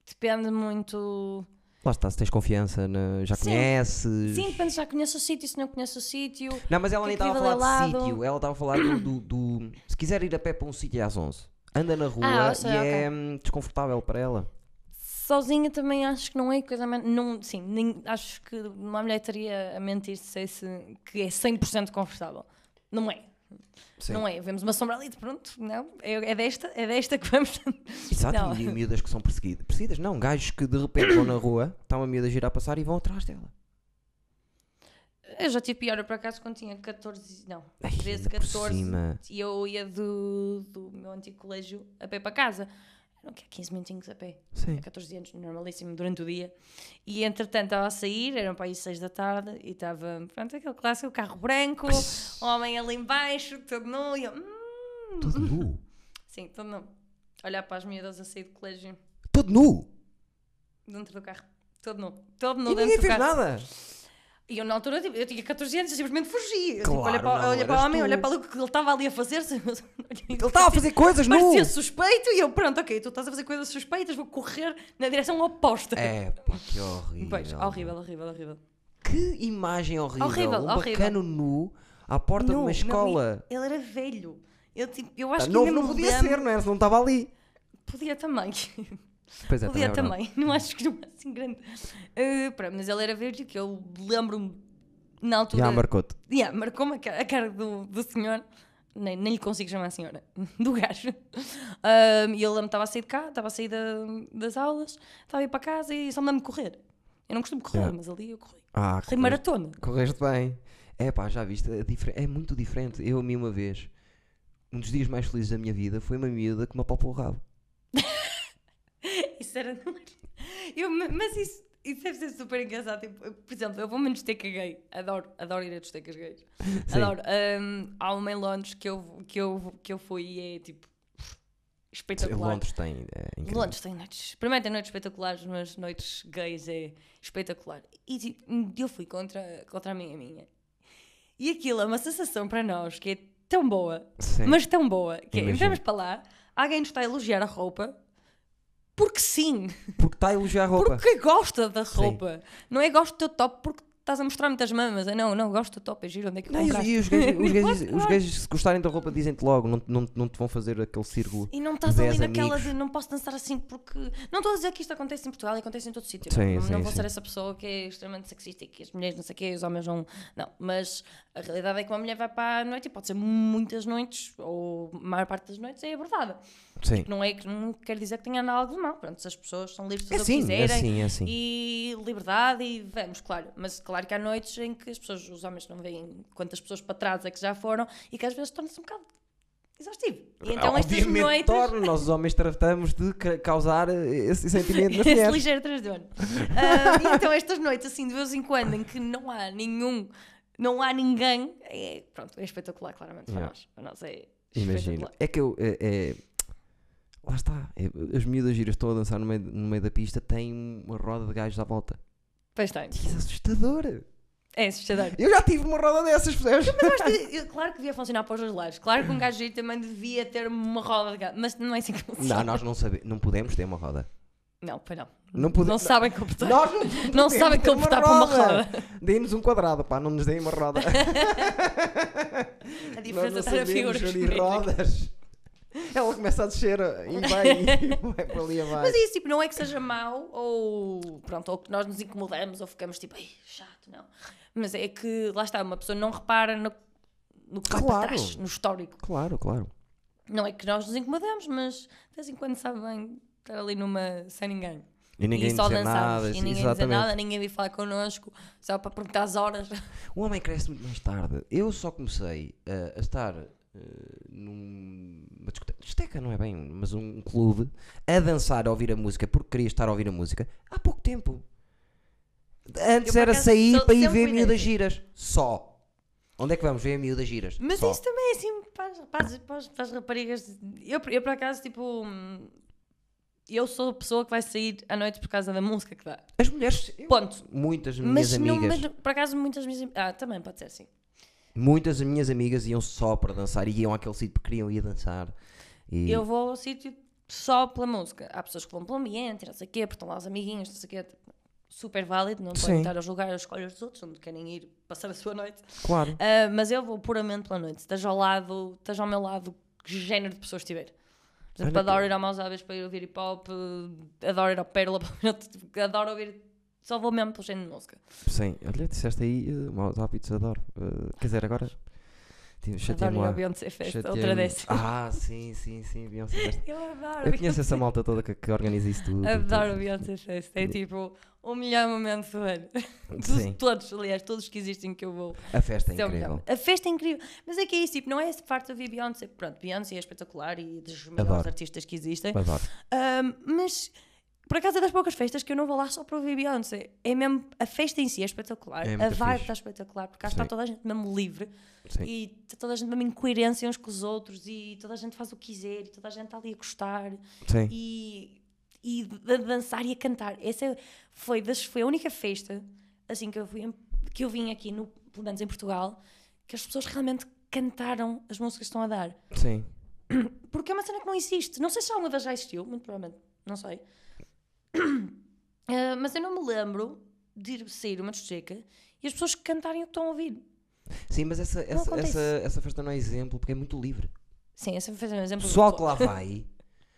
B: Depende muito.
C: Lá está, se tens confiança, na- já
B: Sim.
C: conheces.
B: Sim, depende se já conheço o sítio, se não conheço o sítio.
C: Não, mas ela
B: Que
C: nem
B: é que
C: estava a
B: vive
C: falar
B: ali
C: de
B: ao
C: sítio, ela estava a falar do, do- do- Se quiser ir a pé para um sítio é às 11, anda na rua
B: Ah, ou seja,
C: e é hum, desconfortável para ela.
B: Sozinha também acho que não é coisa. mais- Não, sim, nem- acho que uma mulher estaria a mentir se dissesse que é 100% confortável. Não é.
C: Sim.
B: Não é, vemos uma sombra ali, pronto, não, é, é desta, é desta que vamos.
C: Exato,
B: Não.
C: e miúdas que são perseguidas. Perseguidas? Não, gajos que de repente vão na rua, está uma miúda a girar a passar e vão atrás dela.
B: Eu já tive pior, eu por acaso, quando tinha 14, não,
C: Ai,
B: 13,
C: ainda por
B: 14,
C: cima.
B: e eu ia do, do meu antigo colégio a pé para casa. Eram que 15 minutinhos a pé,
C: Sim.
B: a 14 anos, normalíssimo, durante o dia. E entretanto estava a sair, eram para aí 6 da tarde, e estava, pronto, aquele clássico carro branco, Um homem ali embaixo, todo nu, e eu, hum,
C: Todo nu.
B: sim, todo nu. Olhar para as miúdas a sair do colégio,
C: Todo nu.
B: dentro do carro, todo nu, todo nu
C: E ninguém
B: dentro do
C: fez
B: carro.
C: nada.
B: E eu na altura, tipo, eu tinha 14 anos, eu simplesmente fugi. Eu,
C: Claro,
B: tipo, olha para,
C: não,
B: olha para o
C: eras
B: homem,
C: tu.
B: olha para o que ele estava ali a fazer.
C: Ele estava a fazer coisas nu.
B: Parecia suspeito e eu, pronto, ok, tu estás a fazer coisas suspeitas, vou correr na direção oposta.
C: É, pá, que horrível.
B: Pois, horrível, horrível, horrível.
C: Que imagem horrível.
B: Horrível,
C: um
B: horrível.
C: bacano nu à porta de
B: Nu,
C: uma
B: meu,
C: escola.
B: Ele era velho. Eu, tipo, eu acho
C: Tá,
B: que
C: novo
B: ainda
C: não
B: me
C: podia
B: lembro-
C: ser, não era? Se não estava ali.
B: Podia também.
C: Pois é,
B: podia
C: é verdade.
B: também. Não acho que não é assim grande. Eh, pronto, mas ele era velho que eu lembro-me na altura.
C: Já marcou-te.
B: Yeah, marcou-me a cara, a cara do, do senhor, nem, nem lhe consigo chamar a senhora, do gajo. Ahm, e ele me estava a sair de cá, estava a sair da- das aulas, estava a ir para casa e só me dá-me correr. Eu não costumo correr,
C: Yeah.
B: mas ali eu corri.
C: Ah,
B: Corri maratona.
C: Correste bem. É pá, já viste, é, difer- é muito diferente. Eu a mim uma vez, um dos dias mais felizes da minha vida foi uma miúda que me apalpou o rabo.
B: Isso era. Eu, ma- mas isso, isso deve ser super engraçado. tipo, eu, por exemplo, eu vou a uma discoteca gay, adoro, adoro ir a discotecas gays. Adoro. Ahm, há uma em Londres que eu, que eu, que eu fui e é tipo. espetacular.
C: Londres tem. É, incrível.
B: Londres tem noites. Primeiro tem noites espetaculares, mas noites gays é espetacular. E tipo, eu fui contra, contra a minha minha. E aquilo é uma sensação para nós que é tão boa,
C: Sim.
B: mas tão boa, que é,
C: Imagino.
B: entramos para lá, alguém nos está a elogiar a roupa, porque sim,
C: Porque está a elogiar a roupa.
B: porque gosta da roupa. Não é gosto do teu top porque estás a mostrar muitas mamas. É, Não, não, gosto do teu top, é giro, onde é que
C: Não, e os-
B: compraste?
C: e os gays, os, gays,
B: Claro,
C: os
B: claro.
C: gays, se gostarem da roupa, dizem-te logo, não, não, não te vão fazer aquele círculo.
B: E não estás ali
C: Dez
B: naquela
C: amigos.
B: de não posso dançar assim porque. Não estou a dizer que isto acontece em Portugal e acontece em todo sítio.
C: Sim,
B: não,
C: sim,
B: não vou
C: sim.
B: ser essa pessoa que é extremamente sexista e que as mulheres não sei o quê, os homens não. Não, mas a realidade é que uma mulher vai para a noite e pode ser muitas noites, ou a maior parte das noites é abordada.
C: Sim.
B: Não é que não quer dizer que tenha nada de mal. Pronto, se as pessoas são livres de
C: É
B: fazer o que
C: assim, é
B: quiserem.
C: assim, é assim.
B: E liberdade e vamos, claro. Mas claro que há noites em que as pessoas, os homens não veem quantas pessoas para trás é que já foram e que às vezes torna-se um bocado exaustivo. E então estas
C: Obviamente
B: noites.
C: torna, nós os homens tratamos de ca- causar eh, esse sentimento nas
B: Esse
C: mulheres.
B: ligeiro transtorno. Ah, e então estas noites, assim, de vez em quando, em que não há nenhum, não há ninguém, é, pronto, é espetacular, claramente, para
C: Yeah.
B: nós. Para nós é
C: Imagino.
B: espetacular.
C: É que eu. É, é- Lá está. É- As miúdas giras estão a dançar no meio, no meio da pista, tem uma roda de gajos à volta.
B: Pois tem.
C: Isso é assustador.
B: É assustador.
C: Eu já tive uma roda dessas, percebes?
B: Mas eu- eu- claro que devia funcionar para os dois lados. Claro que um gajo giro também devia ter uma roda de gato, mas não é assim que funciona.
C: Não, nós não sabemos. Não podemos ter uma roda.
B: Não, pois não.
C: Não podemos.
B: Não sabem computar.
C: Nós não, podemos
B: Não sabem
C: ter
B: computar para uma roda.
C: Deem-nos um quadrado, pá, não nos deem uma roda.
B: A
C: Nós
B: diferença
C: não
B: está na figura
C: sabemos gerir
B: geométrica.
C: rodas. Ela começa a descer eh, e vai, e vai para ali
B: Mas
C: abaixo.
B: é isso, tipo, não é que seja mau ou pronto, ou que nós nos incomodamos ou ficamos tipo, ai, chato, não. Mas é que lá está, uma pessoa não repara no, no que vai para
C: Claro.
B: trás, no histórico.
C: Claro, claro.
B: Não é que nós nos incomodamos, mas de vez em quando sabe bem estar ali numa sem ninguém.
C: E ninguém
B: e só
C: dizer
B: dançamos,
C: nada.
B: e ninguém dizer
C: exatamente.
B: nada, ninguém veio falar connosco, só para perguntar as horas.
C: O homem cresce muito mais tarde. Eu só comecei eh, a estar eh, numa discoteca, discoteca não é bem, mas um clube, a dançar, a ouvir a música, porque queria estar a ouvir a música, há pouco tempo. Antes
B: por
C: era
B: acaso,
C: sair
B: sou-
C: para ir
B: sempre
C: ver
B: fui
C: miúdas
B: dessas.
C: giras. Só. Onde é que vamos ver miúdas giras?
B: Mas
C: Só.
B: isso também é assim para as, para as- para as- para as raparigas. Eu, eu, por acaso, tipo. hum, Eu sou a pessoa que vai sair à noite por causa da música que dá.
C: As mulheres. eu-
B: Ponto.
C: Muitas minhas
B: Mas, não,
C: amigas.
B: mas por acaso, muitas minhas. Ah, também pode ser assim.
C: Muitas minhas amigas iam só para dançar e iam àquele sítio porque queriam ir dançar. E
B: Eu vou ao sítio só pela música. Há pessoas que vão pelo ambiente, não sei o quê, porque estão lá os amiguinhos, não sei o quê. tipo, Super válido, não podem
C: Sim.
B: estar a julgar as escolhas dos outros, onde querem ir passar a sua noite.
C: Claro.
B: Ah, mas eu vou puramente pela noite. Esteja ao lado, esteja ao meu lado, que género de pessoas estiver. Por exemplo,
C: Olha que-
B: adoro ir ao Maus Hábitos para ir ouvir hip hop, eh, adoro ir ao Pérola, tipo, adoro ouvir. Só vou mesmo pelo género de música.
C: Sim, Tipo, olha, disseste aí, eh, maus hábitos, adoro. Eh, quer dizer, agora. tive-
B: Adoro
C: Chateei-me
B: ir ao
C: lá.
B: Beyoncé Fest, outra
C: Chateei-me.
B: dessas.
C: Ah, sim, sim, sim, Beyoncé Fest.
B: Eu adoro.
C: Eu conheço essa malta toda que, que organiza isso tudo.
B: Adoro o
C: tudo.
B: Beyoncé Fest. É tipo o melhor momento do ano.
C: Sim,
B: De todos, aliás, todos que existem que eu vou.
C: a festa é
B: Esse o melhor
C: incrível.
B: momento. A festa é incrível. Mas é que é isso, tipo, não é essa parte de ouvir Beyoncé. Pronto, Beyoncé é espetacular e dos melhores
C: Adoro.
B: artistas que existem.
C: Adoro.
B: Ahm, mas por acaso é das poucas festas que eu não vou lá só para ouvir Beyoncé. É mesmo, a festa em si é espetacular,
C: É
B: a
C: muito
B: vibe
C: fixe.
B: está espetacular, porque cá está
C: Sim.
B: toda a gente mesmo livre
C: Sim.
B: e está toda a gente mesmo em coerência uns com os outros e toda a gente faz o que quiser e toda a gente está ali a gostar
C: Sim.
B: e, e a dançar e a cantar. Essa foi, das, foi a única festa assim que eu, fui, em- que eu vim aqui, no, pelo menos em Portugal, que as pessoas realmente cantaram as músicas que estão a dar.
C: Sim.
B: Porque é uma cena que não existe. Não sei se alguma vez já existiu, muito provavelmente, não sei. Ah, mas eu não me lembro de ir sair uma discoteca e as pessoas cantarem o que estão a ouvir.
C: Sim, mas essa, essa,
B: acontece.
C: essa, essa festa não é exemplo porque é muito livre.
B: Sim, esse foi um
C: O
B: exemplo.
C: pessoal que lá vai.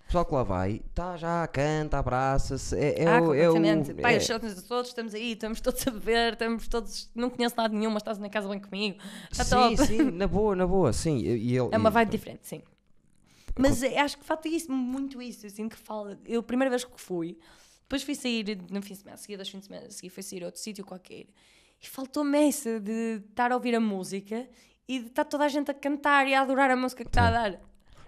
C: O pessoal que lá vai, tá já, canta, abraça-se. É, é
B: ah,
C: o, é o-
B: completamente. Pai,
C: é-
B: achamos todos, estamos aí, estamos todos a beber, estamos todos. Não conheço nada nenhum, mas estás na casa bem comigo. Está
C: Sim,
B: top.
C: sim, na boa, na boa, sim. E, e ele,
B: É uma
C: e-
B: vibe diferente, sim. Mas eh, acho que falta isso, muito isso. Assim, que fala. Eu, a primeira vez que fui, depois fui sair no fim de semana, seguida, dois fins de semana, a seguir fui sair a outro sítio qualquer. E faltou-me essa de estar a ouvir a música e de estar toda a gente a cantar e a adorar a música que está a dar.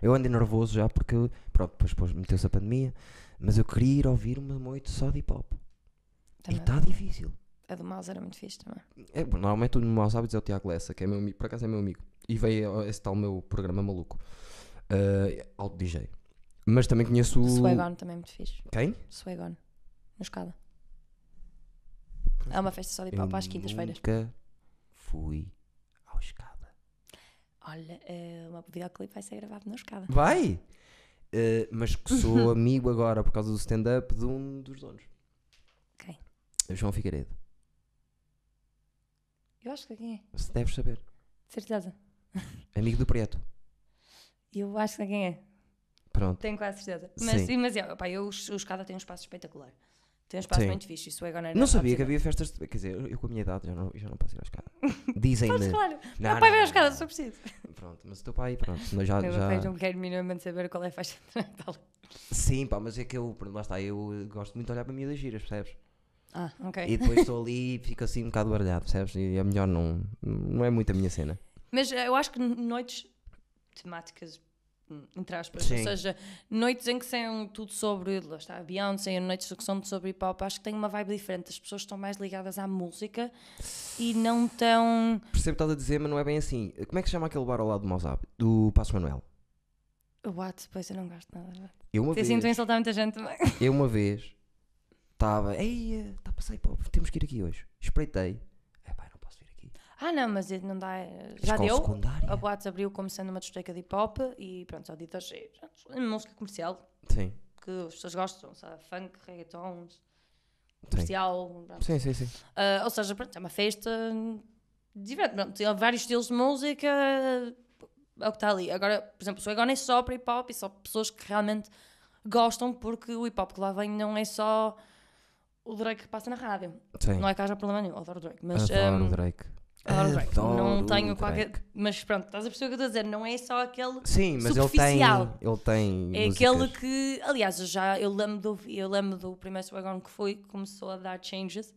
C: Eu andei nervoso já porque, pronto, depois, depois meteu-se a pandemia, mas eu queria ir ouvir uma noite só de hip hop. E
B: Também. é
C: está difícil.
B: A do Mouse era muito fixe também.
C: É, bom, normalmente o Maus Hábitos é o Tiago Lessa, que é meu amigo, por acaso é meu amigo, e veio a esse tal meu programa maluco, eh, Ah, Alto DJ. Mas também conheço o.
B: Swagon também é muito fixe.
C: Quem?
B: Swagon. No escada. É uma festa só de hip-hop às quintas-feiras.
C: Nunca fui ao escada.
B: Olha, eh, o meu videoclipe vai ser gravado na escada.
C: Vai! Eh, mas que sou amigo agora por causa do stand-up de um dos donos. É
B: Quem?
C: João Figueiredo.
B: Eu acho que quem é.
C: Se deves saber.
B: De certeza.
C: Amigo do Preto.
B: Eu acho que quem é.
C: Pronto.
B: Tenho quase certeza. Mas,
C: Sim.
B: mas é, pá, eu, o escada tem um espaço espetacular. Tem um espaço
C: Sim.
B: muito fixe. Isso é agora
C: Não sabia que havia festas. de- Quer dizer, eu, eu com a minha idade já não, já não posso ir à escada. Dizem-me.
B: Claro,
C: Não,
B: meu pai
C: não,
B: vai à
C: não,
B: escada,
C: não.
B: só preciso.
C: Pronto, mas o teu pai, pronto. nós já,
B: meu
C: já-
B: pai não quer minimamente saber qual é a faixa de Natal.
C: Sim, pá, mas é que eu, pronto, lá está, eu eh, gosto muito de olhar para mim das giras, percebes?
B: Ah, ok.
C: E depois estou ali e fico assim um bocado baralhado, percebes? E é melhor não. Não é muito a minha cena.
B: Mas eh, eu acho que noites temáticas, hum, entre aspas, ou
C: Sim.
B: seja, noites em que são tudo sobre, lá está, Beyoncé, noites que são sobre hip hop, acho que tem uma vibe diferente. As pessoas estão mais ligadas à música e não tão.
C: Percebo o que estás a dizer, mas não é bem assim. Como é que se chama aquele bar ao lado do Mozab? Do Passo Manuel?
B: What? Pois eu não gosto nada.
C: Eu uma
B: Eu
C: vez.
B: sinto a insultar muita gente também.
C: Eu uma vez estava. Ei, está a passar hip-hop, temos que ir aqui hoje. Espreitei. É pá, não posso vir aqui.
B: Ah, não, mas eh, não dá. eh, Já
C: Escola
B: deu.
C: secundária.
B: A boate abriu como sendo uma discoteca de hip hop e pronto, só ditas eh, música comercial
C: Sim,
B: que as pessoas gostam, sabe? Funk, reggaeton,
C: sim.
B: comercial. pronto.
C: Sim, sim, sim.
B: Ah, ou seja, pronto, é uma festa diferente. Pronto, tem vários estilos de música, é o que está ali. Agora, por exemplo, o Swaggon é só para hip hop e só pessoas que realmente gostam, porque o hip hop que lá vem não é só o Drake que passa na rádio.
C: sim.
B: Não é que haja problema nenhum, eu adoro Drake, mas.
C: Adoro
B: hum,
C: o Drake.
B: Adoro o Drake.
C: Adoro
B: Não
C: o
B: tenho qualquer.
C: Drake.
B: Mas pronto, estás a perceber o que eu estou a dizer? Não é só aquele.
C: Sim, mas ele tem.
B: Superficial.
C: Ele tem.
B: É
C: músicas.
B: aquele que. Aliás, eu já. Eu lembro do, eu lembro do primeiro Swagon que foi, que começou a dar changes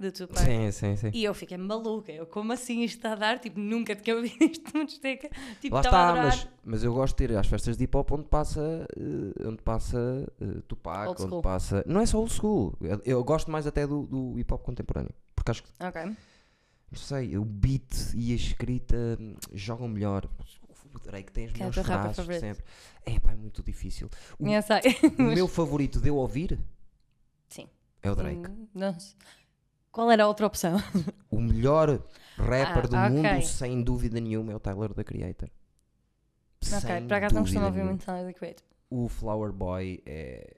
B: de Tupac.
C: Sim, sim, sim.
B: E eu fiquei maluca. Eu, como assim isto está a dar? Tipo, nunca tinha ouvido isto numa discoteca. Tipo,
C: Lá
B: estava
C: está,
B: a adorar.
C: mas, mas eu gosto de ir às festas de hip hop onde passa, eh, onde passa eh, Tupac,
B: Old
C: onde
B: school.
C: passa. Não é só old school. Eu, eu gosto mais até do, do hip hop contemporâneo. Porque acho que,
B: Ok.
C: não sei, o beat e a escrita hum, jogam melhor. O Drake tem as
B: Quem é o
C: melhores
B: teu rapper
C: frases de
B: favorito?
C: sempre. É pá, é muito difícil. O-
B: Eu sei.
C: O meu favorito de eu ouvir
B: Sim.
C: é o Drake.
B: Hum, Não sei. Qual era a outra opção?
C: O melhor rapper
B: Ah,
C: do
B: ok.
C: mundo, sem dúvida nenhuma, é o Tyler, the Creator.
B: ok, por acaso não costumo
C: dúvida
B: ouvir
C: nenhuma.
B: muito Tyler The Creator.
C: o Flower Boy é.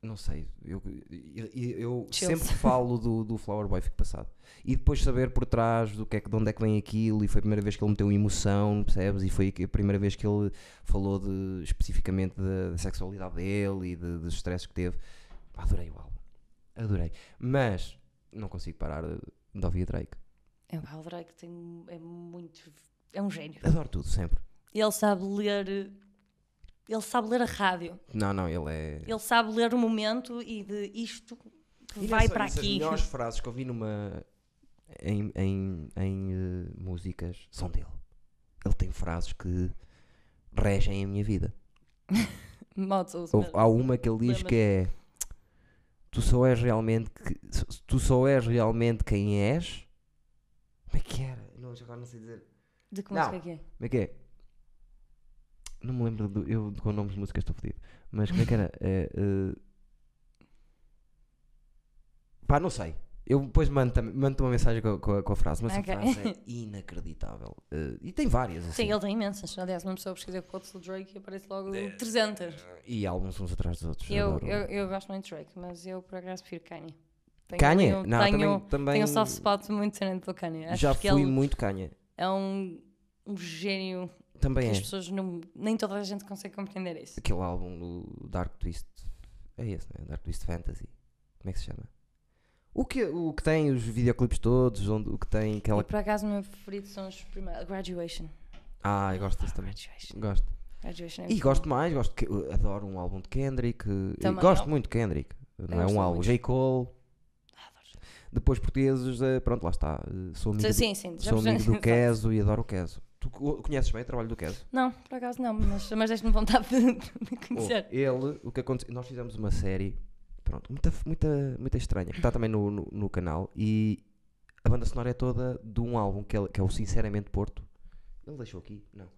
C: Não sei, eu, eu- eu- eu
B: Chills.
C: sempre falo do, do Flower Boy, fico passado. E depois saber por trás do que é, que- de onde é que vem aquilo, e foi a primeira vez que ele meteu emoção, percebes? E foi a primeira vez que ele falou de, especificamente da, da sexualidade dele e de- dos stresses que teve. Pá, Adorei o álbum, adorei. Mas não consigo parar de, de ouvir Drake.
B: É, pá, o Drake tem, é muito. É um gênio.
C: Adoro tudo, sempre.
B: Ele sabe ler. eh, Ele sabe ler a rádio.
C: Não, não, ele é.
B: Ele sabe ler o momento e de isto
C: E
B: Tipo, vai
C: não só
B: para
C: isso,
B: aqui.
C: As melhores frases que eu vi numa. em, em, em, eh, músicas são dele. Ele tem frases que regem a minha vida.
B: Modos, ou-
C: Houve- há uma que ele diz
B: Lembra-te.
C: que é. Tu só és realmente. que- s- tu só és realmente quem és. Como é que era? Não, agora não sei dizer.
B: De que
C: Não.
B: música que é?
C: Como é que é? Não me lembro do, eu com nomes de músicas estou fodido. Mas como é que era? É, eh, Pá, não sei. Eu depois mando, tam- mando-te uma mensagem com, a- com a, com a frase, mas
B: Ok.
C: a frase é inacreditável. Eh, e tem várias, assim.
B: Sim, ele tem imensas. Aliás, uma pessoa pesquisa quotes do Drake e aparece logo 300.
C: E álbuns uns atrás dos outros.
B: Eu,
C: adoro.
B: eu, eu gosto muito de Drake, mas eu por acaso prefiro Kanye. Tenho
C: Kanye?
B: ali um-
C: não,
B: tenho,
C: também, também
B: tenho um soft spot muito grande pelo Kanye. Acho
C: já
B: que
C: fui
B: ele
C: muito Kanye.
B: é um, um gênio que
C: Também
B: as
C: é.
B: pessoas não. Nem toda a gente consegue compreender isso.
C: Aquele álbum do Dark Twist. É esse, não é? Dark Twist Fantasy. Como é que se chama? O que, o que tem os videoclipes todos, onde, o que tem
B: E
C: aquela.
B: por acaso, o meu favorito são os primeiros. Graduation.
C: Ah, eu gosto desse também.
B: Graduation.
C: Gosto.
B: Graduation é
C: E
B: muito
C: gosto
B: bom.
C: mais, gosto que, eu adoro um álbum de Kendrick. eh,
B: Também,
C: gosto
B: não?
C: muito de Kendrick. Não é
B: gosto
C: um álbum.
B: muito.
C: J. Cole.
B: Adoro.
C: Depois portugueses, eh, pronto, lá está. eh, Sou amigo,
B: Sim, sim.
C: do,
B: já
C: sou
B: percebi.
C: amigo do Keso e adoro o Keso. Tu co- conheces bem o trabalho do Keso?
B: Não, por acaso não, mas, mas deste-me vontade de, de
C: Bom,
B: conhecer.
C: ele, o que aconteceu, nós fizemos uma série, pronto, muita, muita, muita estranha, que está também no, no, no canal, e a banda sonora é toda de um álbum que, ele- que é o Sinceramente Porto. Ele deixou aqui? Não.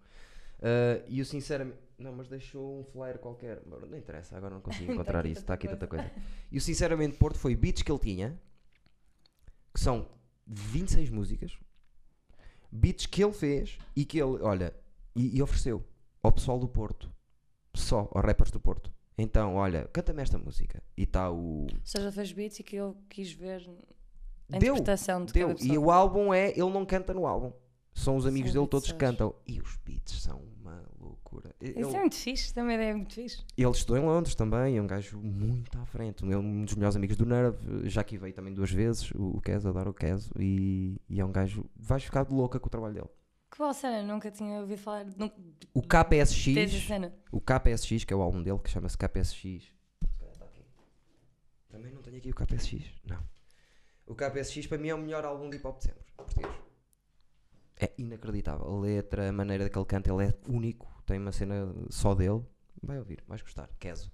C: Ah, e eu sinceramente. Não, mas deixou um flyer qualquer. Bom, Não interessa, agora não consigo encontrar
B: aqui
C: isso. Está
B: tanta
C: Tá aqui tanta coisa. E o sinceramente Porto foi beats que ele tinha, que são 26 músicas, beats que ele fez e que ele, olha, e, e ofereceu ao pessoal do Porto. Só, aos rappers do Porto. Então, olha, canta-me esta música. E está o.
B: Só já fez beats e que eu quis ver a
C: Deu!
B: interpretação de
C: Deu.
B: cada pessoa.
C: E o álbum é, ele não canta no álbum. São os amigos
B: São
C: dele
B: beats
C: todos que
B: deles.
C: cantam. E os beats são uma loucura. Ele,
B: Isso é muito fixe, também é muito fixe.
C: ele estudou em Londres também, é um gajo muito à frente. Ele é um dos melhores amigos do Nerve, já que veio também duas vezes, o o Keso, adoro o Keso. E, e é um gajo. Vais ficar de louca com o trabalho dele.
B: Que boa cena, nunca tinha ouvido falar. Nunca...
C: O
B: Desde a
C: KPSX,
B: cena.
C: o KPSX, que é o álbum dele, que chama-se KPSX. Se calhar está aqui. Também não tenho aqui o KPSX, não. O KPSX para mim é o melhor álbum de hip hop de sempre, português. É inacreditável. A letra, a maneira daquele canto, ele é único. Tem uma cena só dele. Vai ouvir, vais gostar. Keso.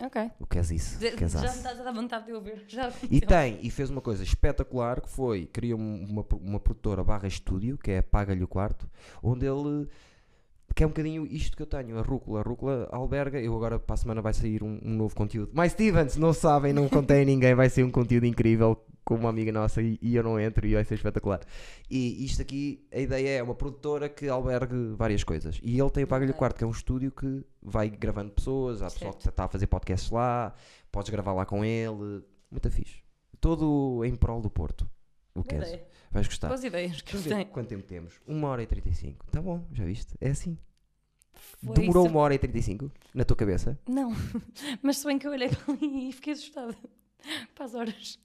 B: Ok.
C: O Keso isso.
B: De-
C: Kesaço.
B: já me tá estás a dar vontade de ouvir. Já
C: E tá, tem, e fez uma coisa espetacular que foi, criou um- uma, pro- uma produtora barra estúdio, que é Paga-lhe o Quarto, onde ele que é um bocadinho isto que eu tenho, a rúcula, a rúcula alberga, eu agora para a semana vai sair um, um novo conteúdo. Mais Stevens, não sabem, não contei a ninguém, vai ser um conteúdo incrível com uma amiga nossa e, e eu não entro e vai ser espetacular. E isto aqui, a ideia é uma produtora que albergue várias coisas. E ele tem o Paga-lhe o
B: Ok.
C: Quarto, que é um estúdio que vai gravando pessoas, há pessoal que está a fazer podcasts lá, podes gravar lá com ele, muito fixe. Todo em prol do Porto. O que é?
B: Boas
C: Vais gostar.
B: ideias que eu
C: Deixa eu ver
B: tenho.
C: Quanto tempo temos? 1 hora e 35. Tá bom, já viste? É assim.
B: Foi
C: Demorou
B: sur-
C: 1 hora e 35 na tua cabeça?
B: Não, mas se bem que eu olhei para ali e fiquei assustada. Para as horas.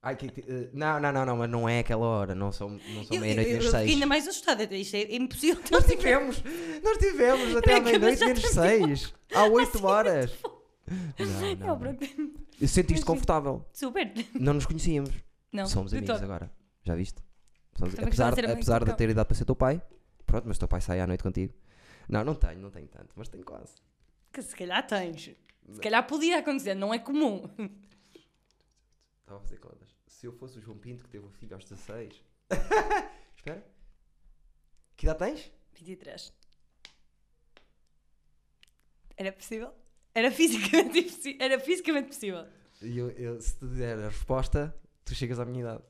C: Ai, que- que- eh, não, não, não, não, mas não é aquela hora, não são, não são
B: Eu- eu-
C: meia-noite e
B: eu
C: as
B: fiquei
C: 6.
B: ainda mais assustada. Isto é impossível. É
C: Nós tivemos, nós tivemos até à
B: Branca, mas
C: meia-noite
B: já
C: menos
B: estamos
C: 6. Há 8 horas.
B: Assim,
C: Não, não,
B: É o
C: não.
B: próprio-
C: Eu Sentiste
B: Mas-
C: confortável.
B: Super.
C: Não nos conhecíamos.
B: Não,
C: Somos
B: de
C: amigos
B: todo.
C: agora. Já viste? Somos- apesar
B: Também gostava de ser amigo
C: apesar
B: do
C: de
B: Cão.
C: ter idade para ser teu pai. Pronto, mas teu pai sai à noite contigo. Não, não tenho, não tenho tanto, mas tenho quase.
B: Que se calhar tens. Se calhar podia acontecer, não é comum.
C: Estava a fazer contas. Se eu fosse o João Pinto que teve um filho aos 16. Espera. Que idade tens?
B: 23. Era possível? Era fisicamente, impossi- era fisicamente possível.
C: E eu, eu- se te der a resposta, tu chegas à minha idade.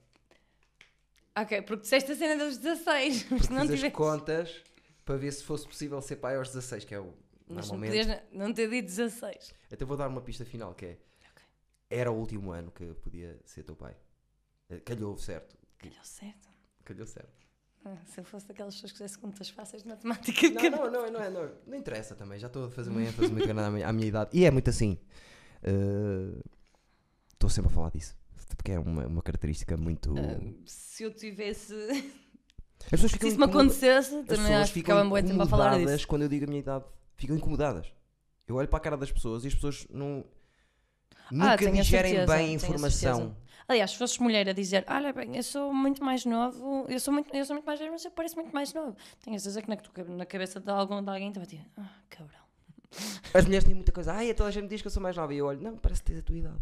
B: Ok, porque disseste a cena dos 16, mas
C: Porque
B: não
C: fiz as
B: tiveste.
C: contas para ver se fosse possível ser pai aos 16, que é o.
B: Mas não
C: normalmente.
B: podias na- não ter dito 16.
C: Até vou dar uma pista final que é. Era o último ano que podia ser teu pai. Eh, Calhou certo.
B: Calhou certo.
C: Calhou certo.
B: Ah, se eu fosse daquelas pessoas que fizesse contas fáceis de matemática,
C: Não,
B: que-
C: não, não, não, é- não, não interessa também. Já estou a fazer uma ênfase muito grande à minha, à minha idade. E é muito assim. Uh, Estou sempre a falar disso. Porque é uma, uma característica muito.
B: Ah, se eu tivesse.
C: As pessoas
B: Se
C: ficam
B: isso me
C: incomoda-
B: acontecesse,
C: um as
B: também
C: pessoas
B: acho que
C: ficam
B: ficavam bem tempo a falar
C: incomodadas
B: disso.
C: quando eu digo a minha idade. Ficam incomodadas. Eu olho para a cara das pessoas e as pessoas não. Nunca
B: Ah, tenho a
C: digerem
B: certeza,
C: bem a
B: tenho a
C: informação.
B: certeza. Aliás, se fosses mulher a dizer, olha bem, eu sou muito mais novo, eu sou muito, eu sou muito mais velho, mas eu pareço muito mais novo. Tenho a certeza que na, tua cabe- na cabeça de, algum, de alguém te vai dizer, ah, cabrão.
C: As mulheres têm muita coisa. Ai, toda a gente diz que eu sou mais nova. E eu olho, não, parece que tens a tua idade.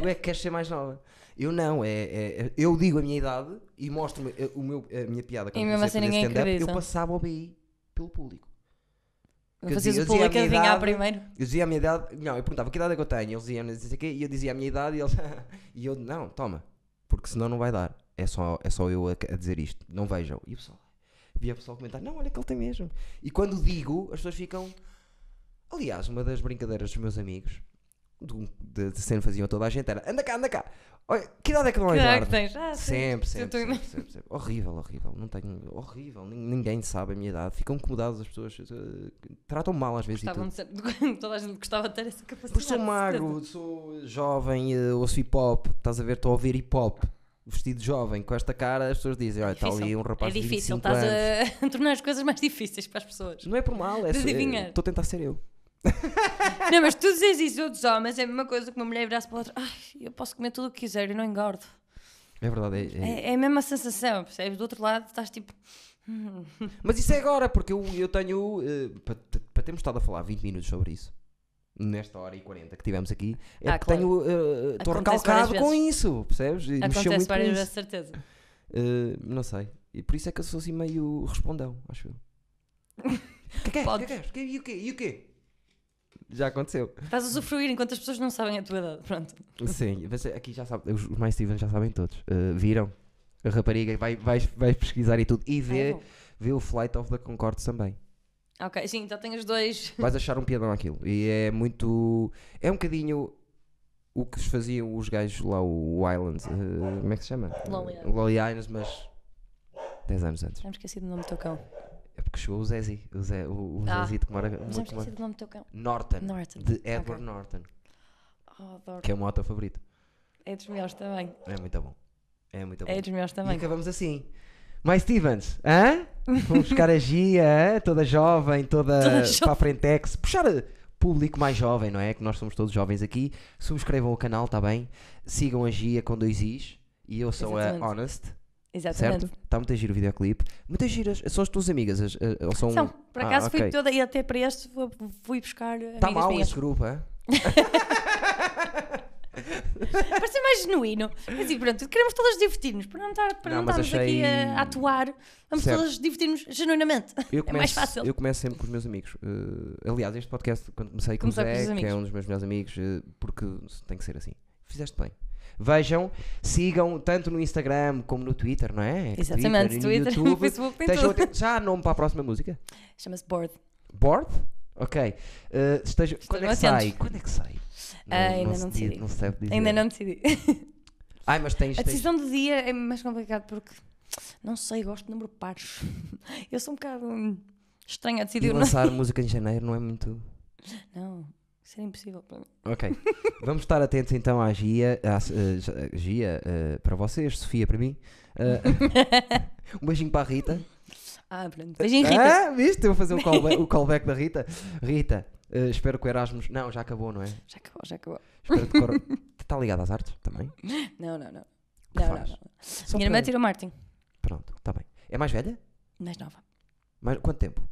C: tu é que queres ser mais nova. Eu não, é, é- é- eu digo a minha idade e mostro o meu- o meu, a minha piada. quando
B: E mesmo
C: comecei a
B: assim
C: fazer
B: ninguém
C: stand-up,
B: acredita.
C: Eu passava o BI pelo público. Eu
B: Fazias
C: dizia-
B: o
C: eu dizia a
B: público a
C: minha
B: adivinhar
C: idade, tipo,
B: primeiro.
C: Eu dizia a minha idade, não, eu perguntava que idade é que eu tenho. Eles diziam, não sei o quê, e eu dizia a minha idade e eles, e eu, não, toma, porque senão não vai dar. É só, é só eu a, a dizer isto, não vejam. E o pessoal, via o pessoal comentar, não, olha que ele tem mesmo. E quando digo, as pessoas ficam. Aliás, uma das brincadeiras dos meus amigos, do- de, de sempre faziam a toda a gente, era, anda cá, anda cá, olha, que idade é que não
B: Que
C: é
B: idade
C: Eduardo?
B: que tens? Ah, sim.
C: Sempre,
B: Eu tô
C: sempre,
B: ima-
C: sempre, sempre, sempre. Horrível, horrível. Não tenho. Horrível. Nin- Ninguém sabe a minha idade. Ficam incomodadas as pessoas. eh, Tratam-me mal às vezes e
B: Gostavam
C: tudo.
B: de ser- Toda a gente gostava de ter essa capacidade.
C: Porque sou
B: de certeza.
C: um magro, sou jovem, eh, ouço hip hop. Estás a ver? Estou a ouvir hip hop. Vestido de jovem, com esta cara, as pessoas dizem: Olha, está ali
B: Difícil.
C: um rapaz
B: É difícil,
C: de 25 anos.
B: estás a tornar as coisas mais difíceis para as pessoas.
C: Não é por mal, é
B: de
C: só-
B: adivinhar.
C: eh, Estou a tentar ser eu.
B: Não, mas tu dizes isso a outros homens, é a mesma coisa que uma mulher virasse para outra. Ai, eu posso comer tudo o que quiser e não engordo.
C: É verdade. é- é-
B: É, é a mesma sensação, percebes? Do outro lado estás tipo.
C: Mas isso é agora, porque eu, eu tenho. eh, para te- para termos estado a falar 20 minutos sobre isso. Nesta hora e 40 que tivemos aqui, é
B: Ah,
C: que
B: claro.
C: tenho, eh, estou
B: Acontece várias
C: recalcado com isso, percebes? E mexeu
B: Acontece
C: muito com
B: várias
C: isso.
B: vezes, certeza.
C: Eh, Uh, não sei. E por isso é que eu sou assim meio respondão, acho eu. Que que é?
B: Podes.
C: Que que é? Que- E o quê? E o quê? Já aconteceu.
B: Estás a usufruir enquanto as pessoas não sabem a tua idade. Pronto.
C: Sim, mas aqui já sabem, os os mais Steven já sabem todos. Uh, viram? A rapariga vai, vai, vai pesquisar e tudo. E
B: Ah, é
C: vê,
B: bom.
C: vê o Flight of the Concorde também.
B: ok, sim, então tenho os dois.
C: Vais achar um piadão aquilo. E é muito. É um bocadinho o que faziam os gajos lá, o Island. eh, como é que se chama?
B: Lonely
C: Eh,
B: Island.
C: Lonely Islands, mas 10 anos antes.
B: Já me esqueci do nome do teu cão.
C: É porque chegou o Zezi. O, Zé, o, o
B: Ah,
C: Zezito que mora.
B: Já me
C: que mora-
B: esqueci do nome do teu cão.
C: Norton.
B: Norton.
C: É. De Edward
B: Ok.
C: Norton.
B: Oh, adoro.
C: Que é o meu autor favorito.
B: É dos melhores também.
C: É muito bom. É muito bom.
B: É dos melhores
C: E
B: também.
C: acabamos assim. Mais Stevens, hã? Vamos buscar a Gia, hã? toda jovem, toda,
B: Toda
C: para a
B: jovem.
C: Frentex. Puxar eh, público mais jovem, não é? Que nós somos todos jovens aqui. Subscrevam o canal, tá bem? Sigam a Gia com dois Is. E eu sou
B: Exatamente.
C: a Honest,
B: Exatamente.
C: certo? Está muito a giro o videoclipe. Muitas giras. São as tuas amigas? As, as- ou são...
B: São, por
C: Ah,
B: acaso
C: ok. Tá
B: fui toda, e até para este fui, fui buscar amigas
C: Está mal é?
B: minhas.
C: esse grupo, hã?
B: Para ser mais genuíno. Mas e pronto, queremos todas divertir-nos. Para não, estar, para
C: Não,
B: não,
C: mas
B: estarmos
C: achei-
B: aqui a, a atuar, vamos
C: Certo.
B: todas divertir-nos genuinamente.
C: Eu
B: É mais fácil.
C: Eu começo sempre com os meus amigos. Eh, aliás, este podcast, quando comecei com o
B: Começou com os
C: Zé, que é
B: amigos.
C: um dos meus melhores amigos, eh, porque tem que ser assim. Fizeste bem. Vejam, sigam tanto no Instagram como no Twitter, não é?
B: Exatamente, Twitter,
C: no YouTube.
B: Facebook, tem
C: Estejam
B: tudo.
C: atentos- Já há nome para a próxima música?
B: Chama-se Board.
C: Board? Ok. Eh, estejam... Quando é que
B: atentos.
C: sai? Quando é que sai?
B: Ah, ainda
C: se
B: não
C: di-
B: decidi.
C: Não se deve dizer.
B: Ainda não decidi.
C: Ai, mas tens...
B: A
C: tens...
B: decisão do dia é mais complicada porque não sei, gosto de número pares. Eu sou um bocado hum, estranha a
C: E
B: decidir. o nome.
C: lançar música em janeiro não é muito...
B: Não, isso era impossível para mim.
C: Ok. Vamos estar atentos então à Gia, à, eh, Gia- Gia, eh, para vocês, Sofia para mim. Eh, um beijinho para a Rita.
B: Ah, pronto. Beijinho, Rita.
C: Ah, viste? Eu vou fazer o callback, o callback da Rita. Rita, eh, espero que o Erasmus. Não, já acabou, não é?
B: Já acabou, já acabou.
C: Espero que. cor- Está ligado às artes também?
B: Não, não, não.
C: Que
B: Não, não,
C: faz?
B: não.
C: Só
B: Minha irmã
C: para-
B: tirou Martin,
C: Pronto, está bem. É mais velha?
B: mais nova.
C: Mais... Quanto tempo?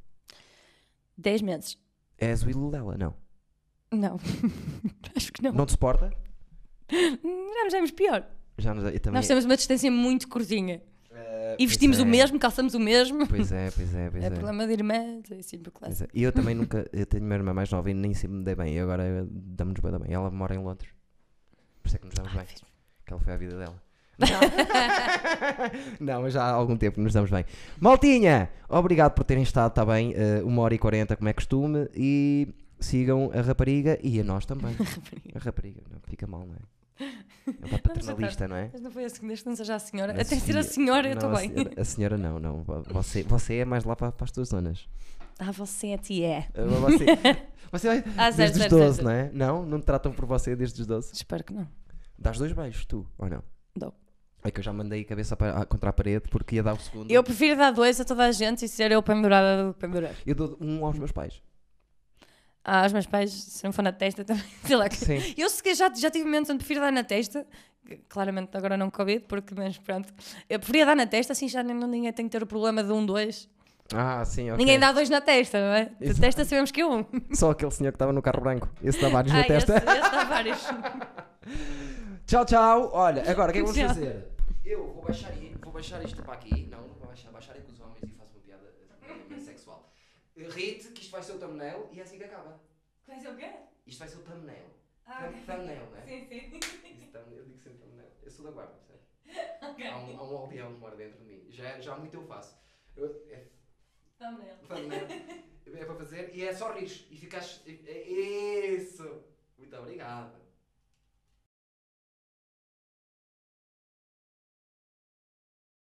B: 10 meses.
C: És o ídolo dela? Não.
B: Não. Acho que não.
C: Não te suporta?
B: Não, já éramos pior.
C: Já nos... eu também...
B: Nós temos uma distância muito curtinha.
C: Eh,
B: E
C: pois
B: vestimos
C: é.
B: o mesmo, calçamos o mesmo.
C: Pois é, pois é, pois
B: É
C: é.
B: problema de irmã, é sempre
C: Pois
B: clássico.
C: é. E eu também nunca. Eu tenho uma irmã mais nova e nem sempre me dei bem. E agora damos-nos bem, bem. Ela mora em Londres. Por isso é que nos
B: Ah,
C: damos bem. Aquela foi a vida dela. Não, mas já há algum tempo nos damos bem. Maltinha, obrigado por terem estado, está bem? Eh, Uma hora e quarenta, como é costume. E sigam a rapariga e a nós também. a rapariga, não, fica mal, não é? É uma paternalista, não é?
B: Mas não foi a senhora, este não seja a senhora.
C: A
B: Até ser a senhora, eu
C: não,
B: estou
C: a
B: bem.
C: senhora- A senhora não, não. Você, você é mais lá para, para as tuas zonas.
B: Ah, você é tia.
C: Eh, Você, você vai
B: Ah,
C: desde
B: certo,
C: os 12,
B: certo, certo.
C: não é? Não? Não te tratam por você desde os 12?
B: Espero que não.
C: Dás dois beijos, tu, ou não?
B: Dou.
C: É que eu já mandei a cabeça para- a- contra a parede porque ia dar o segundo.
B: Eu prefiro dar dois a toda a gente e ser eu pendurada do que pendurar.
C: Eu dou um aos meus pais.
B: Ah, aos meus pais, se não for na testa também, sei lá. que-
C: Sim.
B: Eu se que já, já tive momentos onde prefiro dar na testa, que claramente agora não Covid, porque, mas pronto. Eu preferia dar na testa, assim já nem, ninguém tem que ter o problema de um, dois.
C: Ah, sim, ok.
B: Ninguém dá dois na testa, não é?
C: Exato.
B: De testa sabemos que é um.
C: Só aquele senhor que estava no carro branco. Esse dá vários na
B: Ai,
C: testa.
B: Esse, esse dá vários.
C: Tchau, tchau. Olha, agora o que é que vamos
B: Tchau.
C: fazer? Eu vou baixar, i- vou baixar isto para aqui. Não, não vou baixar. Baixar é com os homens e faço uma piada eh, sexual. Rite, que isto vai ser o thumbnail e é assim que acaba.
B: o quê?
C: Isto vai ser o thumbnail.
B: Ah,
C: Thumb- Thumbnail, não é?
B: Sim, sim.
C: Isso tam- Eu digo sempre thumbnail. Eu sou da guarda, percebes? Há um, há um aldeão que mora dentro de mim. Já, já muito eu faço. Eu- é thumbnail. É para fazer e é só rir. E ficas. é- é Isso! Muito obrigado.